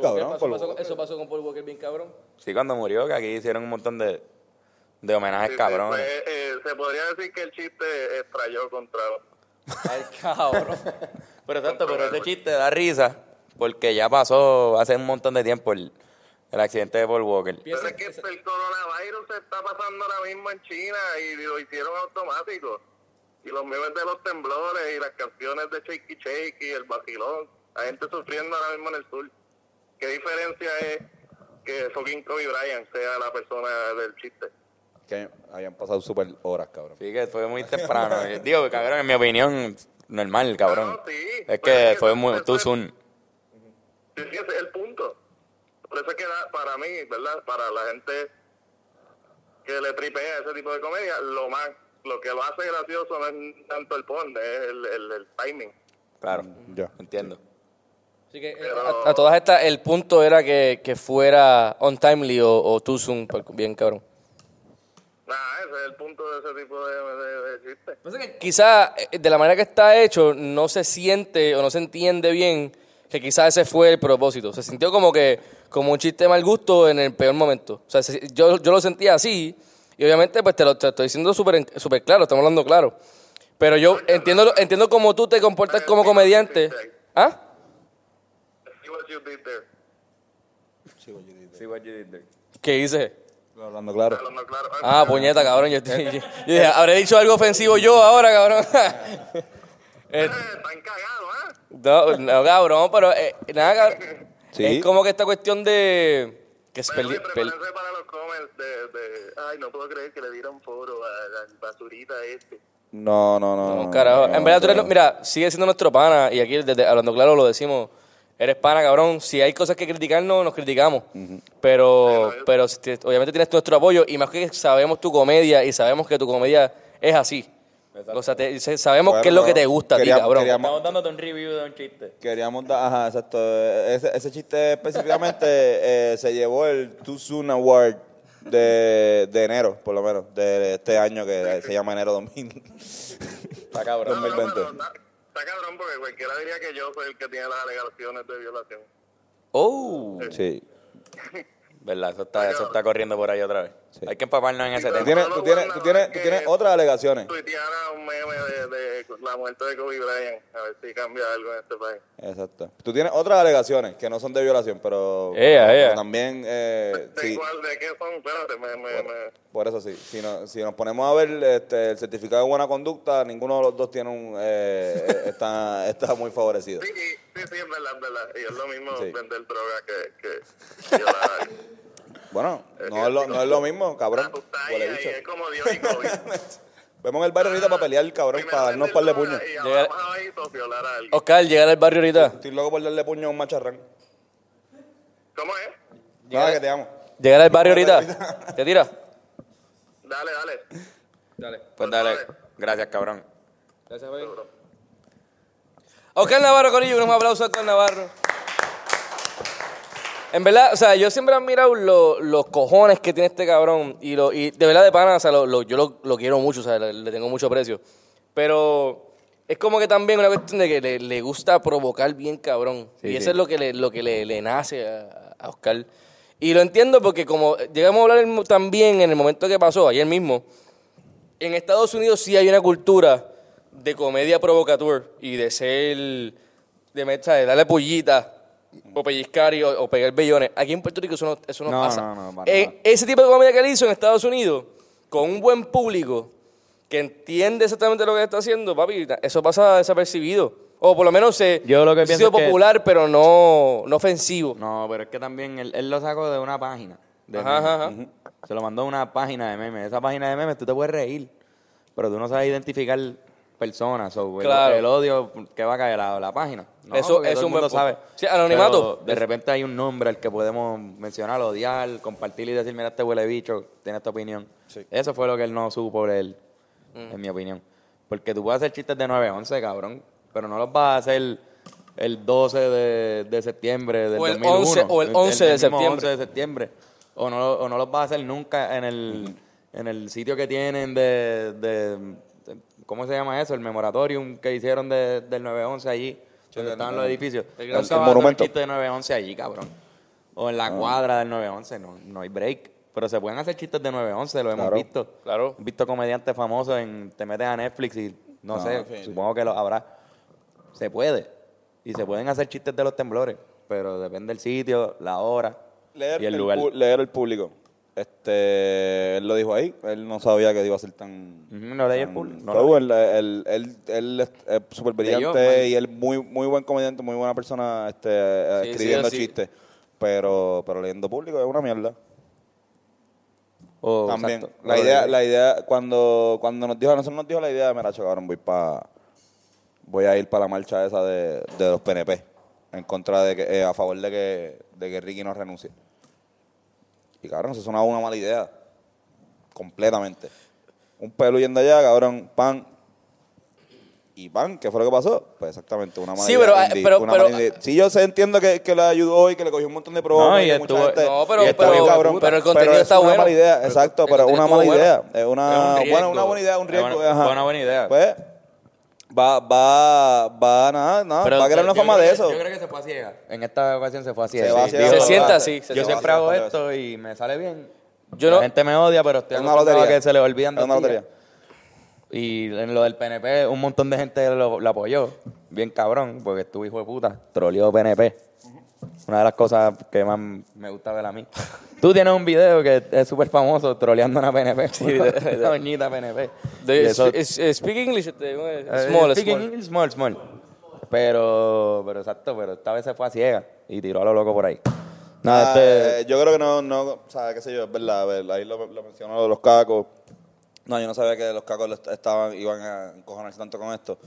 [SPEAKER 3] Cabrón, Paul Walker.
[SPEAKER 2] eso pasó con Paul Walker bien cabrón.
[SPEAKER 1] Sí, cuando murió, que aquí hicieron un montón de, de homenajes
[SPEAKER 2] Ah,
[SPEAKER 9] Sí, sí,
[SPEAKER 1] cabrón.
[SPEAKER 9] pues, eh, eh, se podría decir que el chiste estrelló contra...
[SPEAKER 2] Ay, cabrón.
[SPEAKER 1] Pero tanto, pero ese chiste da risa porque ya pasó hace un montón de tiempo el, el accidente de Paul Walker.
[SPEAKER 9] Pero es que el coronavirus se está pasando ahora mismo en China y lo hicieron automático. Y los memes de los temblores y las canciones de Shakey Shakey, el vacilón, la gente sufriendo ahora mismo en el sur. ¿Qué diferencia es que fucking Kobe Bryant sea la persona del chiste?
[SPEAKER 3] Que habían pasado súper horas, cabrón.
[SPEAKER 1] Sí, que fue muy temprano. Eh, Digo, cabrón, en mi opinión, normal, cabrón.
[SPEAKER 9] Ah, no, sí.
[SPEAKER 1] Es
[SPEAKER 9] Pero es
[SPEAKER 1] que
[SPEAKER 9] que
[SPEAKER 1] fue
[SPEAKER 9] eso-
[SPEAKER 1] muy
[SPEAKER 9] eso
[SPEAKER 1] too
[SPEAKER 9] es-
[SPEAKER 1] soon.
[SPEAKER 9] Sí, sí, ese es el punto. Por eso es que da- para mí, ¿verdad? Para la gente que le tripea ese tipo de comedia, lo más, lo que lo hace gracioso no es tanto el ponde, es el, el, el timing.
[SPEAKER 1] Claro,
[SPEAKER 3] Ya.
[SPEAKER 1] entiendo.
[SPEAKER 2] Así que eh,
[SPEAKER 9] Pero-
[SPEAKER 2] a, a todas estas, el punto era que, que fuera on timely o, o too soon, porque- bien cabrón.
[SPEAKER 9] Nada, ese es el punto de ese tipo de, de, de chistes.
[SPEAKER 2] Quizá eh, de la manera que está hecho no se siente o no se entiende bien que quizá ese fue el propósito. Se sintió como que como un chiste de mal gusto en el peor momento. O sea, se- yo, yo lo sentía así y obviamente pues te lo te lo estoy diciendo súper en- súper claro, estamos hablando claro. Pero yo entiendo lo- entiendo cómo tú te comportas como comediante. ¿Ah?
[SPEAKER 9] See what you did there.
[SPEAKER 2] ¿Qué hice?
[SPEAKER 3] Hablando claro.
[SPEAKER 9] Hablando claro.
[SPEAKER 2] Ah, puñeta, cabrón. Yo, estoy- yo dije, habré dicho algo ofensivo yo ahora, cabrón.
[SPEAKER 9] Eh,
[SPEAKER 2] Eh,
[SPEAKER 9] Están cagados, ¿ah?
[SPEAKER 2] No, no, cabrón, pero eh, nada, cabrón.
[SPEAKER 3] Sí.
[SPEAKER 2] Es como que esta cuestión de. Que es
[SPEAKER 9] Pero
[SPEAKER 2] peli-
[SPEAKER 9] oye,
[SPEAKER 2] peli-
[SPEAKER 9] prepárense para los comments de, de... Ay, no puedo creer que le dieron foro a la basurita este.
[SPEAKER 3] No, no, no.
[SPEAKER 2] No, carajo. en verdad, tú eres- mira, sigue siendo nuestro pana. Y aquí, desde hablando claro, lo decimos. Eres pana, cabrón. Si hay cosas que criticarnos, nos criticamos. Pero, pero si te- obviamente tienes nuestro apoyo. Y más que sabemos tu comedia y sabemos que tu comedia es así. Gózate. Y se- Sabemos
[SPEAKER 3] Bueno,
[SPEAKER 2] qué es lo que te
[SPEAKER 3] no.
[SPEAKER 2] gusta a ti,
[SPEAKER 3] Queríamos-
[SPEAKER 2] cabrón.
[SPEAKER 3] queríamos-
[SPEAKER 10] Estamos dándote un review de un chiste.
[SPEAKER 3] Queríamos dar, ajá, exacto. Ese, ese chiste específicamente eh, se llevó el Too Soon Award de, de enero, por lo menos, de este año que se llama enero 2000. Está cabrón.
[SPEAKER 9] No, no,
[SPEAKER 3] 2020.
[SPEAKER 9] pero está, está cabrón porque cualquiera diría que yo soy el que tiene las alegaciones de violación.
[SPEAKER 2] Oh.
[SPEAKER 3] Sí.
[SPEAKER 1] ¿Verdad? Eso está, eso está corriendo por ahí otra vez.
[SPEAKER 3] Sí.
[SPEAKER 1] Hay que empaparnos en ese
[SPEAKER 3] Tú
[SPEAKER 9] Pero
[SPEAKER 1] tema.
[SPEAKER 3] tienes,
[SPEAKER 9] no
[SPEAKER 3] tú
[SPEAKER 9] lo
[SPEAKER 3] tienes,
[SPEAKER 9] bueno
[SPEAKER 3] tú tienes,
[SPEAKER 9] es
[SPEAKER 3] tú
[SPEAKER 9] que-
[SPEAKER 3] tienes otras alegaciones.
[SPEAKER 9] Tuiteara un meme de, de la muerte de Kobe Bryant, a ver si cambia algo en este país.
[SPEAKER 3] Exacto. Tú tienes otras alegaciones que no son de violación, pero,
[SPEAKER 2] Ea, ea.
[SPEAKER 3] pero también... Eh,
[SPEAKER 9] De
[SPEAKER 3] sí.
[SPEAKER 9] igual, ¿de qué son? Espérate, me... me, me...
[SPEAKER 3] Por eso sí, si, no- si nos ponemos a ver este, el certificado de buena conducta, ninguno de los dos tiene un, eh, eh, está, está muy favorecido.
[SPEAKER 9] Sí, sí, sí, sí, es verdad, es verdad. Y es lo mismo
[SPEAKER 3] Sí.
[SPEAKER 9] vender droga que, que violar.
[SPEAKER 3] Bueno, no es lo, no es lo mismo, cabrón.
[SPEAKER 9] Tú estás ahí,
[SPEAKER 3] huele
[SPEAKER 9] ahí,
[SPEAKER 3] bicho.
[SPEAKER 9] es como Dios y Kobe.
[SPEAKER 3] Vemos en el barrio ahorita para pelear, cabrón,
[SPEAKER 9] Primero
[SPEAKER 3] para darnos un
[SPEAKER 9] vender
[SPEAKER 3] par de
[SPEAKER 9] droga
[SPEAKER 3] puños.
[SPEAKER 9] Y
[SPEAKER 2] Llega-
[SPEAKER 9] abajo abajo, violar a alguien.
[SPEAKER 2] Oscar, llegar al barrio ahorita.
[SPEAKER 3] Estoy loco por darle puño a un macharrán.
[SPEAKER 9] ¿Cómo es?
[SPEAKER 3] Nada, que te amo.
[SPEAKER 2] Llegar al barrio ahorita. ¿Te tira?
[SPEAKER 9] Dale, dale.
[SPEAKER 1] Pues dale. Gracias, cabrón.
[SPEAKER 2] Oscar Navarro, Corillo, un aplauso a Oscar Navarro. En verdad, o sea, yo siempre he admirado lo- los cojones que tiene este cabrón. Y, lo, y de verdad, de pana, o sea, lo- lo- yo lo, lo quiero mucho, o sea, le, le tengo mucho precio. Pero es como que también una cuestión de que le, le gusta provocar bien cabrón. y eso es lo que le, lo que le, le nace a, a Oscar. Y lo entiendo porque como llegamos a hablar el- también en el momento que pasó, ayer mismo, en Estados Unidos sí hay una cultura de comedia provocateur y de ser, de, me- ¿sabes? darle pullita o pellizcar y- o, o pegar bellones. Aquí en Puerto Rico eso no, eso no,
[SPEAKER 1] No,
[SPEAKER 2] pasa.
[SPEAKER 1] no, no, para
[SPEAKER 2] Eh,
[SPEAKER 1] nada.
[SPEAKER 2] ese tipo de comedia que él hizo en Estados Unidos, con un buen público que entiende exactamente lo que está haciendo, papi, eso pasa desapercibido. O por lo menos se
[SPEAKER 1] Yo lo que
[SPEAKER 2] ha
[SPEAKER 1] pienso
[SPEAKER 2] sido
[SPEAKER 1] es que-
[SPEAKER 2] popular, pero no, no ofensivo.
[SPEAKER 1] No, pero es que también él, él lo sacó de una página. de
[SPEAKER 2] Ajá,
[SPEAKER 1] memes.
[SPEAKER 2] ajá, ajá.
[SPEAKER 1] Ujú. Se lo mandó a una página de memes. Esa página de memes tú te puedes reír, pero tú no sabes identificar personas o el-
[SPEAKER 2] Claro.
[SPEAKER 1] el, odio que va a caer a la página. No,
[SPEAKER 2] Eso-
[SPEAKER 1] porque todo
[SPEAKER 2] eso es un
[SPEAKER 1] el mundo
[SPEAKER 2] buen punto.
[SPEAKER 1] sabe.
[SPEAKER 2] Sí, anonimato.
[SPEAKER 1] Pero de repente hay un nombre al que podemos mencionar, odiar, compartir y decir, mira, este huele bicho, tiene esta opinión. Eso fue lo que él no supo él,
[SPEAKER 2] Mm.
[SPEAKER 1] en mi opinión. Porque tú puedes hacer chistes de 9 a 11, cabrón, pero no los vas a hacer el 12 de, de septiembre del
[SPEAKER 2] O el
[SPEAKER 1] 2001.
[SPEAKER 2] 11 o el 11 de
[SPEAKER 1] mismo
[SPEAKER 2] septiembre.
[SPEAKER 1] 11 de septiembre. O no, o no los vas a hacer nunca en el, en el sitio que tienen de, de- de- ¿Cómo se llama eso? El memoratorium que hicieron de- del 911 allí. Donde estaban los edificios.
[SPEAKER 2] El
[SPEAKER 1] El,
[SPEAKER 2] gran Ah.
[SPEAKER 3] monumento.
[SPEAKER 1] de 911 allí, cabrón. O en la cuadra del 911. No, no hay break. Pero se pueden hacer chistes de 911, lo hemos
[SPEAKER 3] Claro.
[SPEAKER 1] visto.
[SPEAKER 2] Claro.
[SPEAKER 1] He visto comediantes famosos en... Te metes a Netflix y no,
[SPEAKER 2] Ah,
[SPEAKER 3] No,
[SPEAKER 1] sé,
[SPEAKER 3] sí.
[SPEAKER 1] supongo que lo habrá. Se puede. Y se pueden hacer chistes de los temblores. Pero depende del sitio, la hora
[SPEAKER 3] Leer
[SPEAKER 1] y el,
[SPEAKER 3] el,
[SPEAKER 1] lugar.
[SPEAKER 3] pu- leer el público. Este, él lo dijo ahí, él no sabía que iba a ser tan...
[SPEAKER 1] Ujú, No leí el
[SPEAKER 3] tan-
[SPEAKER 1] público. No
[SPEAKER 3] Pero
[SPEAKER 1] lo leí.
[SPEAKER 3] él, él, él, él es es súper brillante
[SPEAKER 1] man.
[SPEAKER 3] y él muy muy buen comediante, muy buena persona este, eh,
[SPEAKER 2] Sí,
[SPEAKER 3] escribiendo
[SPEAKER 2] sí, sí.
[SPEAKER 3] chistes. Pero, pero leyendo público es una mierda.
[SPEAKER 1] O,
[SPEAKER 3] También.
[SPEAKER 1] Oh, exacto,
[SPEAKER 3] La
[SPEAKER 1] lo
[SPEAKER 3] idea,
[SPEAKER 1] leí.
[SPEAKER 3] la idea, cuando, cuando nos dijo, a nosotros nos dijo la idea, mira, cabrón, voy para voy a ir para la marcha esa de, de los PNP en contra de que, eh, a favor de que, de que Ricky no renuncie. Y cabrón, eso sonaba una mala idea. Completamente. Un pelo yendo allá, cabrón, pan. Y pan, ¿qué fue lo que pasó? Pues exactamente, una mala
[SPEAKER 2] Sí,
[SPEAKER 3] idea.
[SPEAKER 2] pero, ah,
[SPEAKER 3] indi-
[SPEAKER 2] pero-
[SPEAKER 3] una
[SPEAKER 2] pero-
[SPEAKER 3] mala idea. Sí, yo sé, entiendo que, que le ayudó y que le cogió un montón de problemas.
[SPEAKER 1] No, y
[SPEAKER 3] que mucha
[SPEAKER 1] estuvo-
[SPEAKER 3] gente-
[SPEAKER 2] No, pero-
[SPEAKER 3] y está
[SPEAKER 2] pero-
[SPEAKER 3] bien, cabrón,
[SPEAKER 2] pero el contenido
[SPEAKER 3] es
[SPEAKER 2] está
[SPEAKER 3] una
[SPEAKER 2] bueno.
[SPEAKER 3] Mala idea,
[SPEAKER 2] Pero el
[SPEAKER 3] exacto,
[SPEAKER 2] contenido
[SPEAKER 3] pero una
[SPEAKER 2] estuvo
[SPEAKER 3] mala
[SPEAKER 2] bueno.
[SPEAKER 3] idea.
[SPEAKER 2] Es
[SPEAKER 3] Es una,
[SPEAKER 2] un
[SPEAKER 3] bueno, una
[SPEAKER 2] riesgo.
[SPEAKER 3] buena idea, un
[SPEAKER 1] Es
[SPEAKER 3] riesgo.
[SPEAKER 1] una-
[SPEAKER 3] ajá.
[SPEAKER 1] fue una buena idea.
[SPEAKER 3] Pues, va, va, va, nada, nada,
[SPEAKER 1] Pero
[SPEAKER 3] va a crear
[SPEAKER 1] yo
[SPEAKER 3] una fama
[SPEAKER 1] creo
[SPEAKER 3] de
[SPEAKER 1] que-
[SPEAKER 3] eso.
[SPEAKER 1] Yo creo que se fue a ciega. En esta ocasión se fue a ciega.
[SPEAKER 3] va a
[SPEAKER 1] Sí,
[SPEAKER 3] ciega.
[SPEAKER 1] dijo,
[SPEAKER 2] Se sienta
[SPEAKER 1] "Ah,
[SPEAKER 2] así, se
[SPEAKER 1] Yo
[SPEAKER 2] sienta
[SPEAKER 1] siempre
[SPEAKER 3] así,
[SPEAKER 1] hago
[SPEAKER 3] se sienta
[SPEAKER 1] esto y me sale bien.
[SPEAKER 2] Yo
[SPEAKER 1] la
[SPEAKER 2] no-
[SPEAKER 1] gente me odia, pero estoy
[SPEAKER 3] Es una
[SPEAKER 1] acostumbrado
[SPEAKER 3] lotería.
[SPEAKER 1] a que se le olvidan
[SPEAKER 3] Es una
[SPEAKER 1] dos días.
[SPEAKER 3] lotería.
[SPEAKER 1] Y en lo del PNP, un montón de gente lo, lo apoyó. Bien cabrón, porque tu hijo de puta troleó PNP. Una de las cosas que más me gusta ver a mí. Tú tienes un video que es súper famoso troleando una PNP. una doñita PNP.
[SPEAKER 2] De-
[SPEAKER 1] Y eso-
[SPEAKER 2] es- es- speak English, este, ¿cómo es?
[SPEAKER 1] eh,
[SPEAKER 2] small,
[SPEAKER 1] speaking
[SPEAKER 2] small.
[SPEAKER 1] English, small, small. Pero, pero exacto, pero esta vez se fue a ciega y tiró a lo loco por ahí. Nada,
[SPEAKER 3] Ah,
[SPEAKER 1] este-
[SPEAKER 3] eh, yo creo que no, no, o sea, qué sé yo, es verdad, a ver, ahí lo, lo mencionó lo de los cacos. No, yo no sabía que los cacos lo est- estaban, iban a encojonarse tanto con esto.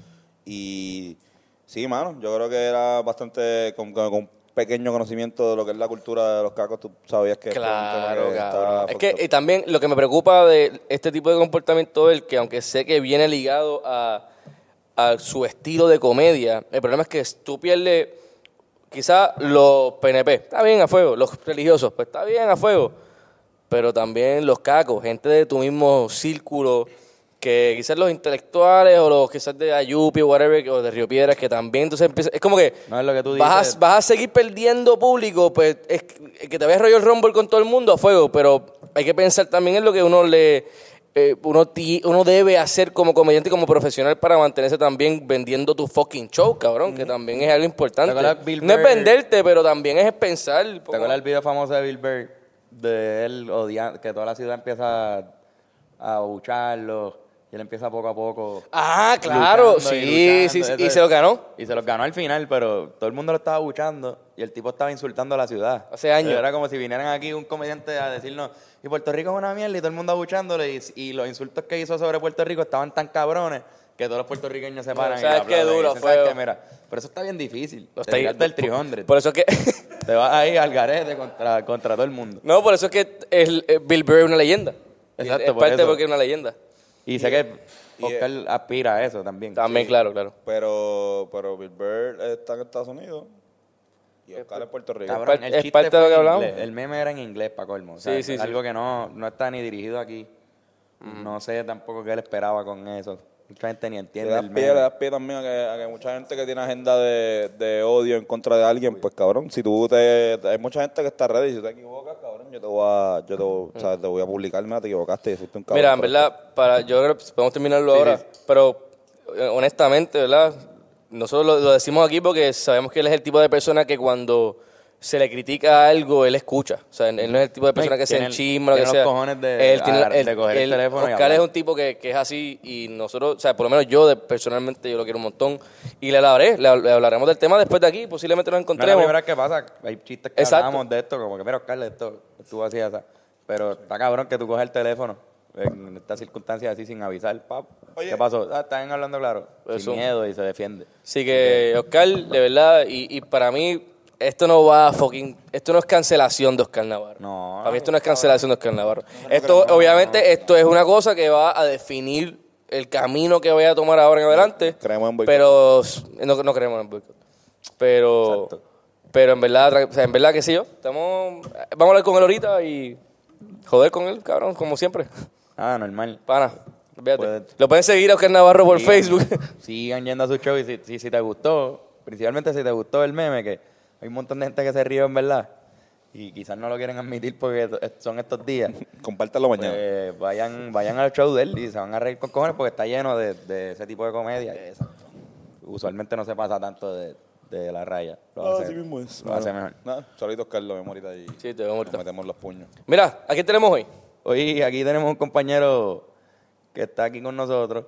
[SPEAKER 3] Y sí, mano, yo creo que era bastante, con, con- con pequeño conocimiento de lo que es la cultura de los cacos, tú sabías que...
[SPEAKER 2] Claro,
[SPEAKER 3] que está
[SPEAKER 2] cabrón. Es
[SPEAKER 3] fucked
[SPEAKER 2] que
[SPEAKER 3] up.
[SPEAKER 2] y también lo que me preocupa de este tipo de comportamiento de él, que aunque sé que viene ligado a, a su estilo de comedia, el problema es que tú pierdes quizás los PNP, está bien a fuego, los religiosos, pues está bien a fuego, pero también los cacos, gente de tu mismo círculo, que quizás los intelectuales o los quizás de Ayupi o whatever, o de Río Piedras, que también entonces empieza, es como que
[SPEAKER 1] No es lo que tú
[SPEAKER 2] vas a-
[SPEAKER 1] dices.
[SPEAKER 2] vas a seguir perdiendo público, pues es que que te veas rollo el Rumble con todo el mundo a fuego, pero hay que pensar también en lo que uno le eh, uno ti- uno debe hacer como comediante y como profesional para mantenerse también vendiendo tu fucking show, cabrón, que también es algo importante.
[SPEAKER 1] ¿Te acuerdas Bill
[SPEAKER 2] No es
[SPEAKER 1] Burr?
[SPEAKER 2] venderte, pero también es pensar.
[SPEAKER 1] ¿Te acuerdas el video famoso de Bill Burr? De él odiando, que toda la ciudad empieza a- a abucharlo y él empieza poco a poco.
[SPEAKER 2] Ah, claro,
[SPEAKER 1] luchando y luchando.
[SPEAKER 2] sí, sí, sí,
[SPEAKER 1] Eso
[SPEAKER 2] y
[SPEAKER 1] es-
[SPEAKER 2] se lo ganó.
[SPEAKER 1] Y se los ganó al final, pero todo el mundo lo estaba abuchando y el tipo estaba insultando a la ciudad.
[SPEAKER 2] Hace años.
[SPEAKER 1] Era como si vinieran aquí un comediante a decirnos, y Puerto Rico es una mierda y todo el mundo abuchándole y, y los insultos que hizo sobre Puerto Rico estaban tan cabrones que todos los puertorriqueños se paran. y
[SPEAKER 2] ¿sabes
[SPEAKER 1] le
[SPEAKER 2] qué
[SPEAKER 1] aplauden y
[SPEAKER 2] duro
[SPEAKER 1] dicen, "¿Sabes
[SPEAKER 2] fue?
[SPEAKER 1] qué? Mira, pero eso está bien difícil.
[SPEAKER 2] Los
[SPEAKER 1] te tiras
[SPEAKER 2] Tigers-
[SPEAKER 1] del
[SPEAKER 2] por-
[SPEAKER 1] 300.
[SPEAKER 2] Por eso es que
[SPEAKER 1] Te vas ahí al garete contra, contra todo el mundo.
[SPEAKER 2] No, por eso es que el- eh, Bill Burr es una leyenda.
[SPEAKER 1] Exacto,
[SPEAKER 2] es
[SPEAKER 1] por
[SPEAKER 2] parte
[SPEAKER 1] eso.
[SPEAKER 2] porque es una leyenda.
[SPEAKER 1] Y sé que
[SPEAKER 3] y-
[SPEAKER 1] Oscar aspira a eso también.
[SPEAKER 2] También, claro, claro.
[SPEAKER 3] Pero, pero Bill Burr está en Estados Unidos y
[SPEAKER 2] Eh,
[SPEAKER 3] Oscar en Puerto Rico.
[SPEAKER 1] Cabrón,
[SPEAKER 2] Es parte-
[SPEAKER 1] el
[SPEAKER 2] es
[SPEAKER 1] chiste
[SPEAKER 2] parte de lo
[SPEAKER 1] fue
[SPEAKER 2] que
[SPEAKER 1] en
[SPEAKER 2] hablamos.
[SPEAKER 1] inglés. El meme era en inglés, para colmo. O sea,
[SPEAKER 2] Sí, sí,
[SPEAKER 1] es
[SPEAKER 2] sí.
[SPEAKER 1] algo que no, no está ni dirigido aquí. No sé tampoco qué él esperaba con eso. Mucha gente ni
[SPEAKER 3] Le
[SPEAKER 1] entiende
[SPEAKER 3] das
[SPEAKER 1] el meme.
[SPEAKER 3] pie, le das pie también a que, a que mucha gente que tiene agenda de, de odio en contra de alguien, pues cabrón, si tú te... Hay mucha gente que está ready y si te equivocas, cabrón, yo te voy a, yo te, o sea, te voy a publicar, mira, te equivocaste y fuiste un cabrón.
[SPEAKER 2] Mira, en
[SPEAKER 3] por esto.
[SPEAKER 2] verdad, para, yo creo que podemos terminarlo ahora, pero eh, honestamente, ¿verdad? Nosotros lo, lo decimos aquí porque sabemos que él es el tipo de persona que cuando se le critica algo, él escucha. O sea, él él no es el tipo de persona que se
[SPEAKER 1] Tiene el-
[SPEAKER 2] enchisma, lo que
[SPEAKER 1] tiene los
[SPEAKER 2] sea.
[SPEAKER 1] cojones de
[SPEAKER 2] él tiene
[SPEAKER 1] agarrar-
[SPEAKER 2] él-
[SPEAKER 1] de coger el
[SPEAKER 2] él-
[SPEAKER 1] teléfono y
[SPEAKER 2] Oscar es
[SPEAKER 1] hablar.
[SPEAKER 2] un tipo que, que es así y nosotros, o sea, por lo menos yo de- personalmente yo lo quiero un montón y le hablaré, le, le hablaremos del tema después de aquí, posiblemente nos
[SPEAKER 1] No es la
[SPEAKER 2] encontremos.
[SPEAKER 1] primera vez que pasa. Hay chistes que
[SPEAKER 2] Exacto.
[SPEAKER 1] hablamos de esto, como que, mira, Oscar, de esto tú hacías esa. Pero está cabrón que tú coges el teléfono en estas circunstancias así sin avisar. Pap. ¿Qué pasó? Ah, están hablando claro.
[SPEAKER 2] Eso.
[SPEAKER 1] Sin miedo y se defiende.
[SPEAKER 2] Así que, Oscar, de verdad, y, y para mí, esto no va a fucking. Esto no es cancelación de Oscar Navarro.
[SPEAKER 1] No.
[SPEAKER 2] Para mí, esto no es cancelación de Oscar Navarro. Esto, obviamente, esto es una cosa que va a definir el camino que voy a tomar ahora en adelante.
[SPEAKER 3] Creemos en boicot.
[SPEAKER 2] Pero. s- No, no creemos en boicot. Pero.
[SPEAKER 1] Exacto.
[SPEAKER 2] Pero en verdad, tra- o sea, en verdad que sí, yo. Estamos. Vamos a hablar con él ahorita y. Joder con él, cabrón, como siempre.
[SPEAKER 1] Ah, normal.
[SPEAKER 2] Pana. olvídate.
[SPEAKER 1] Puede-
[SPEAKER 2] Lo pueden seguir a Oscar Navarro por Facebook.
[SPEAKER 1] sigan yendo a su show y si, si, si te gustó, principalmente si te gustó el meme, que hay un montón de gente que se ríe en verdad y quizás no lo quieren admitir porque to- est- son estos días.
[SPEAKER 3] Compártalo mañana.
[SPEAKER 1] Pues, vayan, vayan al show de él y se van a reír con cojones porque está lleno de, de ese tipo de comedia. Usualmente no se pasa tanto de, de la raya. Lo
[SPEAKER 3] Ah,
[SPEAKER 1] hace,
[SPEAKER 3] así mismo es.
[SPEAKER 1] lo hace mejor.
[SPEAKER 3] Nada, saludos, Carlos, vemos ahorita y
[SPEAKER 2] Sí, te vemos ahorita.
[SPEAKER 3] nos metemos los puños.
[SPEAKER 2] Mira, ¿a quién tenemos hoy?
[SPEAKER 1] Hoy aquí tenemos un compañero que está aquí con nosotros.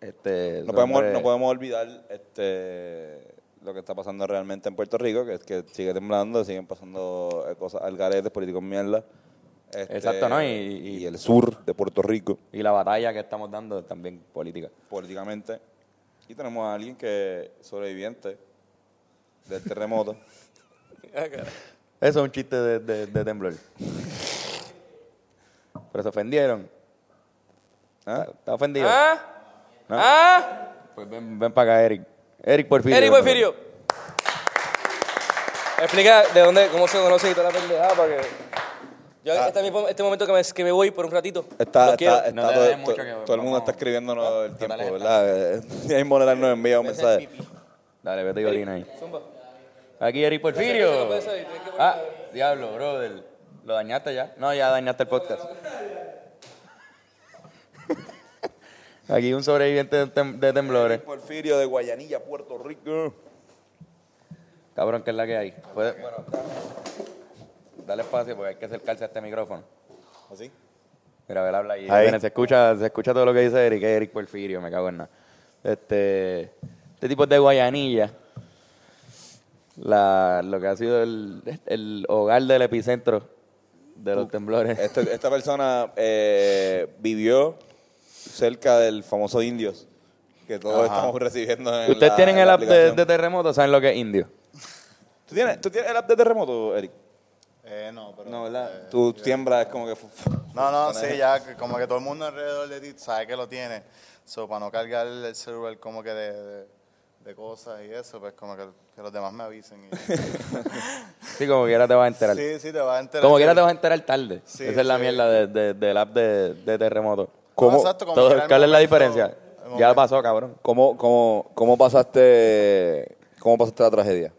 [SPEAKER 1] Este,
[SPEAKER 3] No
[SPEAKER 1] su
[SPEAKER 3] podemos,
[SPEAKER 1] nombre-
[SPEAKER 3] no podemos olvidar este, lo que está pasando realmente en Puerto Rico, que es que sigue temblando, siguen pasando eh, cosas al garete, políticos mierda. este,
[SPEAKER 1] Exacto, ¿no? Y- y-
[SPEAKER 3] y el sur de Puerto Rico.
[SPEAKER 1] Y la batalla que estamos dando también política.
[SPEAKER 3] políticamente. Y tenemos a alguien que sobreviviente del terremoto.
[SPEAKER 2] Ah,
[SPEAKER 1] Eso es un chiste de, de, de temblor. Pero se ofendieron. ¿Ah? ¿Está ofendido?
[SPEAKER 2] ¿Ah?
[SPEAKER 1] ¿No?
[SPEAKER 2] ¿Ah?
[SPEAKER 1] Pues ven, ven para acá, Eric. Eric Porfirio.
[SPEAKER 2] Eric Porfirio. Explica de dónde, cómo se conoce y toda la pendejada para que... Yo, este, es mi pom- este momento que me, que me voy por un ratito.
[SPEAKER 3] Ah. Está,
[SPEAKER 2] Lo quiero.
[SPEAKER 3] está, está
[SPEAKER 1] No te
[SPEAKER 3] todo,
[SPEAKER 1] des mucho que-
[SPEAKER 3] to- todo el mundo
[SPEAKER 1] vamos.
[SPEAKER 3] está escribiéndonos el tiempo,
[SPEAKER 1] dale,
[SPEAKER 3] ¿verdad? Eh, Ahí Moneral nos envía un mensaje.
[SPEAKER 1] Dale, vete y orina ahí.
[SPEAKER 2] Zumba.
[SPEAKER 1] Aquí Eric Porfirio.
[SPEAKER 2] puede ser, tiene que poner-
[SPEAKER 1] Ah, diablo, brother. ¿Lo dañaste ya? No, ya dañaste el podcast. Aquí un sobreviviente de, tem- de temblores.
[SPEAKER 3] Porfirio de Guayanilla, Puerto Rico.
[SPEAKER 1] Cabrón, que es la que hay. Puede- dale espacio porque hay que acercarse a este micrófono.
[SPEAKER 3] ¿Así?
[SPEAKER 1] Mira, él habla ahí.
[SPEAKER 3] ¿Ah, Ahí.
[SPEAKER 1] Miren, se escucha, se escucha todo lo que dice Eric, es Eric Porfirio, me cago en nada. Este, este tipo es de Guayanilla. La, lo que ha sido el, el hogar del epicentro de los temblores.
[SPEAKER 3] Este- esta persona eh, vivió cerca del famoso Indios, que todos estamos recibiendo en
[SPEAKER 1] Ustedes
[SPEAKER 3] la-
[SPEAKER 1] tienen
[SPEAKER 3] en
[SPEAKER 1] el
[SPEAKER 3] la
[SPEAKER 1] app de,
[SPEAKER 3] aplicación.
[SPEAKER 1] de terremoto, saben lo que es indio.
[SPEAKER 3] ¿Tú tienes, ¿Tú tienes el app de terremoto, Eric?
[SPEAKER 10] Eh, no, pero.
[SPEAKER 3] No, ¿verdad?
[SPEAKER 10] eh,
[SPEAKER 3] Tú
[SPEAKER 10] yo-
[SPEAKER 3] tiemblas como que... fu- fu-
[SPEAKER 10] No, no, sí, ya que como que todo el mundo alrededor de ti sabe que lo tiene. So, para no cargar el celular como que de, de- de cosas y eso, pues como que, que los demás me avisen. y-
[SPEAKER 1] Sí, como quiera te vas a enterar.
[SPEAKER 10] sí, sí, te vas a enterar.
[SPEAKER 1] como quiera te vas a enterar tarde.
[SPEAKER 10] Sí,
[SPEAKER 1] Esa es la
[SPEAKER 10] sí.
[SPEAKER 1] mierda de, de- del app de, de terremoto.
[SPEAKER 10] ¿Cómo? exacto, como
[SPEAKER 1] Todo-
[SPEAKER 10] quiera el
[SPEAKER 1] ¿Cuál es la
[SPEAKER 10] momento-
[SPEAKER 1] diferencia?
[SPEAKER 10] el
[SPEAKER 1] Ya
[SPEAKER 10] momento.
[SPEAKER 1] pasó, cabrón.
[SPEAKER 3] ¿Cómo, cómo, cómo, pasaste, ¿Cómo pasaste la tragedia?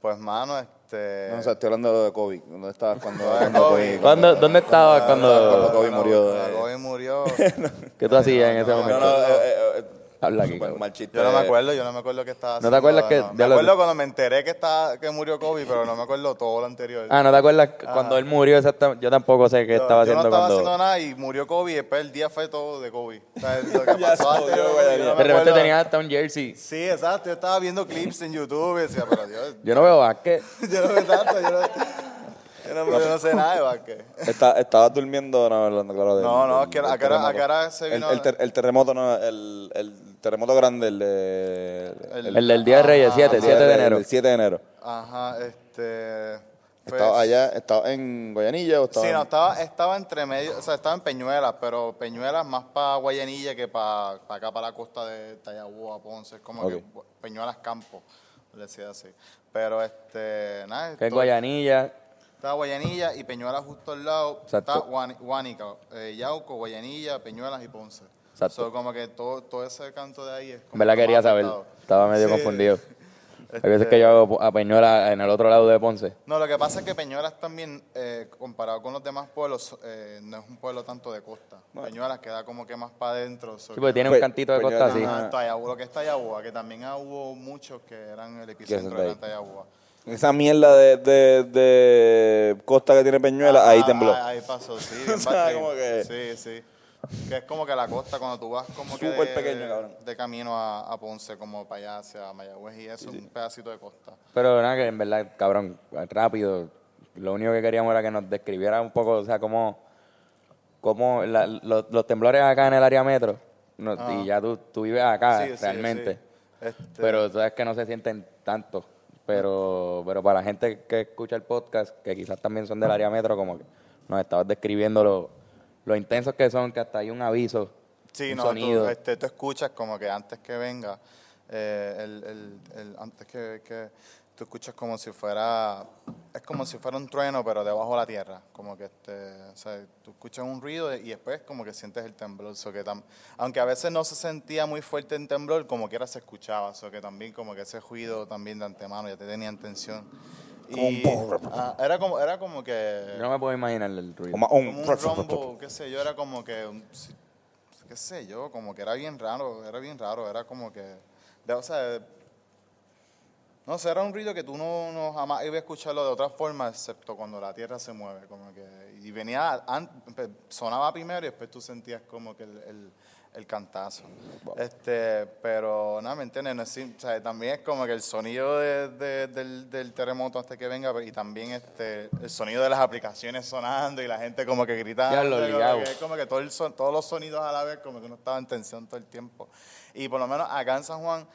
[SPEAKER 10] Pues, mano, este...
[SPEAKER 3] No, o sea, estoy hablando de COVID. ¿Dónde estabas cuando,
[SPEAKER 10] No, de
[SPEAKER 3] cuando
[SPEAKER 10] COVID.
[SPEAKER 3] COVID?
[SPEAKER 1] ¿Cuándo- ¿Dónde estabas
[SPEAKER 3] cuando
[SPEAKER 1] cuando...?
[SPEAKER 3] Kobe murió, eh.
[SPEAKER 10] Kobe murió.
[SPEAKER 1] ¿Qué tú hacías en ese
[SPEAKER 10] No, no,
[SPEAKER 1] momento?
[SPEAKER 3] No, no, eh, eh, eh,
[SPEAKER 1] Habla aquí,
[SPEAKER 3] super
[SPEAKER 1] cabrón.
[SPEAKER 3] mal chiste.
[SPEAKER 10] Yo no me acuerdo, yo no me acuerdo qué estaba
[SPEAKER 1] ¿No te acuerdas que-
[SPEAKER 10] no.
[SPEAKER 1] ya
[SPEAKER 10] Me
[SPEAKER 1] lo-
[SPEAKER 10] acuerdo cuando me enteré que, estaba, que murió Kobe, pero no me acuerdo todo lo anterior.
[SPEAKER 1] Ah, ¿no te acuerdas que cuando él murió? exactamente? Yo tampoco sé qué
[SPEAKER 10] Yo-
[SPEAKER 1] estaba
[SPEAKER 10] yo
[SPEAKER 1] haciendo
[SPEAKER 10] no estaba
[SPEAKER 1] cuando...
[SPEAKER 10] haciendo nada y murió Kobe y después el día fue todo de Kobe. O sea, es lo que
[SPEAKER 3] Ya se
[SPEAKER 10] pasó antes,
[SPEAKER 3] jodió,
[SPEAKER 10] yo-
[SPEAKER 3] güey,
[SPEAKER 10] yo no me
[SPEAKER 1] de repente
[SPEAKER 10] acuerdo.
[SPEAKER 1] tenía hasta un jersey.
[SPEAKER 10] Sí, exacto. Yo estaba viendo clips en YouTube y decía, pero Dios,
[SPEAKER 1] Yo no veo básquet.
[SPEAKER 10] yo no me tanto, yo no, yo no, yo no sé nada de básquet.
[SPEAKER 3] Está- estabas durmiendo, no, hablando claro de.
[SPEAKER 10] No, no, es que a qué hora- a qué hora se vino-
[SPEAKER 3] El, el ter- el terremoto, no, el, el terremoto grande, el de. Ah,
[SPEAKER 1] El del Día de Reyes,
[SPEAKER 10] Ah,
[SPEAKER 1] 7, 7 de enero.
[SPEAKER 3] El 7 de enero.
[SPEAKER 10] Ajá, este... pues-
[SPEAKER 3] ¿Estabas allá, estabas en Guayanilla o estabas
[SPEAKER 10] Sí, no,
[SPEAKER 3] en-
[SPEAKER 10] estaba, estaba entre medio, o sea, estaba en Peñuelas, pero Peñuelas más para Guayanilla que para acá, para la costa de Tallaboa, Ponce, es como
[SPEAKER 3] Ok.
[SPEAKER 10] que Peñuelas Campo, le decía así. Pero este, nada,
[SPEAKER 1] Que es
[SPEAKER 10] esto-
[SPEAKER 1] Guayanilla.
[SPEAKER 10] estaba Guayanilla y Peñuelas justo al lado,
[SPEAKER 1] Exacto.
[SPEAKER 10] está Guani- Guánica, eh, Yauco, Guayanilla, Peñuelas y Ponce.
[SPEAKER 1] Exacto.
[SPEAKER 10] So, como que todo, todo ese canto de ahí es como
[SPEAKER 1] Me la
[SPEAKER 10] que más
[SPEAKER 1] quería saber.
[SPEAKER 10] afectado.
[SPEAKER 1] Estaba medio
[SPEAKER 10] Sí.
[SPEAKER 1] confundido. Hay
[SPEAKER 10] Este-
[SPEAKER 1] veces que yo hago a Peñuela en el otro lado de Ponce.
[SPEAKER 10] No, lo que pasa es que Peñuelas también, eh, comparado con los demás pueblos, eh, no es un pueblo tanto de costa. Peñuelas queda como que más para adentro.
[SPEAKER 1] Sí, porque tiene un
[SPEAKER 3] Pues-
[SPEAKER 1] cantito de
[SPEAKER 3] pues yo
[SPEAKER 1] costa
[SPEAKER 3] nada
[SPEAKER 1] así.
[SPEAKER 3] más-
[SPEAKER 10] lo que es Tayabúa, que también ah, hubo muchos que eran el
[SPEAKER 3] son
[SPEAKER 10] epicentro
[SPEAKER 3] de
[SPEAKER 10] de
[SPEAKER 3] ahí.
[SPEAKER 10] Tayabúa.
[SPEAKER 3] Esa mierda de, de, de costa que tiene Peñuela, ahí tembló.
[SPEAKER 10] Ah, Ahí, pasó, sí. bien
[SPEAKER 3] O sea,
[SPEAKER 10] bastante.
[SPEAKER 3] como que-
[SPEAKER 10] Sí, sí. Que es como que la costa, cuando tú vas como que
[SPEAKER 3] Súper
[SPEAKER 10] de,
[SPEAKER 3] pequeño, cabrón.
[SPEAKER 10] de camino a, a Ponce, como para allá hacia Mayagüez y eso, un pedacito de costa.
[SPEAKER 1] Pero nada, que en verdad, cabrón, rápido. Lo único que queríamos era que nos describiera un poco, o sea, cómo, cómo la- los, los temblores acá en el área metro. no, Y ya tú, tú vives acá,
[SPEAKER 10] Ah.
[SPEAKER 3] Ah,
[SPEAKER 10] Sí, sí,
[SPEAKER 1] realmente.
[SPEAKER 10] sí. Este-
[SPEAKER 1] Pero sabes que no se sienten tanto. Pero, pero para la gente que escucha el podcast, que quizás también son del área metro, como que nos estabas describiendo lo, lo intensos que son, que hasta hay un aviso,
[SPEAKER 10] Sí,
[SPEAKER 1] un
[SPEAKER 10] no,
[SPEAKER 1] sonido.
[SPEAKER 10] Tú, este, tú escuchas como que antes que venga, eh, el, el- el- antes que, que tú escuchas como si fuera, es como si fuera un trueno, pero debajo de la tierra. Como que este, o sea, tú escuchas un ruido y después como que sientes el temblor. so que tam- aunque a veces no se sentía muy fuerte el temblor, como quiera se escuchaba. O que también como que ese ruido también de antemano ya te tenían tensión. Y, ah, era, como, era como que
[SPEAKER 1] Yo no me puedo imaginar el ruido.
[SPEAKER 3] Como
[SPEAKER 10] como un rombo, qué sé yo, era como que, un- si- qué sé yo, como que era bien raro, era bien raro, era como que, de- o sea, de- no sé, era un ruido que tú no, no jamás ibas a escucharlo de otra forma, excepto cuando la tierra se mueve, como que, y venía, an- empe- sonaba primero y después tú sentías como que el, el- el cantazo. Este, pero nada, ¿me entiendes? No es sim- o sea, también es como que el sonido de- de- del, del terremoto hasta que venga pues, y también este, el sonido de las aplicaciones sonando y la gente como que gritando.
[SPEAKER 1] Ya lo
[SPEAKER 10] como que
[SPEAKER 1] ligao.
[SPEAKER 10] es como que todo el son- todos los sonidos a la vez, como que uno estaba en tensión todo el tiempo. Y por lo menos acá en San Juan,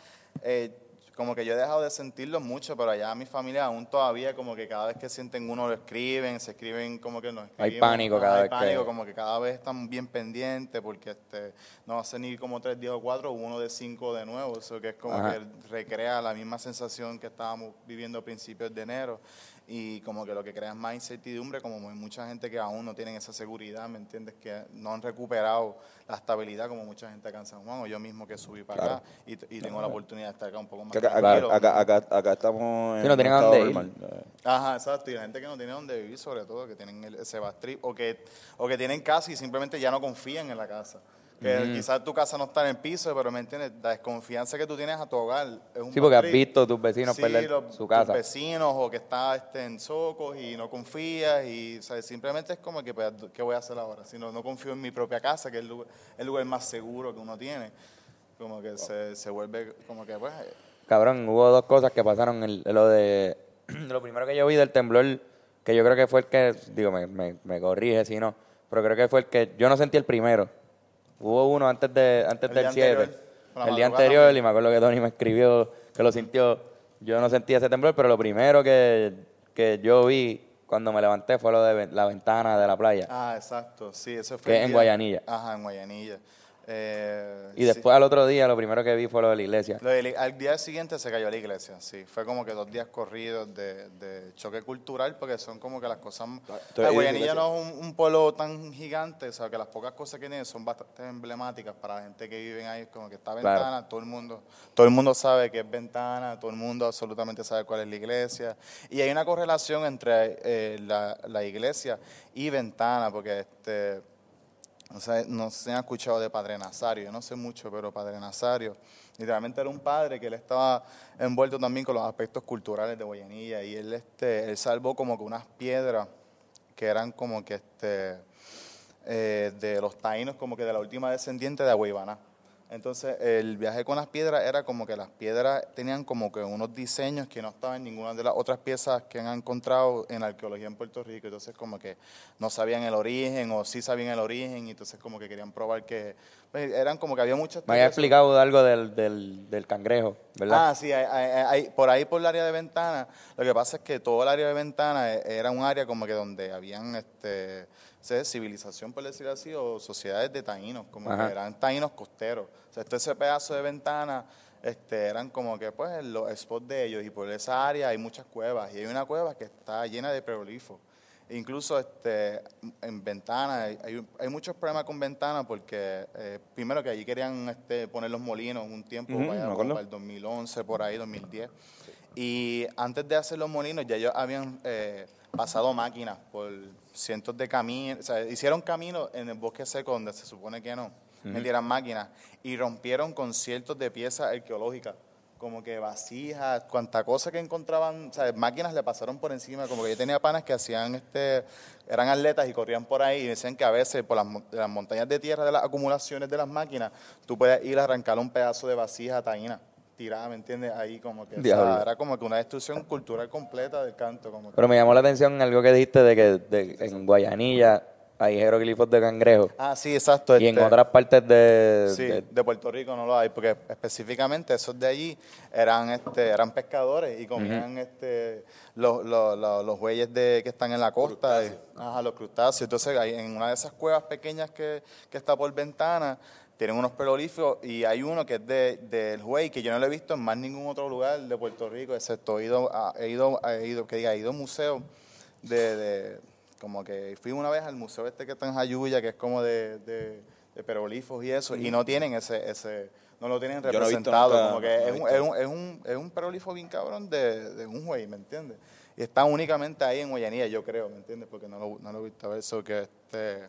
[SPEAKER 10] eh, como que yo he dejado de sentirlo mucho, pero allá mi familia aún todavía, como que cada vez que sienten uno lo escriben, se escriben como que nos
[SPEAKER 1] Hay
[SPEAKER 10] escribimos,
[SPEAKER 1] pánico
[SPEAKER 10] ¿no?
[SPEAKER 1] cada
[SPEAKER 10] Hay
[SPEAKER 1] vez que-
[SPEAKER 10] pánico, como que cada vez están bien pendientes porque este, no hace ni como tres días o cuatro, uno de cinco de nuevo, eso que es como
[SPEAKER 1] Ajá.
[SPEAKER 10] que recrea la misma sensación que estábamos viviendo a principios de enero y como que lo que crea es más incertidumbre, como hay mucha gente que aún no tienen esa seguridad, ¿me entiendes? Que no han recuperado la estabilidad como mucha gente acá en San Juan o yo mismo que subí para acá y, y tengo la oportunidad de estar acá un poco más
[SPEAKER 3] Que Acá, acá,
[SPEAKER 10] tranquilo. Eh,
[SPEAKER 3] acá, acá, acá estamos en
[SPEAKER 1] Sí, no tenían
[SPEAKER 3] un
[SPEAKER 1] a dónde
[SPEAKER 3] estado
[SPEAKER 1] ir.
[SPEAKER 3] normal.
[SPEAKER 10] Ajá, exacto. Y la gente que no tiene dónde vivir, sobre todo, que tienen el, ese bad trip, o que, o que tienen casa y simplemente ya no confían en la casa. Que quizás tu casa no está en el piso, pero me entiendes, la desconfianza que tú tienes a tu hogar es un
[SPEAKER 1] Sí, porque
[SPEAKER 10] bad
[SPEAKER 1] has
[SPEAKER 10] trip.
[SPEAKER 1] visto tus vecinos
[SPEAKER 10] Sí,
[SPEAKER 1] perder
[SPEAKER 10] los-
[SPEAKER 1] su casa.
[SPEAKER 10] Tus vecinos o que está este, en socos y no confías y o sea, simplemente es como que, pues, ¿qué voy a hacer ahora? Si no, no confío en mi propia casa, que es el lugar, el lugar más seguro que uno tiene. Como que se, se vuelve como que, pues,
[SPEAKER 1] Cabrón, hubo dos cosas que pasaron. El- lo de lo primero que yo vi del temblor, que yo creo que fue el que, digo, me, me- me corrige si no, pero creo que fue el que yo no sentí el primero. Hubo uno antes de antes
[SPEAKER 10] El
[SPEAKER 1] del
[SPEAKER 10] día
[SPEAKER 1] 7.
[SPEAKER 10] anterior, por la
[SPEAKER 1] El día
[SPEAKER 10] madrugada
[SPEAKER 1] anterior,
[SPEAKER 10] también.
[SPEAKER 1] y me acuerdo que Tony me escribió que lo sintió. Yo no sentí ese temblor, pero lo primero que, que yo vi cuando me levanté fue lo de ven- la ventana de la playa.
[SPEAKER 10] Ah, exacto, sí, eso
[SPEAKER 1] Que
[SPEAKER 10] fue. el
[SPEAKER 1] en
[SPEAKER 10] día-
[SPEAKER 1] Guayanilla.
[SPEAKER 10] Ajá, en Guayanilla. Eh,
[SPEAKER 1] y después al otro día lo primero que vi fue lo de la iglesia.
[SPEAKER 10] sí. Lo de la- al día siguiente se cayó la iglesia, sí. Fue como que dos días corridos de, de choque cultural, porque son como que las cosas.
[SPEAKER 3] tú
[SPEAKER 10] Ah,
[SPEAKER 3] eres
[SPEAKER 10] Guayanilla
[SPEAKER 3] iglesia.
[SPEAKER 10] no es un, un pueblo tan gigante, o sea, que las pocas cosas que tiene son bastante emblemáticas para la gente que vive ahí. Como que está
[SPEAKER 1] Claro.
[SPEAKER 10] ventana, todo el mundo todo el mundo sabe que es ventana, todo el mundo absolutamente sabe cuál es la iglesia. Y hay una correlación entre eh, la, la iglesia y ventana, porque este, o sea, no se ha escuchado de Padre Nazario, yo no sé mucho, pero Padre Nazario literalmente era un padre que él estaba envuelto también con los aspectos culturales de Guayanilla y él, este, él salvó como que unas piedras que eran como que este, eh, de los taínos, como que de la última descendiente de Agüibaná. Entonces, el viaje con las piedras era como que las piedras tenían como que unos diseños que no estaban en ninguna de las otras piezas que han encontrado en la arqueología en Puerto Rico. Entonces, como que no sabían el origen o sí sabían el origen. Y entonces, como que querían probar que... pues, eran como que había muchas...
[SPEAKER 1] Me había
[SPEAKER 10] teorías sobre-
[SPEAKER 1] explicado algo del, del, del cangrejo, ¿verdad?
[SPEAKER 10] Ah, sí, hay- hay- hay- por ahí por el área de ventana. Lo que pasa es que todo el área de ventana eh, era un área como que donde habían este sé, civilización, por decir así, o sociedades de taínos, como
[SPEAKER 1] Ajá.
[SPEAKER 10] que eran taínos costeros. O sea, todo ese pedazo de ventana este, eran como que pues los spots de ellos. Y por esa área hay muchas cuevas. Y hay una cueva que está llena de peroglifos. Incluso este, en ventana, hay- hay, hay muchos problemas con ventana porque eh, primero que allí querían este, poner los molinos un tiempo,
[SPEAKER 3] Ujú,
[SPEAKER 10] vaya,
[SPEAKER 3] me
[SPEAKER 10] como
[SPEAKER 3] acuerdo.
[SPEAKER 10] para el 2011, por ahí, 2010. Y antes de hacer los molinos ya ellos habían eh, pasado máquinas por cientos de caminos, o sea, hicieron caminos en el bosque seco donde se supone que no, metieran máquinas y rompieron con cientos de piezas arqueológicas. Como que vasijas, cuanta cosa que encontraban, o sea, máquinas le pasaron por encima. Como que yo tenía panas que hacían este, eran atletas y corrían por ahí y decían que a veces por las, mon- de las montañas de tierra, de las acumulaciones de las máquinas, tú puedes ir a arrancar un pedazo de vasija taína tirada, ¿me entiendes? Ahí como que, o sea,
[SPEAKER 1] Diablo.
[SPEAKER 10] era como que una destrucción cultural completa del canto. Como que-
[SPEAKER 1] Pero me llamó la atención algo que dijiste de que de- en Guayanilla hay jeroglifos de cangrejo.
[SPEAKER 10] Ah, sí, exacto.
[SPEAKER 1] Y en
[SPEAKER 10] este-
[SPEAKER 1] otras partes de,
[SPEAKER 10] Sí,
[SPEAKER 1] de-
[SPEAKER 10] de Puerto Rico no lo hay, porque específicamente esos de allí eran este, eran pescadores y comían este los, los, los, los bueyes de, que están en la costa, y- ajá, los crustáceos. Entonces, hay, en una de esas cuevas pequeñas que, que está por ventana, tienen unos perolíferos y hay uno que es de- del buey, que yo no lo he visto en más ningún otro lugar de Puerto Rico, excepto he ido, a- he ido, he ido, que diga, he ido a un museo de, de- como que fui una vez al museo este que está en Jayuya, que es como de, de, de perolifos y eso, y no tienen ese, ese, no lo tienen
[SPEAKER 3] Yo no he visto
[SPEAKER 10] representado,
[SPEAKER 3] nunca-
[SPEAKER 10] como que
[SPEAKER 3] no he
[SPEAKER 10] es, un,
[SPEAKER 3] visto.
[SPEAKER 10] es, un, es, un, es un perolifo bien cabrón de, de un güey, ¿me entiendes? Y está únicamente ahí en Guayanilla, yo creo, ¿me entiendes? Porque no lo, no lo he visto eso que este...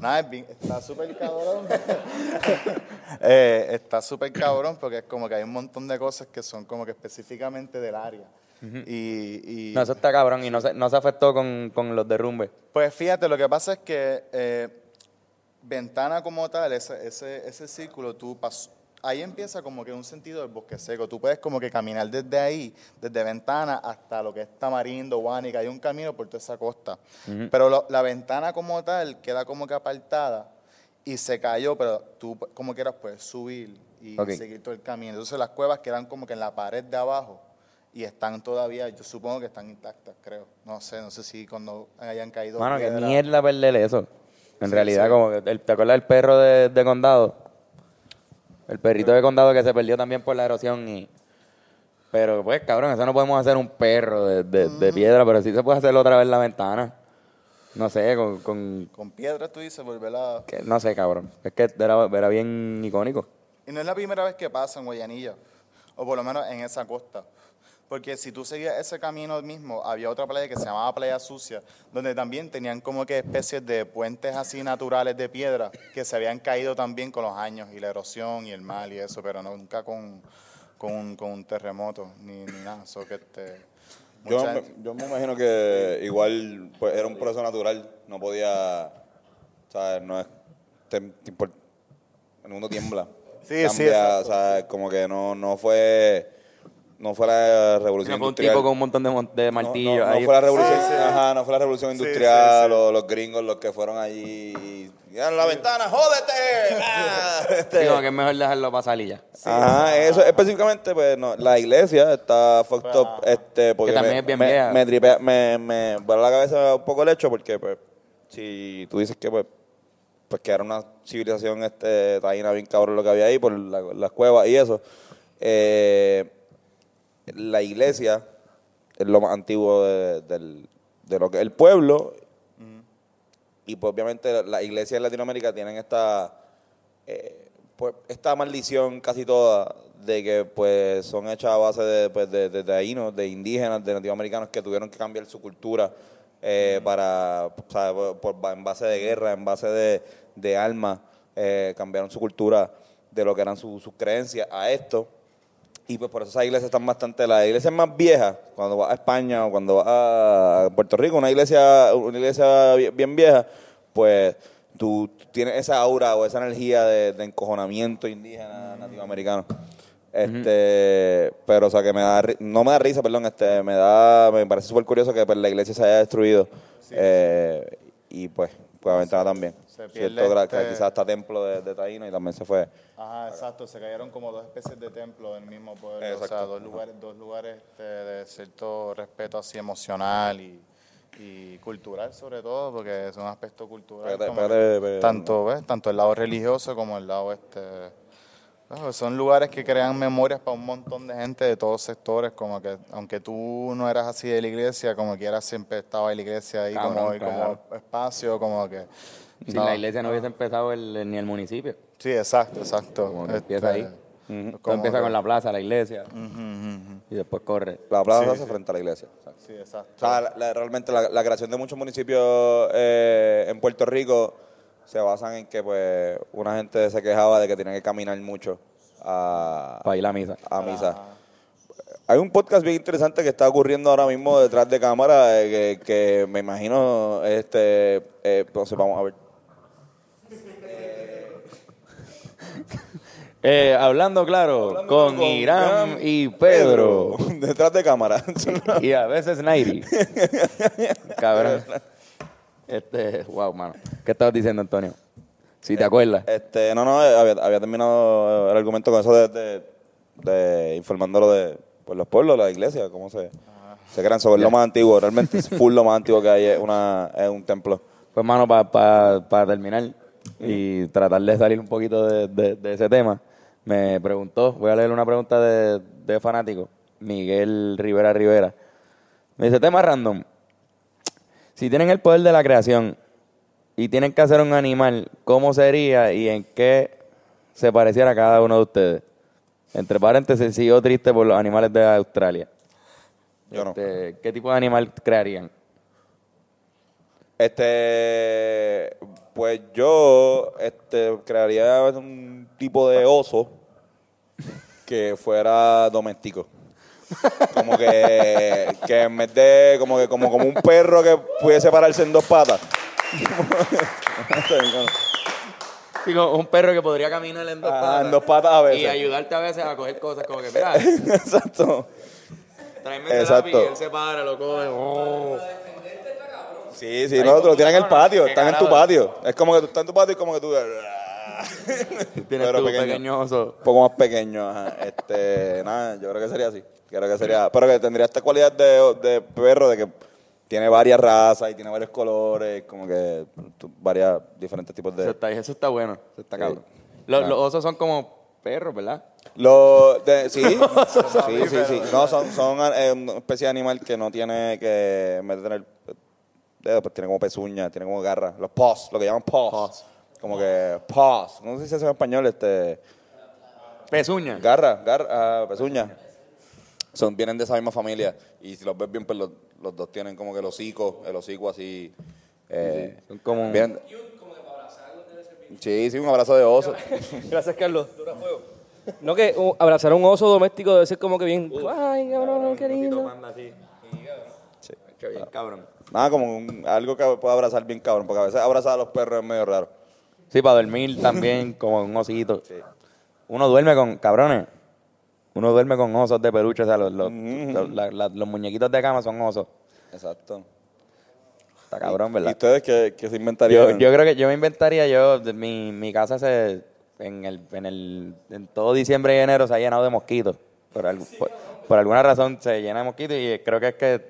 [SPEAKER 10] Nada, es bien- está súper cabrón. Eh, está súper cabrón porque es como que hay un montón de cosas que son como que específicamente del área. Y, y-
[SPEAKER 1] No, eso está cabrón y no se, no se afectó con, con los derrumbes.
[SPEAKER 10] pues fíjate, lo que pasa es que eh, ventana como tal, ese, ese, ese círculo, tú pas- ahí empieza como que un sentido del bosque seco. Tú puedes como que caminar desde ahí, desde ventana hasta lo que es Tamarindo, Guánica, hay un camino por toda esa costa. Pero lo- la ventana como tal queda como que apartada y se cayó, pero tú como quieras puedes subir y
[SPEAKER 1] Ok.
[SPEAKER 10] seguir todo el camino. Entonces las cuevas quedan como que en la pared de abajo y están todavía, yo supongo que están intactas, creo. No sé, no sé si cuando hayan caído.
[SPEAKER 1] Mano, qué
[SPEAKER 10] piedras-
[SPEAKER 1] mierda perder eso. En
[SPEAKER 10] Sí,
[SPEAKER 1] realidad,
[SPEAKER 10] sí.
[SPEAKER 1] como que. el- ¿Te acuerdas del perro de, de condado? El perrito de condado que se perdió también por la erosión y. Pero pues, cabrón, eso no podemos hacer un perro de, de- de piedra, pero sí se puede hacer otra vez la ventana. No sé, con. con-
[SPEAKER 10] Con piedras tú dices, volverla.
[SPEAKER 1] que- no sé, cabrón. Es que era, era bien icónico.
[SPEAKER 10] Y no es la primera vez que pasa en Guayanilla, o por lo menos en esa costa. Porque si tú seguías ese camino mismo, había otra playa que se llamaba Playa Sucia, donde también tenían como que especies de puentes así naturales de piedra que se habían caído también con los años y la erosión y el mal y eso, pero no- nunca con, con, un, con un terremoto ni, ni nada. So que este,
[SPEAKER 3] Yo,
[SPEAKER 10] mucha
[SPEAKER 3] me-
[SPEAKER 10] gente-
[SPEAKER 3] yo me imagino que igual pues, era un proceso natural, no podía, ¿sabes? No es, te- te import- el mundo tiembla.
[SPEAKER 10] Sí, sí,
[SPEAKER 3] Cambia,
[SPEAKER 10] exacto.
[SPEAKER 3] o sea, como que no, no fue, no fue la revolución
[SPEAKER 1] No fue un
[SPEAKER 3] industrial.
[SPEAKER 1] tipo con un montón de, mon- de martillos.
[SPEAKER 3] No, no, no
[SPEAKER 1] ahí.
[SPEAKER 3] fue la revolución,
[SPEAKER 1] Sí, sí.
[SPEAKER 3] ajá, no fue la revolución
[SPEAKER 1] Sí, sí,
[SPEAKER 3] industrial,
[SPEAKER 1] sí.
[SPEAKER 3] Los, los gringos, los que fueron allí y ya en la ventana, jódete. Ah, este.
[SPEAKER 1] Digo que es mejor dejarlo pasar y ya.
[SPEAKER 3] Ajá, eso específicamente, pues no, la iglesia está fucked up, este, porque
[SPEAKER 1] también
[SPEAKER 3] me,
[SPEAKER 1] es bien
[SPEAKER 3] me-
[SPEAKER 1] vieja.
[SPEAKER 3] me tripea- me, me vuela la cabeza un poco el hecho, porque pues, si tú dices que pues, pues que era una civilización este, taína bien cabrón lo que había ahí, por la- las cuevas y eso, eh, la iglesia es lo más antiguo de, del- de lo que el pueblo, y pues obviamente las iglesias en Latinoamérica tienen esta pues esta maldición casi toda de que pues son hechas a base de, pues, de, de taínos, de indígenas, de nativoamericanos que tuvieron que cambiar su cultura eh, para, o sea, por- por- en base de guerra, en base de, de armas, eh, cambiaron su cultura de lo que eran su- sus creencias a esto. Y pues por eso esas iglesias están bastante, las iglesias más viejas, cuando vas a España o cuando vas a Puerto Rico, una iglesia, una iglesia bien- bien vieja, pues tú tienes esa aura o esa energía de, de encojonamiento indígena nativoamericano. Este, pero o sea que me da ri- no me da risa, perdón, este, me da, me parece súper curioso que pues, la iglesia se haya destruido. Eh, y pues, pues Aventana también.
[SPEAKER 10] se pierde
[SPEAKER 3] Cierto, gra- que
[SPEAKER 10] este-
[SPEAKER 3] quizás hasta templo de, de Taíno y también se fue.
[SPEAKER 10] Ajá, exacto. Se cayeron como dos especies de templos del mismo pueblo. O sea,
[SPEAKER 3] Exacto.
[SPEAKER 10] dos lugares, dos lugares este, de cierto respeto así emocional y, y cultural sobre todo, porque es un aspecto cultural.
[SPEAKER 3] Espérate,
[SPEAKER 10] como
[SPEAKER 3] espérate,
[SPEAKER 10] que
[SPEAKER 3] espérate.
[SPEAKER 10] Tanto, ¿ves? Tanto el lado religioso como el lado este... bueno, Son lugares que crean memorias para un montón de gente de todos sectores, como que aunque tú no eras así de la iglesia, como quieras siempre estaba la iglesia ahí
[SPEAKER 1] Cabrón,
[SPEAKER 10] como, y
[SPEAKER 1] claro.
[SPEAKER 10] como espacio, como que...
[SPEAKER 1] Si
[SPEAKER 10] no.
[SPEAKER 1] la iglesia no hubiese empezado el- ni el municipio.
[SPEAKER 10] Sí, exacto, exacto.
[SPEAKER 1] Como que
[SPEAKER 10] Este,
[SPEAKER 1] empieza ahí.
[SPEAKER 10] Ujú.
[SPEAKER 1] Todo empieza
[SPEAKER 10] Como-
[SPEAKER 1] con la plaza, la iglesia. Y después corre.
[SPEAKER 3] La plaza
[SPEAKER 10] Sí,
[SPEAKER 3] se hace frente a la iglesia.
[SPEAKER 10] Sí, exacto.
[SPEAKER 3] O
[SPEAKER 1] Ah,
[SPEAKER 3] sea, la- la- realmente la, la creación de muchos municipios eh, en Puerto Rico se basan en que pues una gente se quejaba de que tenían que caminar mucho a,
[SPEAKER 1] Para ir a misa.
[SPEAKER 3] a misa. Hay un podcast bien interesante que está ocurriendo ahora mismo detrás de cámara eh, que, que me imagino, este, eh, no sé, vamos a ver.
[SPEAKER 1] Eh, hablando claro, con, Irán y Pedro.
[SPEAKER 3] detrás de cámara.
[SPEAKER 1] y a veces Nairi. Cabrón. Este, wow, mano. ¿Qué estabas diciendo, Antonio? Si te acuerdas.
[SPEAKER 3] Este, no, no, eh, había, había terminado eh, el argumento con eso de, de, de informándolo de pues, los pueblos, la iglesia, cómo se, se crean. Sobre lo más antiguo, realmente es full lo más antiguo que hay, es, una, es un templo.
[SPEAKER 1] Pues, mano, para terminar y tratar de salir un poquito de, de- de ese tema, me preguntó, voy a leer una pregunta de, de fanático, Miguel Rivera Rivera. Me dice, tema random. Si tienen el poder de la creación y tienen que hacer un animal, ¿cómo sería y en qué se pareciera cada uno de ustedes? Entre paréntesis, sigo triste por los animales de Australia.
[SPEAKER 3] Yo no.
[SPEAKER 1] Este, ¿Qué tipo de animal crearían?
[SPEAKER 3] Este, pues yo este, crearía un tipo de oso que fuera doméstico. Como que, que en vez de, como que como, como un perro que pudiese pararse en dos patas.
[SPEAKER 1] Digo, un perro que podría caminar Ah, en dos
[SPEAKER 3] Ajá,
[SPEAKER 1] patas.
[SPEAKER 3] en dos patas Ah, a veces.
[SPEAKER 1] Y ayudarte a veces a coger cosas como que, mira,
[SPEAKER 3] Exacto.
[SPEAKER 1] tráeme ese
[SPEAKER 3] Exacto.
[SPEAKER 1] lápiz y él se para, lo coge. Oh.
[SPEAKER 3] Sí, sí, no, te lo tienen en el patio, están en tu patio. Es como que tú estás en tu patio y como que tú. ah.
[SPEAKER 1] Tienes
[SPEAKER 3] Pero
[SPEAKER 1] tu
[SPEAKER 3] pequeño.
[SPEAKER 1] pequeño oso.
[SPEAKER 3] Un poco más pequeño, ajá. Este, nada, yo creo que sería así. Creo que sería. Pero que tendría esta cualidad de, de perro de que tiene varias razas y tiene varios colores, como que tú- varias diferentes tipos
[SPEAKER 1] Eso
[SPEAKER 3] de.
[SPEAKER 1] está, eso está bueno, eso está
[SPEAKER 3] Sí.
[SPEAKER 1] cabrón. Los,
[SPEAKER 3] Ah.
[SPEAKER 1] los osos son como perros, ¿verdad?
[SPEAKER 3] Lo, de- sí, sí, sí, sí. No, son, son eh, una especie de animal que no tiene que en vez de tener dedos, pues tiene como pezuña, tiene como garra. Los paws, lo que llaman paws.
[SPEAKER 1] Paws.
[SPEAKER 3] Como que paws. No sé si se dice en español, este.
[SPEAKER 1] Pezuña.
[SPEAKER 3] Garra, garra, ah, pezuña. Son, vienen de esa misma familia. Y si los ves bien, pues los, los dos tienen como que el hocico, el hocico así. eh,
[SPEAKER 1] Son como.
[SPEAKER 3] bien. Sí, sí, un abrazo de oso.
[SPEAKER 2] Gracias, Carlos. No, que uh, abrazar a un oso doméstico debe ser como que bien.
[SPEAKER 3] Uh.
[SPEAKER 2] Ay, cabrón, qué lindo.
[SPEAKER 1] Qué bien, cabrón.
[SPEAKER 3] Nada, Ah, como un- algo que pueda abrazar bien cabrón, porque a veces abrazar a los perros es medio raro.
[SPEAKER 1] Sí, para dormir también, como un osito. Uno duerme con, cabrones, Uno duerme con osos de peluche, o sea, los, los, los- la- la- los muñequitos de cama son osos.
[SPEAKER 3] Exacto.
[SPEAKER 1] Está cabrón,
[SPEAKER 3] ¿Y
[SPEAKER 1] ¿verdad?
[SPEAKER 3] ustedes qué, qué se
[SPEAKER 1] Yo,
[SPEAKER 3] inventarían?
[SPEAKER 1] yo creo que yo me inventaría, yo, de- mi, mi casa se, en, el, en, el, en todo diciembre y enero se ha llenado de mosquitos. Por, al- por, por alguna razón se llena de mosquitos y creo que es que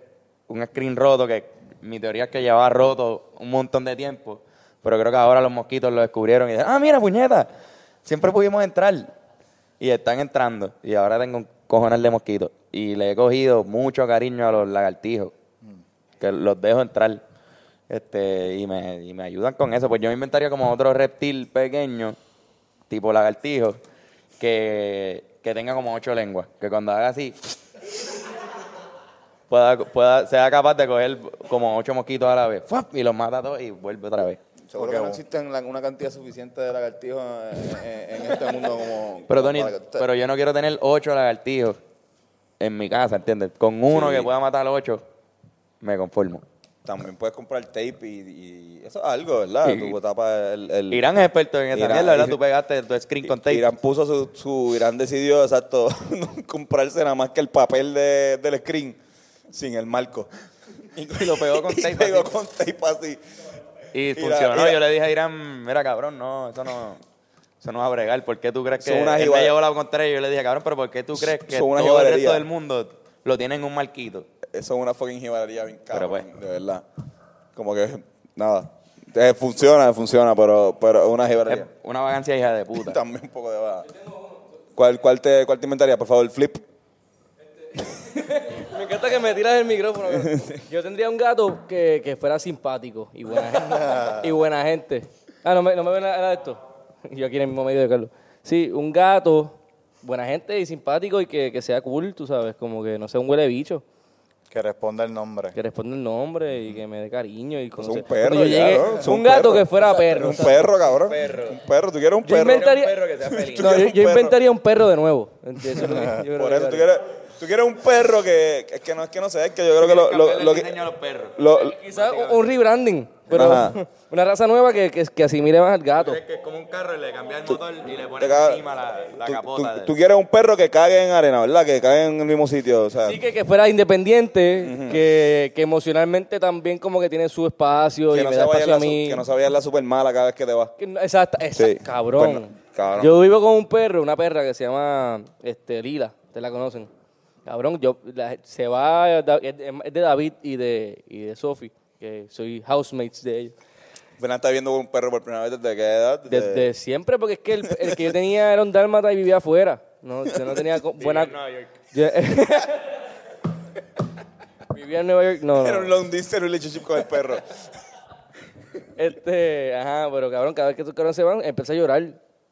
[SPEAKER 1] un screen roto, que mi teoría es que llevaba roto un montón de tiempo, pero creo que ahora los mosquitos lo descubrieron y dicen, ah, mira, puñeta, siempre pudimos entrar. Y están entrando y ahora tengo un cojonal de mosquitos. Y le he cogido mucho cariño a los lagartijos que los dejo entrar este y me, y me ayudan con eso. Pues yo me inventaría como otro reptil pequeño, tipo lagartijo, que, que tenga como ocho lenguas, que cuando haga así pueda, pueda- sea capaz de coger como ocho mosquitos a la vez ¡fuap! y los mata a todos y vuelve otra vez.
[SPEAKER 3] Seguro que no existen la- una cantidad suficiente de lagartijos en, en- en este mundo como...
[SPEAKER 1] Pero
[SPEAKER 3] como
[SPEAKER 1] Tony,
[SPEAKER 3] para que usted-
[SPEAKER 1] pero yo no quiero tener ocho lagartijos en mi casa, ¿entiendes? Con uno
[SPEAKER 3] Sí.
[SPEAKER 1] que pueda matar a los ocho, me conformo.
[SPEAKER 3] También puedes comprar tape y, y eso es algo, ¿verdad?
[SPEAKER 1] Y-
[SPEAKER 3] Tú tapas el... el-
[SPEAKER 1] Irán es experto en esa
[SPEAKER 3] Irán-
[SPEAKER 1] mierda, ¿verdad?
[SPEAKER 3] y-
[SPEAKER 1] Tú pegaste tu screen con tape.
[SPEAKER 3] Irán puso su, su- Irán decidió, exacto, no comprarse nada más que el papel de- del screen sin el marco. Y,
[SPEAKER 1] lo pegó con
[SPEAKER 3] y
[SPEAKER 1] tape
[SPEAKER 3] pegó
[SPEAKER 1] así.
[SPEAKER 3] con tape así.
[SPEAKER 1] Y
[SPEAKER 3] Mira, eh,
[SPEAKER 1] funcionó.
[SPEAKER 3] mira.
[SPEAKER 1] Yo le dije a Irán, mira, cabrón, no, eso no, eso no va a bregar. ¿Por qué tú crees
[SPEAKER 3] Son
[SPEAKER 1] que
[SPEAKER 3] unas
[SPEAKER 1] él
[SPEAKER 3] igual-
[SPEAKER 1] me llevó la contraria? Yo le dije, cabrón, pero ¿por qué tú crees que
[SPEAKER 3] Son
[SPEAKER 1] todo
[SPEAKER 3] unas
[SPEAKER 1] el
[SPEAKER 3] igualerías.
[SPEAKER 1] resto del mundo lo tiene en un marquito?
[SPEAKER 3] Eso es una fucking jibalería bien cara,
[SPEAKER 1] Pero pues.
[SPEAKER 3] de verdad. Como que, nada. Eh, funciona, funciona, pero, pero es una
[SPEAKER 1] Es
[SPEAKER 3] jibalería.
[SPEAKER 1] una vagancia hija de puta.
[SPEAKER 3] También un poco de baja. ¿Cuál, cuál, te, ¿Cuál te inventaría? Por favor, flip.
[SPEAKER 2] Me encanta que me tiras el micrófono. cabrón. Yo tendría un gato que, que fuera simpático y buena gente. y buena gente. Ah, no me, no me ven nada de esto. Yo aquí en el mismo medio de Carlos. Sí, un gato, buena gente y simpático y que, que sea cool, tú sabes, como que no sea un huele bicho.
[SPEAKER 10] Que responda el nombre.
[SPEAKER 2] Que responda el nombre y que me dé cariño y conocer.
[SPEAKER 3] un perro,
[SPEAKER 2] Cuando yo
[SPEAKER 3] ya,
[SPEAKER 2] llegue-
[SPEAKER 3] ¿no? Es
[SPEAKER 2] un,
[SPEAKER 3] un
[SPEAKER 2] gato
[SPEAKER 3] perro.
[SPEAKER 2] que fuera perro.
[SPEAKER 3] Un perro, cabrón. Un perro. ¿Tú quieres un
[SPEAKER 2] Yo
[SPEAKER 3] perro?
[SPEAKER 2] inventaría, No, yo-
[SPEAKER 3] quieres un
[SPEAKER 2] yo
[SPEAKER 3] perro.
[SPEAKER 2] inventaría un perro de nuevo. Eso es lo que- yo creo
[SPEAKER 3] Por
[SPEAKER 2] que
[SPEAKER 3] eso, ¿tú
[SPEAKER 2] haría.
[SPEAKER 3] quieres, tú quieres un perro que, que, es que no, es que no sé, es que yo creo que lo, lo, lo que... lo- lo-
[SPEAKER 2] Quizás un- un rebranding, pero
[SPEAKER 3] Ajá.
[SPEAKER 2] una raza nueva que, que, que asimile más al gato.
[SPEAKER 1] que es como un carro y le cambia el motor y le
[SPEAKER 3] pones caga- encima
[SPEAKER 1] la,
[SPEAKER 3] tú, tú- tú quieres un perro que cague en arena, ¿verdad? Que cague en el mismo sitio, o sea...
[SPEAKER 2] Así que, que fuera independiente, que, que emocionalmente también como que tiene su espacio
[SPEAKER 3] que
[SPEAKER 2] y
[SPEAKER 3] no
[SPEAKER 2] me
[SPEAKER 3] se
[SPEAKER 2] da
[SPEAKER 3] vaya
[SPEAKER 2] espacio
[SPEAKER 3] en la
[SPEAKER 2] a
[SPEAKER 3] su-
[SPEAKER 2] mí.
[SPEAKER 3] que no se vaya en la super mala cada vez que te vas.
[SPEAKER 2] Que no- Exacto, exacto,
[SPEAKER 3] Sí,
[SPEAKER 2] cabrón.
[SPEAKER 3] pues no, cabrón.
[SPEAKER 2] Yo vivo con un perro, una perra que se llama este, Lila, te la conocen. Cabrón, yo, la- se va, da- es de- es de David y de, y de Sophie, que soy housemates de ellos.
[SPEAKER 3] Fernanda está viendo un perro por primera vez desde qué edad.
[SPEAKER 2] Desde siempre, porque es que el, el que yo tenía era un dálmata y vivía afuera. No, yo no tenía co- buena... Yo- vivía en Nueva York, no. no.
[SPEAKER 3] Era un long distance relationship con el perro.
[SPEAKER 2] Este, ajá, pero cabrón, cada vez que tus cabrones se van, empieza a llorar.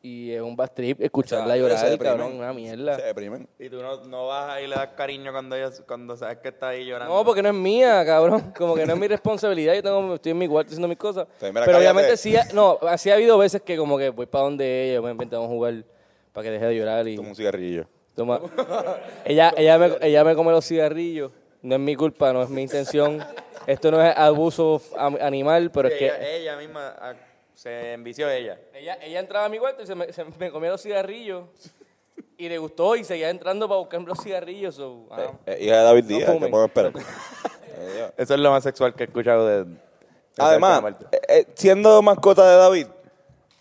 [SPEAKER 2] Y es un bad trip escucharla
[SPEAKER 3] O sea, se
[SPEAKER 2] llorar,
[SPEAKER 3] deprimen.
[SPEAKER 2] cabrón, una mierda.
[SPEAKER 3] Se deprimen.
[SPEAKER 1] Y tú no, no vas ahí y le das cariño cuando, ellos, cuando sabes que está ahí llorando.
[SPEAKER 2] No, porque no es mía, cabrón. Como que no es mi responsabilidad. Yo tengo, estoy en mi cuarto haciendo mis cosas.
[SPEAKER 3] Entonces, mira,
[SPEAKER 2] pero obviamente
[SPEAKER 3] cállate.
[SPEAKER 2] sí, ha- no, así ha habido veces que como que voy para donde ella, voy a jugar para que deje de llorar y
[SPEAKER 3] Toma un cigarrillo.
[SPEAKER 2] toma. ella, ella, me, ella me come los cigarrillos. No es mi culpa, no es mi intención. Esto no es abuso am- animal, pero es que...
[SPEAKER 1] ella, ella misma ah, se envició ella.
[SPEAKER 2] Ella, ella entraba a mi cuarto y se me, se me comía los cigarrillos. Y le gustó y seguía entrando para buscarme los cigarrillos. so, ah.
[SPEAKER 3] Eh, hija de David Díaz,
[SPEAKER 2] fumen.
[SPEAKER 3] te puedo esperar.
[SPEAKER 1] Eso es lo más sexual que he escuchado de... de
[SPEAKER 3] Además,
[SPEAKER 1] Sergio Martínez.
[SPEAKER 3] eh, eh, siendo mascota de David,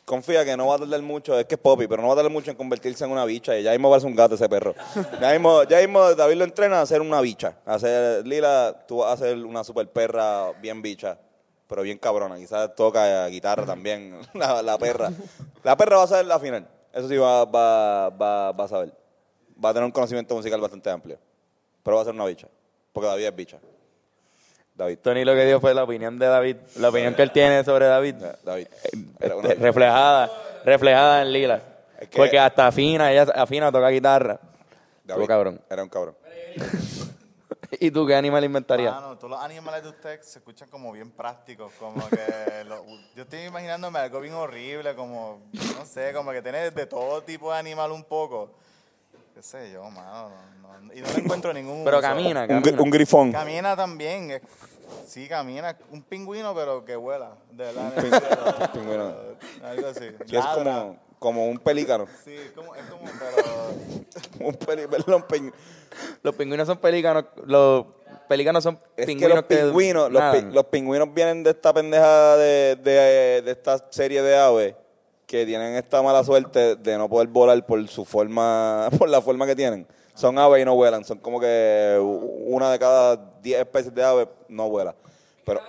[SPEAKER 3] confía que no va a tardar mucho, es que es Poppy, pero no va a tardar mucho en convertirse en una bicha. Y ya mismo va a ser un gato ese perro. Ya mismo, ya mismo David lo entrena a ser una bicha. A ser, Lila, tú vas a ser una super perra bien bicha, pero bien cabrona. Quizás toca guitarra también, la, la perra. La perra va a ser la final. Eso sí va, va, va, va a saber. Va a tener un conocimiento musical bastante amplio. Pero va a ser una bicha. Porque David es bicha. David.
[SPEAKER 1] Tony lo que dio fue la opinión de David, la opinión que él tiene sobre David,
[SPEAKER 3] Ya, David. Era una
[SPEAKER 1] este,
[SPEAKER 3] bicha.
[SPEAKER 1] reflejada, reflejada en Lila.
[SPEAKER 3] Es que-
[SPEAKER 1] Porque hasta afina, ella afina, toca guitarra.
[SPEAKER 3] David
[SPEAKER 1] Tú, cabrón.
[SPEAKER 3] Era un cabrón.
[SPEAKER 1] ¿Y tú qué animal inventarías?
[SPEAKER 10] Mano, todos los animales de usted se escuchan como bien prácticos, como que lo- yo estoy imaginándome algo bien horrible, como, no sé, como que tiene de todo tipo de animal un poco. Qué sé yo, mano, no- no- y no le encuentro ningún
[SPEAKER 1] Pero
[SPEAKER 10] uso.
[SPEAKER 1] camina,
[SPEAKER 3] Un, gri-
[SPEAKER 1] camina.
[SPEAKER 3] un grifón.
[SPEAKER 10] Camina también, es- sí, camina, un pingüino pero que vuela, de verdad.
[SPEAKER 3] Un pin- un pingüino.
[SPEAKER 10] Algo así.
[SPEAKER 3] Sí, es
[SPEAKER 10] Ladra.
[SPEAKER 3] como, Como un pelícano.
[SPEAKER 10] Sí, es como, es como, pero.
[SPEAKER 3] Como un peli- perdón, pin-
[SPEAKER 1] Los pingüinos son pelícanos. Los pelícanos son
[SPEAKER 3] Es que
[SPEAKER 1] pingüinos
[SPEAKER 3] los pingüinos, los,
[SPEAKER 1] nadan.
[SPEAKER 3] pi- los pingüinos vienen de esta pendeja de, de- de esta serie de aves que tienen esta mala suerte de no poder volar por su forma, por la forma que tienen. Son aves y no vuelan, son como que u- una de cada 10 especies de aves no vuela. Pero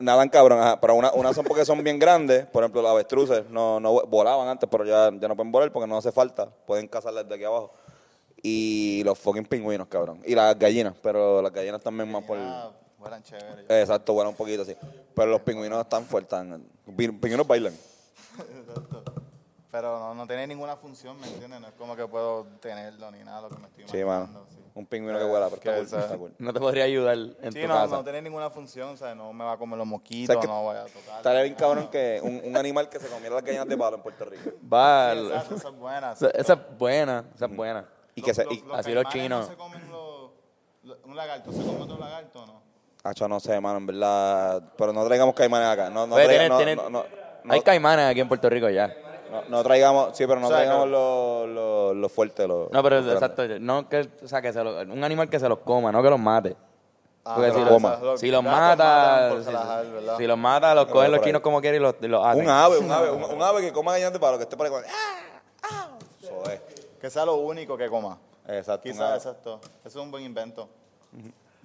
[SPEAKER 3] nadan cabrón, ajá, pero una- unas son porque son bien grandes, por ejemplo, las avestruces no, no vu- volaban antes, pero ya, ya no pueden volar porque no hace falta, pueden cazarlas de aquí abajo. Y los fucking pingüinos, cabrón. Y las gallinas, pero las gallinas también más por...
[SPEAKER 10] Ah, vuelan chévere.
[SPEAKER 1] Eh.
[SPEAKER 3] Exacto, vuela un poquito así. Pero los pingüinos están fuertes. están- pi- Pingüinos bailan.
[SPEAKER 10] Pero no, no tiene ninguna función, ¿me entiendes? No es como que puedo tenerlo ni nada, lo que me estoy
[SPEAKER 3] Sí, mano.
[SPEAKER 10] imaginando. Ah, sí.
[SPEAKER 3] Un pingüino que vuela, pero está
[SPEAKER 10] Que
[SPEAKER 3] cool,
[SPEAKER 10] esa-
[SPEAKER 3] está cool.
[SPEAKER 1] No te podría ayudar en
[SPEAKER 10] Sí,
[SPEAKER 1] tu
[SPEAKER 10] no,
[SPEAKER 1] casa.
[SPEAKER 10] no tiene ninguna función, o sea, no me va a comer los mosquitos,
[SPEAKER 3] ¿Sabes qué?
[SPEAKER 10] no voy a tocar.
[SPEAKER 3] Estaría bien
[SPEAKER 10] nada,
[SPEAKER 3] cabrón
[SPEAKER 10] no.
[SPEAKER 3] que un, un animal que se comiera las gallinas de palo en Puerto Rico.
[SPEAKER 1] Va.
[SPEAKER 10] Sí, exacto, esa es buena.
[SPEAKER 1] esa, esa es buena, esa
[SPEAKER 3] Mm.
[SPEAKER 1] es buena.
[SPEAKER 3] Y que se... y-
[SPEAKER 1] así los
[SPEAKER 10] caimanes
[SPEAKER 1] chinos.
[SPEAKER 10] No se comen los, lo- un lagarto, ¿se come otro lagarto o no?
[SPEAKER 3] Hacho, no sé, mano, en verdad. Pero no traigamos caimanes acá. No, no,
[SPEAKER 1] Oye,
[SPEAKER 3] traiga-
[SPEAKER 1] tienen-
[SPEAKER 3] no,
[SPEAKER 1] tienen-
[SPEAKER 3] no, no, no- Pues,
[SPEAKER 1] Hay caimanes aquí en Puerto Rico ya.
[SPEAKER 3] no- no traigamos... Sí, pero no
[SPEAKER 10] O sea,
[SPEAKER 3] traigamos
[SPEAKER 10] que-
[SPEAKER 3] los los- los fuertes, los
[SPEAKER 1] No, pero
[SPEAKER 3] los grandes.
[SPEAKER 1] exacto. No que, o sea, que se lo- un animal que se los coma, no que los mate. Porque
[SPEAKER 10] Ah,
[SPEAKER 1] si,
[SPEAKER 10] no,
[SPEAKER 1] los,
[SPEAKER 10] o sea,
[SPEAKER 1] si los
[SPEAKER 10] gatos matan
[SPEAKER 1] mata,
[SPEAKER 10] por
[SPEAKER 1] si,
[SPEAKER 10] trabajar, ¿verdad?
[SPEAKER 1] si los mata, los cogen
[SPEAKER 3] por
[SPEAKER 1] los
[SPEAKER 3] ahí.
[SPEAKER 1] chinos como quieren y los, y los hacen.
[SPEAKER 3] Un ave, un ave, un, un ave que coma gallinas de palo, que esté por ahí con... ¡Ah! ¡Ah! Eso es.
[SPEAKER 10] Que sea lo único que coma.
[SPEAKER 3] Exacto. un
[SPEAKER 10] Quizás,
[SPEAKER 3] ave.
[SPEAKER 10] exacto. Eso es un buen invento.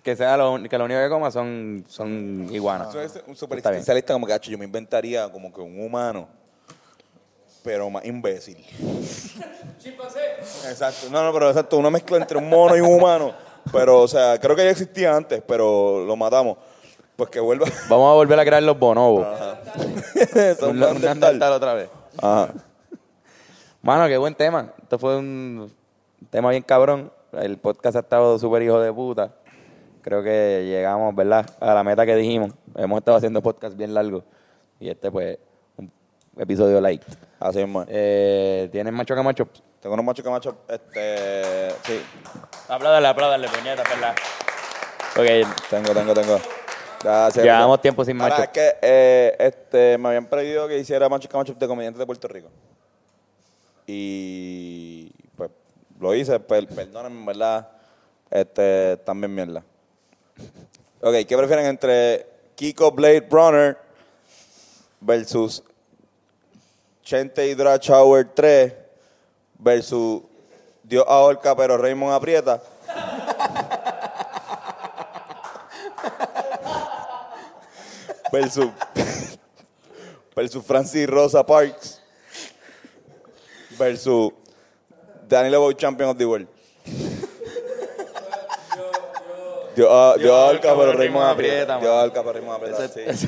[SPEAKER 1] Que sea lo, un- que lo único que coma son, son iguanas.
[SPEAKER 3] Tú eres un super
[SPEAKER 1] Está bien.
[SPEAKER 3] existencialista como que "Acho, yo me inventaría como que un humano, pero más imbécil. Exacto. No, no, pero exacto, una mezcla entre un mono y un humano. Pero, o sea, creo que ya existía antes, pero lo matamos. Pues que vuelva.
[SPEAKER 1] Vamos a volver a crear los bonobos.
[SPEAKER 3] Ah, Son
[SPEAKER 1] un,
[SPEAKER 3] más
[SPEAKER 1] un
[SPEAKER 3] de
[SPEAKER 1] Neandertal
[SPEAKER 3] tal.
[SPEAKER 1] otra vez.
[SPEAKER 3] Ajá.
[SPEAKER 1] Mano, qué buen tema. Esto fue un tema bien cabrón. El podcast ha estado súper hijo de puta. Creo que llegamos, ¿verdad? A la meta que dijimos. Hemos estado haciendo podcast bien largo. Y este, pues, un episodio light.
[SPEAKER 3] Así es, man.
[SPEAKER 1] Eh, ¿Tienes macho camacho?
[SPEAKER 3] Tengo unos machos que machos, este, sí,
[SPEAKER 1] Apláudale, apláudale, puñeta, ¿verdad? Ok,
[SPEAKER 3] tengo, tengo, tengo. Gracias.
[SPEAKER 1] Llevamos tiempo sin
[SPEAKER 3] Ahora,
[SPEAKER 1] macho.
[SPEAKER 3] es que eh, este, me habían pedido que hiciera Macho Camacho de comediantes de Puerto Rico. Y pues lo hice, per- perdónenme, en verdad. Este, también mierda. Ok, ¿qué prefieren entre Kiko Blade Runner versus Chente Hydra Shower 3 versus Dios ahorca pero Raymond aprieta? versus, versus Francis Rosa Parks versus Danilo Boy Champion of the World. Yo, yo, yo al cabrón Raymond aprieta. Yo al cabrón Raymond aprieta. sí.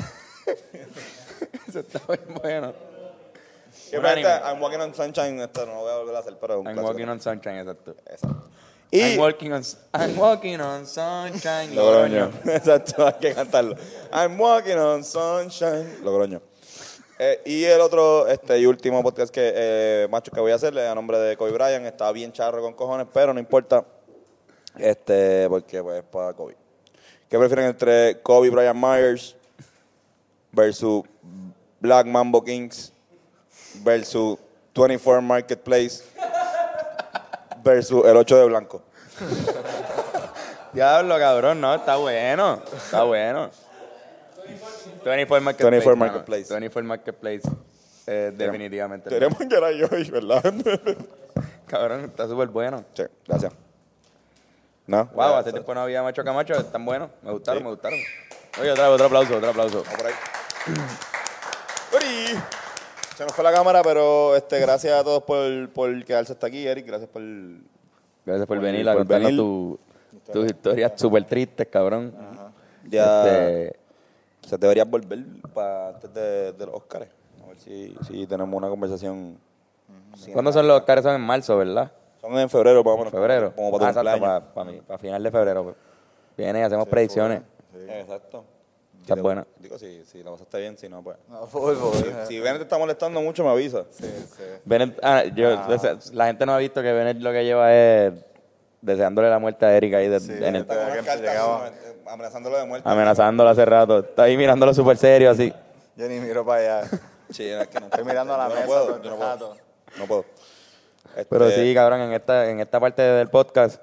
[SPEAKER 1] Eso está bien bueno.
[SPEAKER 3] Siempre está, I'm Walking on Sunshine, esto no lo voy a volver a hacer, pero es un
[SPEAKER 1] I'm
[SPEAKER 3] clásico.
[SPEAKER 1] walking on sunshine, exacto.
[SPEAKER 3] Exacto.
[SPEAKER 1] I'm
[SPEAKER 3] Y...
[SPEAKER 1] walking on, I'm walking on sunshine.
[SPEAKER 3] Logroño. Exacto, hay que cantarlo. I'm walking on sunshine. Logroño. Eh, y el otro este, y último podcast que eh, macho que voy a hacerle a nombre de Kobe Bryant está bien charro con cojones, pero no importa. Este, porque pues es para Kobe. ¿Qué prefieren entre Kobe Bryant Myers versus Black Mambo Kings versus 24 Marketplace versus el 8 de blanco?
[SPEAKER 1] Diablo, cabrón, no, está bueno. Está bueno. 24 Marketplace.
[SPEAKER 3] 24
[SPEAKER 1] mano.
[SPEAKER 3] Marketplace.
[SPEAKER 1] 24 Marketplace. eh, definitivamente.
[SPEAKER 3] Tenemos que era yo hoy, ¿verdad?
[SPEAKER 1] Cabrón, está súper bueno.
[SPEAKER 3] Sí, gracias. No,
[SPEAKER 1] Wow,
[SPEAKER 3] nada,
[SPEAKER 1] hace
[SPEAKER 3] está-
[SPEAKER 1] tiempo no había macho camacho, están buenos. Me gustaron,
[SPEAKER 3] Sí.
[SPEAKER 1] me gustaron. Oye, otra vez, otro aplauso, otro aplauso.
[SPEAKER 3] no, por ahí. Uri. Se nos fue la cámara, pero este, gracias a todos por, por quedarse hasta aquí, Eric. Gracias por.
[SPEAKER 1] Gracias por
[SPEAKER 3] Por-
[SPEAKER 1] venir a
[SPEAKER 3] por
[SPEAKER 1] contarnos
[SPEAKER 3] venir.
[SPEAKER 1] tu- tus historias súper tristes, cabrón.
[SPEAKER 3] Ya.
[SPEAKER 1] Este,
[SPEAKER 3] Se debería volver para antes de, de los Oscars. A ver si, si tenemos una conversación. sin-
[SPEAKER 1] ¿Cuándo son los caras? Son en marzo, ¿verdad?
[SPEAKER 3] Son en febrero, Ah, vamos.
[SPEAKER 1] En febrero. Ah,
[SPEAKER 3] Como para tu cumpleaños.
[SPEAKER 1] para, final de febrero. pues. Viene y hacemos predicciones.
[SPEAKER 3] Exacto.
[SPEAKER 1] Está
[SPEAKER 3] Si te-
[SPEAKER 1] buena.
[SPEAKER 3] Digo, si, si la pasaste bien, si no, pues.
[SPEAKER 10] No, por favor.
[SPEAKER 3] Si, si Bennett te está molestando mucho, me avisa.
[SPEAKER 10] Sí, sí.
[SPEAKER 1] Bennett- ah, yo- o sea, la gente no ha visto que Bennett lo que lleva es deseándole la muerte a Erika ahí de-
[SPEAKER 10] Sí,
[SPEAKER 1] en el-
[SPEAKER 3] Está con
[SPEAKER 10] que
[SPEAKER 3] unas cartas,
[SPEAKER 10] llegaba.
[SPEAKER 3] eh, amenazándolo de muerte.
[SPEAKER 1] amenazándola hace rato. Está ahí mirándolo súper serio así.
[SPEAKER 10] Yo ni miro para allá.
[SPEAKER 3] Sí, es que no-
[SPEAKER 10] Estoy mirando a la
[SPEAKER 3] yo no
[SPEAKER 10] mesa
[SPEAKER 3] puedo,
[SPEAKER 10] todo el
[SPEAKER 3] yo no puedo.
[SPEAKER 10] rato.
[SPEAKER 3] No puedo. Este,
[SPEAKER 1] Pero sí, cabrón, en esta, en esta parte del podcast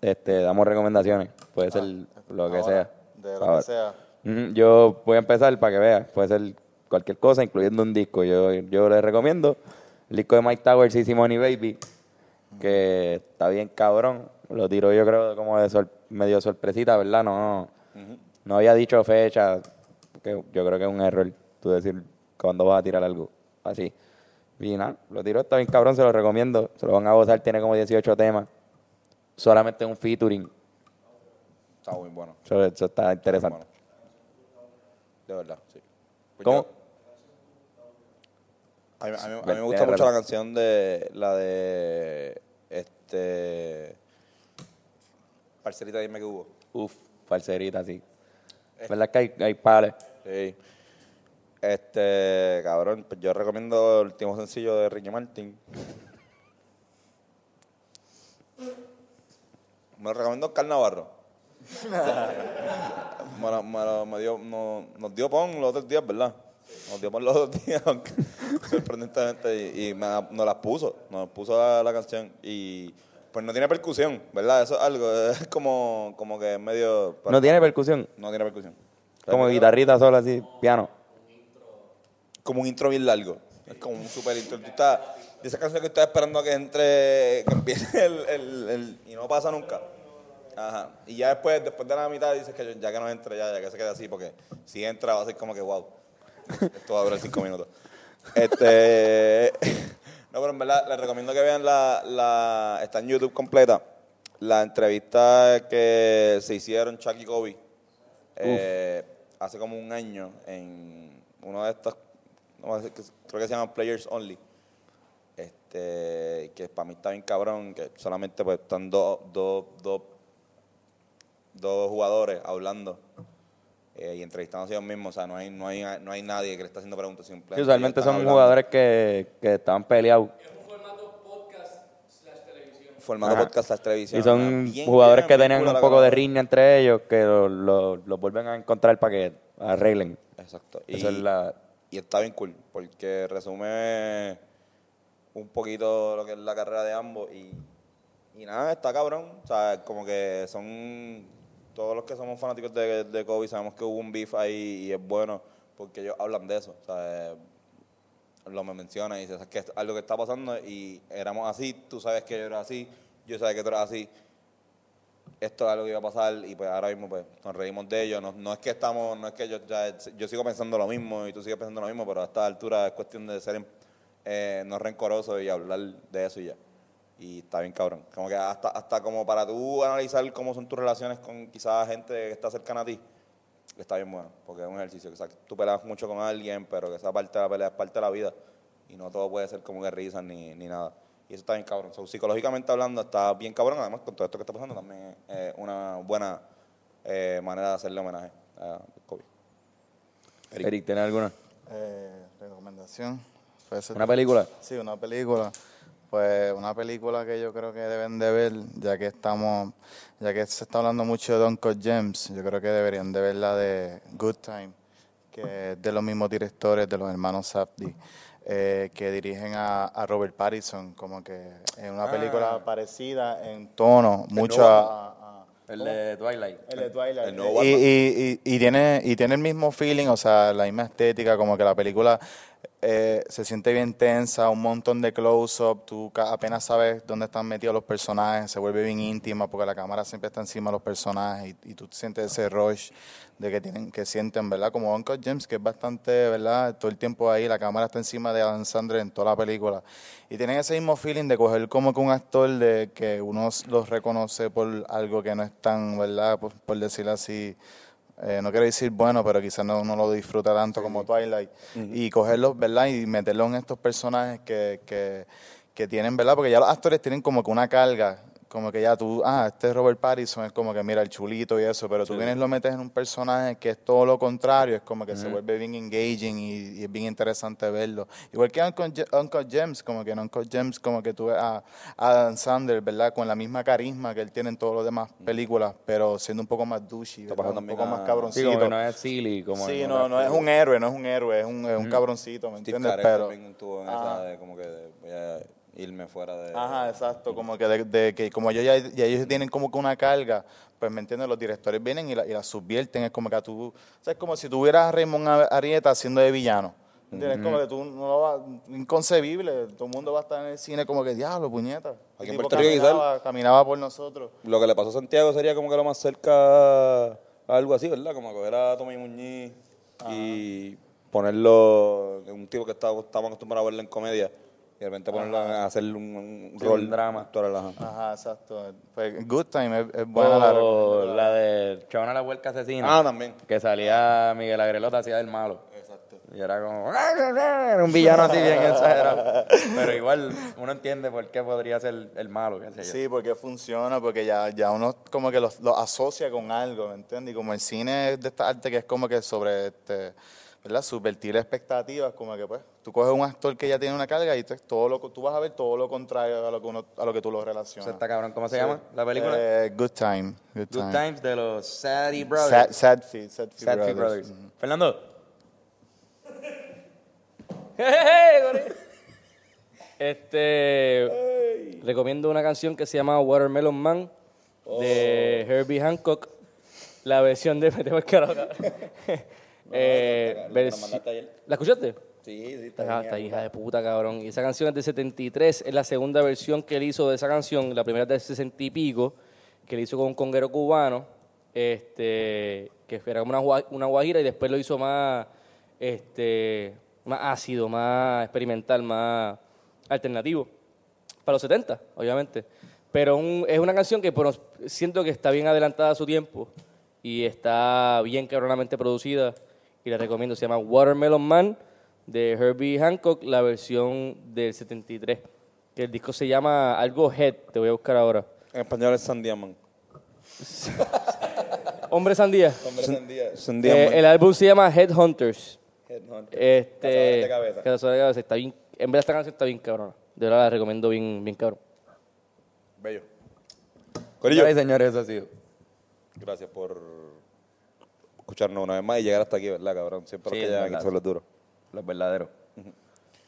[SPEAKER 1] este, damos recomendaciones.
[SPEAKER 3] Ah,
[SPEAKER 1] Puede ser lo que
[SPEAKER 10] ahora,
[SPEAKER 1] sea.
[SPEAKER 10] de lo que
[SPEAKER 1] Ahora.
[SPEAKER 10] sea.
[SPEAKER 1] Ujú, Yo voy a empezar para que veas. Puede ser cualquier cosa, incluyendo un disco. Yo, yo les recomiendo el disco de Mike Towers y Simone Baby, que está bien cabrón. Lo tiro yo creo como de sor- medio sorpresita, ¿verdad? No, no, no había dicho fecha. Que yo creo que es un error tú decir cuándo vas a tirar algo así. Y nada, lo tiro, está bien cabrón, se lo recomiendo. Se lo van a gozar, tiene como 18 temas. Solamente un featuring.
[SPEAKER 3] Está muy bueno.
[SPEAKER 1] Eso, eso está interesante.
[SPEAKER 3] Bueno. De verdad, sí. Pues
[SPEAKER 1] ¿Cómo?
[SPEAKER 3] yo- A mí, a mí- a mí
[SPEAKER 1] Ven,
[SPEAKER 3] me gusta
[SPEAKER 1] déjalo.
[SPEAKER 3] mucho la canción de. La de. Este. Parcelita, dime que hubo.
[SPEAKER 1] Uf, falserita, sí.
[SPEAKER 10] Eh.
[SPEAKER 1] ¿Verdad que hay, hay pares?
[SPEAKER 3] Sí. Este, cabrón, pues yo recomiendo el último sencillo de Ricky Martin. Me lo recomendó Oscar Navarro. me lo- me lo- me dio, no- nos dio pon los otros días, ¿verdad? Nos dio pon los otros días, aunque- sorprendentemente, y, y me la- nos las puso, nos puso la, la canción. Y pues no tiene percusión, ¿verdad? Eso es algo, es como, como que es medio...
[SPEAKER 1] No tiene percusión,
[SPEAKER 3] no tiene percusión.
[SPEAKER 1] como
[SPEAKER 3] Pero-
[SPEAKER 1] guitarrita sola, así, piano.
[SPEAKER 3] como un intro bien largo. Es como un super intro. Tú estás, de esa canción que estás esperando a que entre, que empiece el, el- el- y no pasa nunca. Ajá. Y ya después, después de la mitad dices que ya que no entre, ya, ya que se queda así, porque si entra va a ser como que wow. Esto va a durar cinco minutos. Este. No, pero en verdad les recomiendo que vean la, la. Está en YouTube completa. La entrevista que se hicieron Chuck y Kobe. eh, hace como un año en uno de estos. no sé, que- creo que se llama Players Only. Este. Que para mí está bien cabrón. Que solamente pues están dos. Dos. Dos. Dos jugadores hablando. eh, y entrevistándose ellos mismos, o sea, no hay, no hay, no hay nadie que le está haciendo preguntas simplemente.
[SPEAKER 1] Sí, usualmente
[SPEAKER 3] ellos
[SPEAKER 1] son
[SPEAKER 3] están hablando.
[SPEAKER 1] jugadores que, que estaban peleados.
[SPEAKER 3] Formato
[SPEAKER 1] Ajá.
[SPEAKER 3] podcast, las televisión.
[SPEAKER 1] Y son jugadores que tenían un poco de riña entre ellos, que lo- lo- los vuelven a encontrar para que arreglen.
[SPEAKER 3] Exacto. Y,
[SPEAKER 1] Esa es la...
[SPEAKER 3] y está bien cool, porque resume un poquito lo que es la carrera de ambos. Y, y nada, está cabrón. O sea, como que son. Todos los que somos fanáticos de, de Kobe sabemos que hubo un beef ahí y es bueno, porque ellos hablan de eso. O sea, eh, lo me menciona y dice, "Es que es algo que está pasando y éramos así, tú sabes que yo era así, yo sabía que tú eras así. Esto es algo que iba a pasar y pues ahora mismo pues nos reímos de ello. No, no es que estamos, no es que yo, ya- yo sigo pensando lo mismo y tú sigues pensando lo mismo, pero a esta altura es cuestión de ser eh, no rencoroso y hablar de eso y ya. Y está bien cabrón. Como que hasta, hasta como para tú analizar cómo son tus relaciones con quizás gente que está cercana a ti, está bien bueno, porque es un ejercicio. que sa- tú peleas mucho con alguien, pero que esa parte de la pelea es parte de la vida. Y no todo puede ser como que risas ni, ni nada. Y eso está bien cabrón. So, psicológicamente hablando, está bien cabrón. Además, con todo esto que está pasando, también es eh, una buena eh, manera de hacerle homenaje a Kobe.
[SPEAKER 1] Eric. ¿tiene alguna?
[SPEAKER 10] Eh, recomendación. Puede ser-
[SPEAKER 1] ¿Una película?
[SPEAKER 10] Sí, una película. Pues una película que yo creo que deben de ver, ya que estamos, ya que se está hablando mucho de Uncle James, yo creo que deberían de ver la de Good Time, que es de los mismos directores, de los hermanos Safdie, eh, que dirigen a, a Robert Pattinson, como que en
[SPEAKER 3] Ah.
[SPEAKER 10] una película parecida en tono, mucho a- a- a-
[SPEAKER 1] El de Twilight.
[SPEAKER 10] el de Twilight.
[SPEAKER 3] El nuevo
[SPEAKER 10] y,
[SPEAKER 3] Batman.
[SPEAKER 10] y- y- y tiene, y tiene el mismo feeling, o sea, la misma estética, como que la película eh, se siente bien tensa, un montón de close-up, tú ca- apenas sabes dónde están metidos los personajes, se vuelve bien íntima porque la cámara siempre está encima de los personajes y, y tú sientes ese rush de que tienen que sienten, ¿verdad? Como Uncle James, que es bastante, ¿verdad? Todo el tiempo ahí, la cámara está encima de Adam Sandler en toda la película. Y tienen ese mismo feeling de coger como que un actor de que uno s- los reconoce por algo que no es tan, ¿verdad? Por, por decirlo así, eh, no quiero decir bueno, pero quizás no, no lo disfruta tanto como Twilight. Y cogerlos, ¿verdad? Y meterlos en estos personajes que, que, que tienen, ¿verdad? Porque ya los actores tienen como que una carga Como que ya tú, ah, este es Robert Pattinson, es como que mira el chulito y eso, pero tú vienes y lo metes en un personaje que es todo lo contrario, es como que se vuelve bien engaging y, y es bien interesante verlo. Igual que Uncle, Je- Uncle James, como que en Uncle James, como que tú ves a a Adam Sandler, ¿verdad? Con la misma carisma que él tiene en todas las demás películas, pero siendo un poco más douchey, ¿verdad?
[SPEAKER 3] pasando
[SPEAKER 10] un
[SPEAKER 3] también
[SPEAKER 10] poco
[SPEAKER 3] a-
[SPEAKER 10] más
[SPEAKER 1] Sí,
[SPEAKER 10] cabroncito.
[SPEAKER 1] como que no es silly. Como
[SPEAKER 10] Sí,
[SPEAKER 1] en
[SPEAKER 10] no,
[SPEAKER 1] otras
[SPEAKER 10] no es un
[SPEAKER 1] películas.
[SPEAKER 10] héroe, no es un héroe, es un, es un cabroncito, ¿me
[SPEAKER 3] Steve
[SPEAKER 10] entiendes?
[SPEAKER 3] Carell
[SPEAKER 10] Pero, ah.
[SPEAKER 3] también estuvo en esa de como que de, voy a irme fuera de...
[SPEAKER 10] ajá, exacto, como que, de, de que como ellos ya, ya ellos tienen como que una carga, pues, ¿me entiendes? Los directores vienen y la, y la subvierten, es como que tú, o sea, es como si tuvieras a Raymond A- Arieta haciendo de villano. ¿me ¿Entiendes? Es Como que tú no lo vas- inconcebible, todo el mundo va a estar en el cine como que diablo, puñeta. El
[SPEAKER 3] Aquí en
[SPEAKER 10] tipo
[SPEAKER 3] Puerto Rico quizás-
[SPEAKER 10] caminaba, caminaba por nosotros.
[SPEAKER 3] Lo que le pasó a Santiago sería como que lo más cerca a algo así, ¿verdad? Como coger a Tommy Muñiz y ponerlo en un tipo que está- estábamos acostumbrados a verlo en comedia y de repente ponerlo a hacerle un, un
[SPEAKER 1] Sí,
[SPEAKER 3] rol
[SPEAKER 1] un drama.
[SPEAKER 3] actoral, ajá. Ah,
[SPEAKER 10] Ajá, exacto. Pues, Good Time es, es buena la
[SPEAKER 1] O la de Chavana la Huelga Asesina.
[SPEAKER 3] Ah, también.
[SPEAKER 1] Que salía Miguel Agrelota, hacía del malo. Exacto. Y era como. Era un villano así bien exagerado. Pero igual uno entiende por qué podría ser el malo, qué sé yo.
[SPEAKER 10] Sí, porque funciona, porque ya, ya uno como que los, los asocia con algo, ¿me entiendes? Y como el cine es de esta arte que es como que sobre, este, ¿verdad? Subvertir expectativas, como que pues tú coges un actor que ya tiene una carga y tú, es todo lo, tú vas a ver todo lo contrario a lo que, uno, a lo que tú lo
[SPEAKER 1] O
[SPEAKER 10] relacionas.
[SPEAKER 1] sea, está cabrón. ¿Cómo se llama la película?
[SPEAKER 10] Eh, Good Time. Good,
[SPEAKER 1] Good
[SPEAKER 10] Time.
[SPEAKER 1] Times de los Sadie
[SPEAKER 10] Sad,
[SPEAKER 1] Brothers.
[SPEAKER 10] sad Feet, Sad Feet
[SPEAKER 1] Sadie
[SPEAKER 10] Brothers.
[SPEAKER 1] Brothers.
[SPEAKER 10] Ujú.
[SPEAKER 1] Fernando.
[SPEAKER 2] Este. Recomiendo una canción que se llama Watermelon Man de Herbie Hancock. La versión de Metemos Carajo. eh, versi- ¿La escuchaste?
[SPEAKER 3] Sí, sí, está
[SPEAKER 2] Ajá, esta hija de puta, cabrón. Y esa canción es del 73, es la segunda versión que él hizo de esa canción. La primera es del 60 y pico, que él hizo con un conguero cubano, este, que era como una, gua- una guajira y después lo hizo más, este, más ácido, más experimental, más alternativo. Para los 70, obviamente. Pero un- es una canción que por- siento que está bien adelantada a su tiempo y está bien cabronamente producida y la recomiendo. Se llama Watermelon Man de Herbie Hancock, la versión del 73. Que el disco se llama algo Head, te voy a buscar ahora.
[SPEAKER 3] En español es San Diamond.
[SPEAKER 2] Hombre Sandía.
[SPEAKER 3] San
[SPEAKER 2] Eh,
[SPEAKER 3] Diamond.
[SPEAKER 2] el álbum se llama Headhunters.
[SPEAKER 3] Headhunter.
[SPEAKER 2] Este,
[SPEAKER 3] Cazadores de cabeza.
[SPEAKER 2] Cazadores de cabeza. Está bien, en verdad esta canción está bien cabrona. De verdad la recomiendo bien, bien cabrón.
[SPEAKER 3] Bello. Corillo,
[SPEAKER 1] Señores, señores, eso ha sido.
[SPEAKER 3] gracias por escucharnos una vez más y llegar hasta aquí, ¿verdad, cabrón? Siempre
[SPEAKER 1] Sí,
[SPEAKER 3] los que
[SPEAKER 1] es
[SPEAKER 3] llegan
[SPEAKER 1] verdad.
[SPEAKER 3] aquí son los duros.
[SPEAKER 1] Los verdaderos.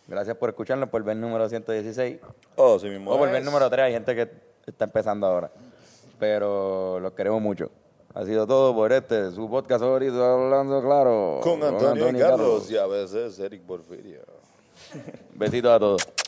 [SPEAKER 1] Gracias por escucharnos, por ver el número 116.
[SPEAKER 3] Oh, sí mismo.
[SPEAKER 1] O por ver el número 3. Hay gente que está empezando ahora. Pero los queremos mucho. Ha sido todo por este, su podcast favorito, Hablando Claro.
[SPEAKER 3] Con Antonio y Carlos y a veces Eric Porfirio.
[SPEAKER 1] Besitos a todos.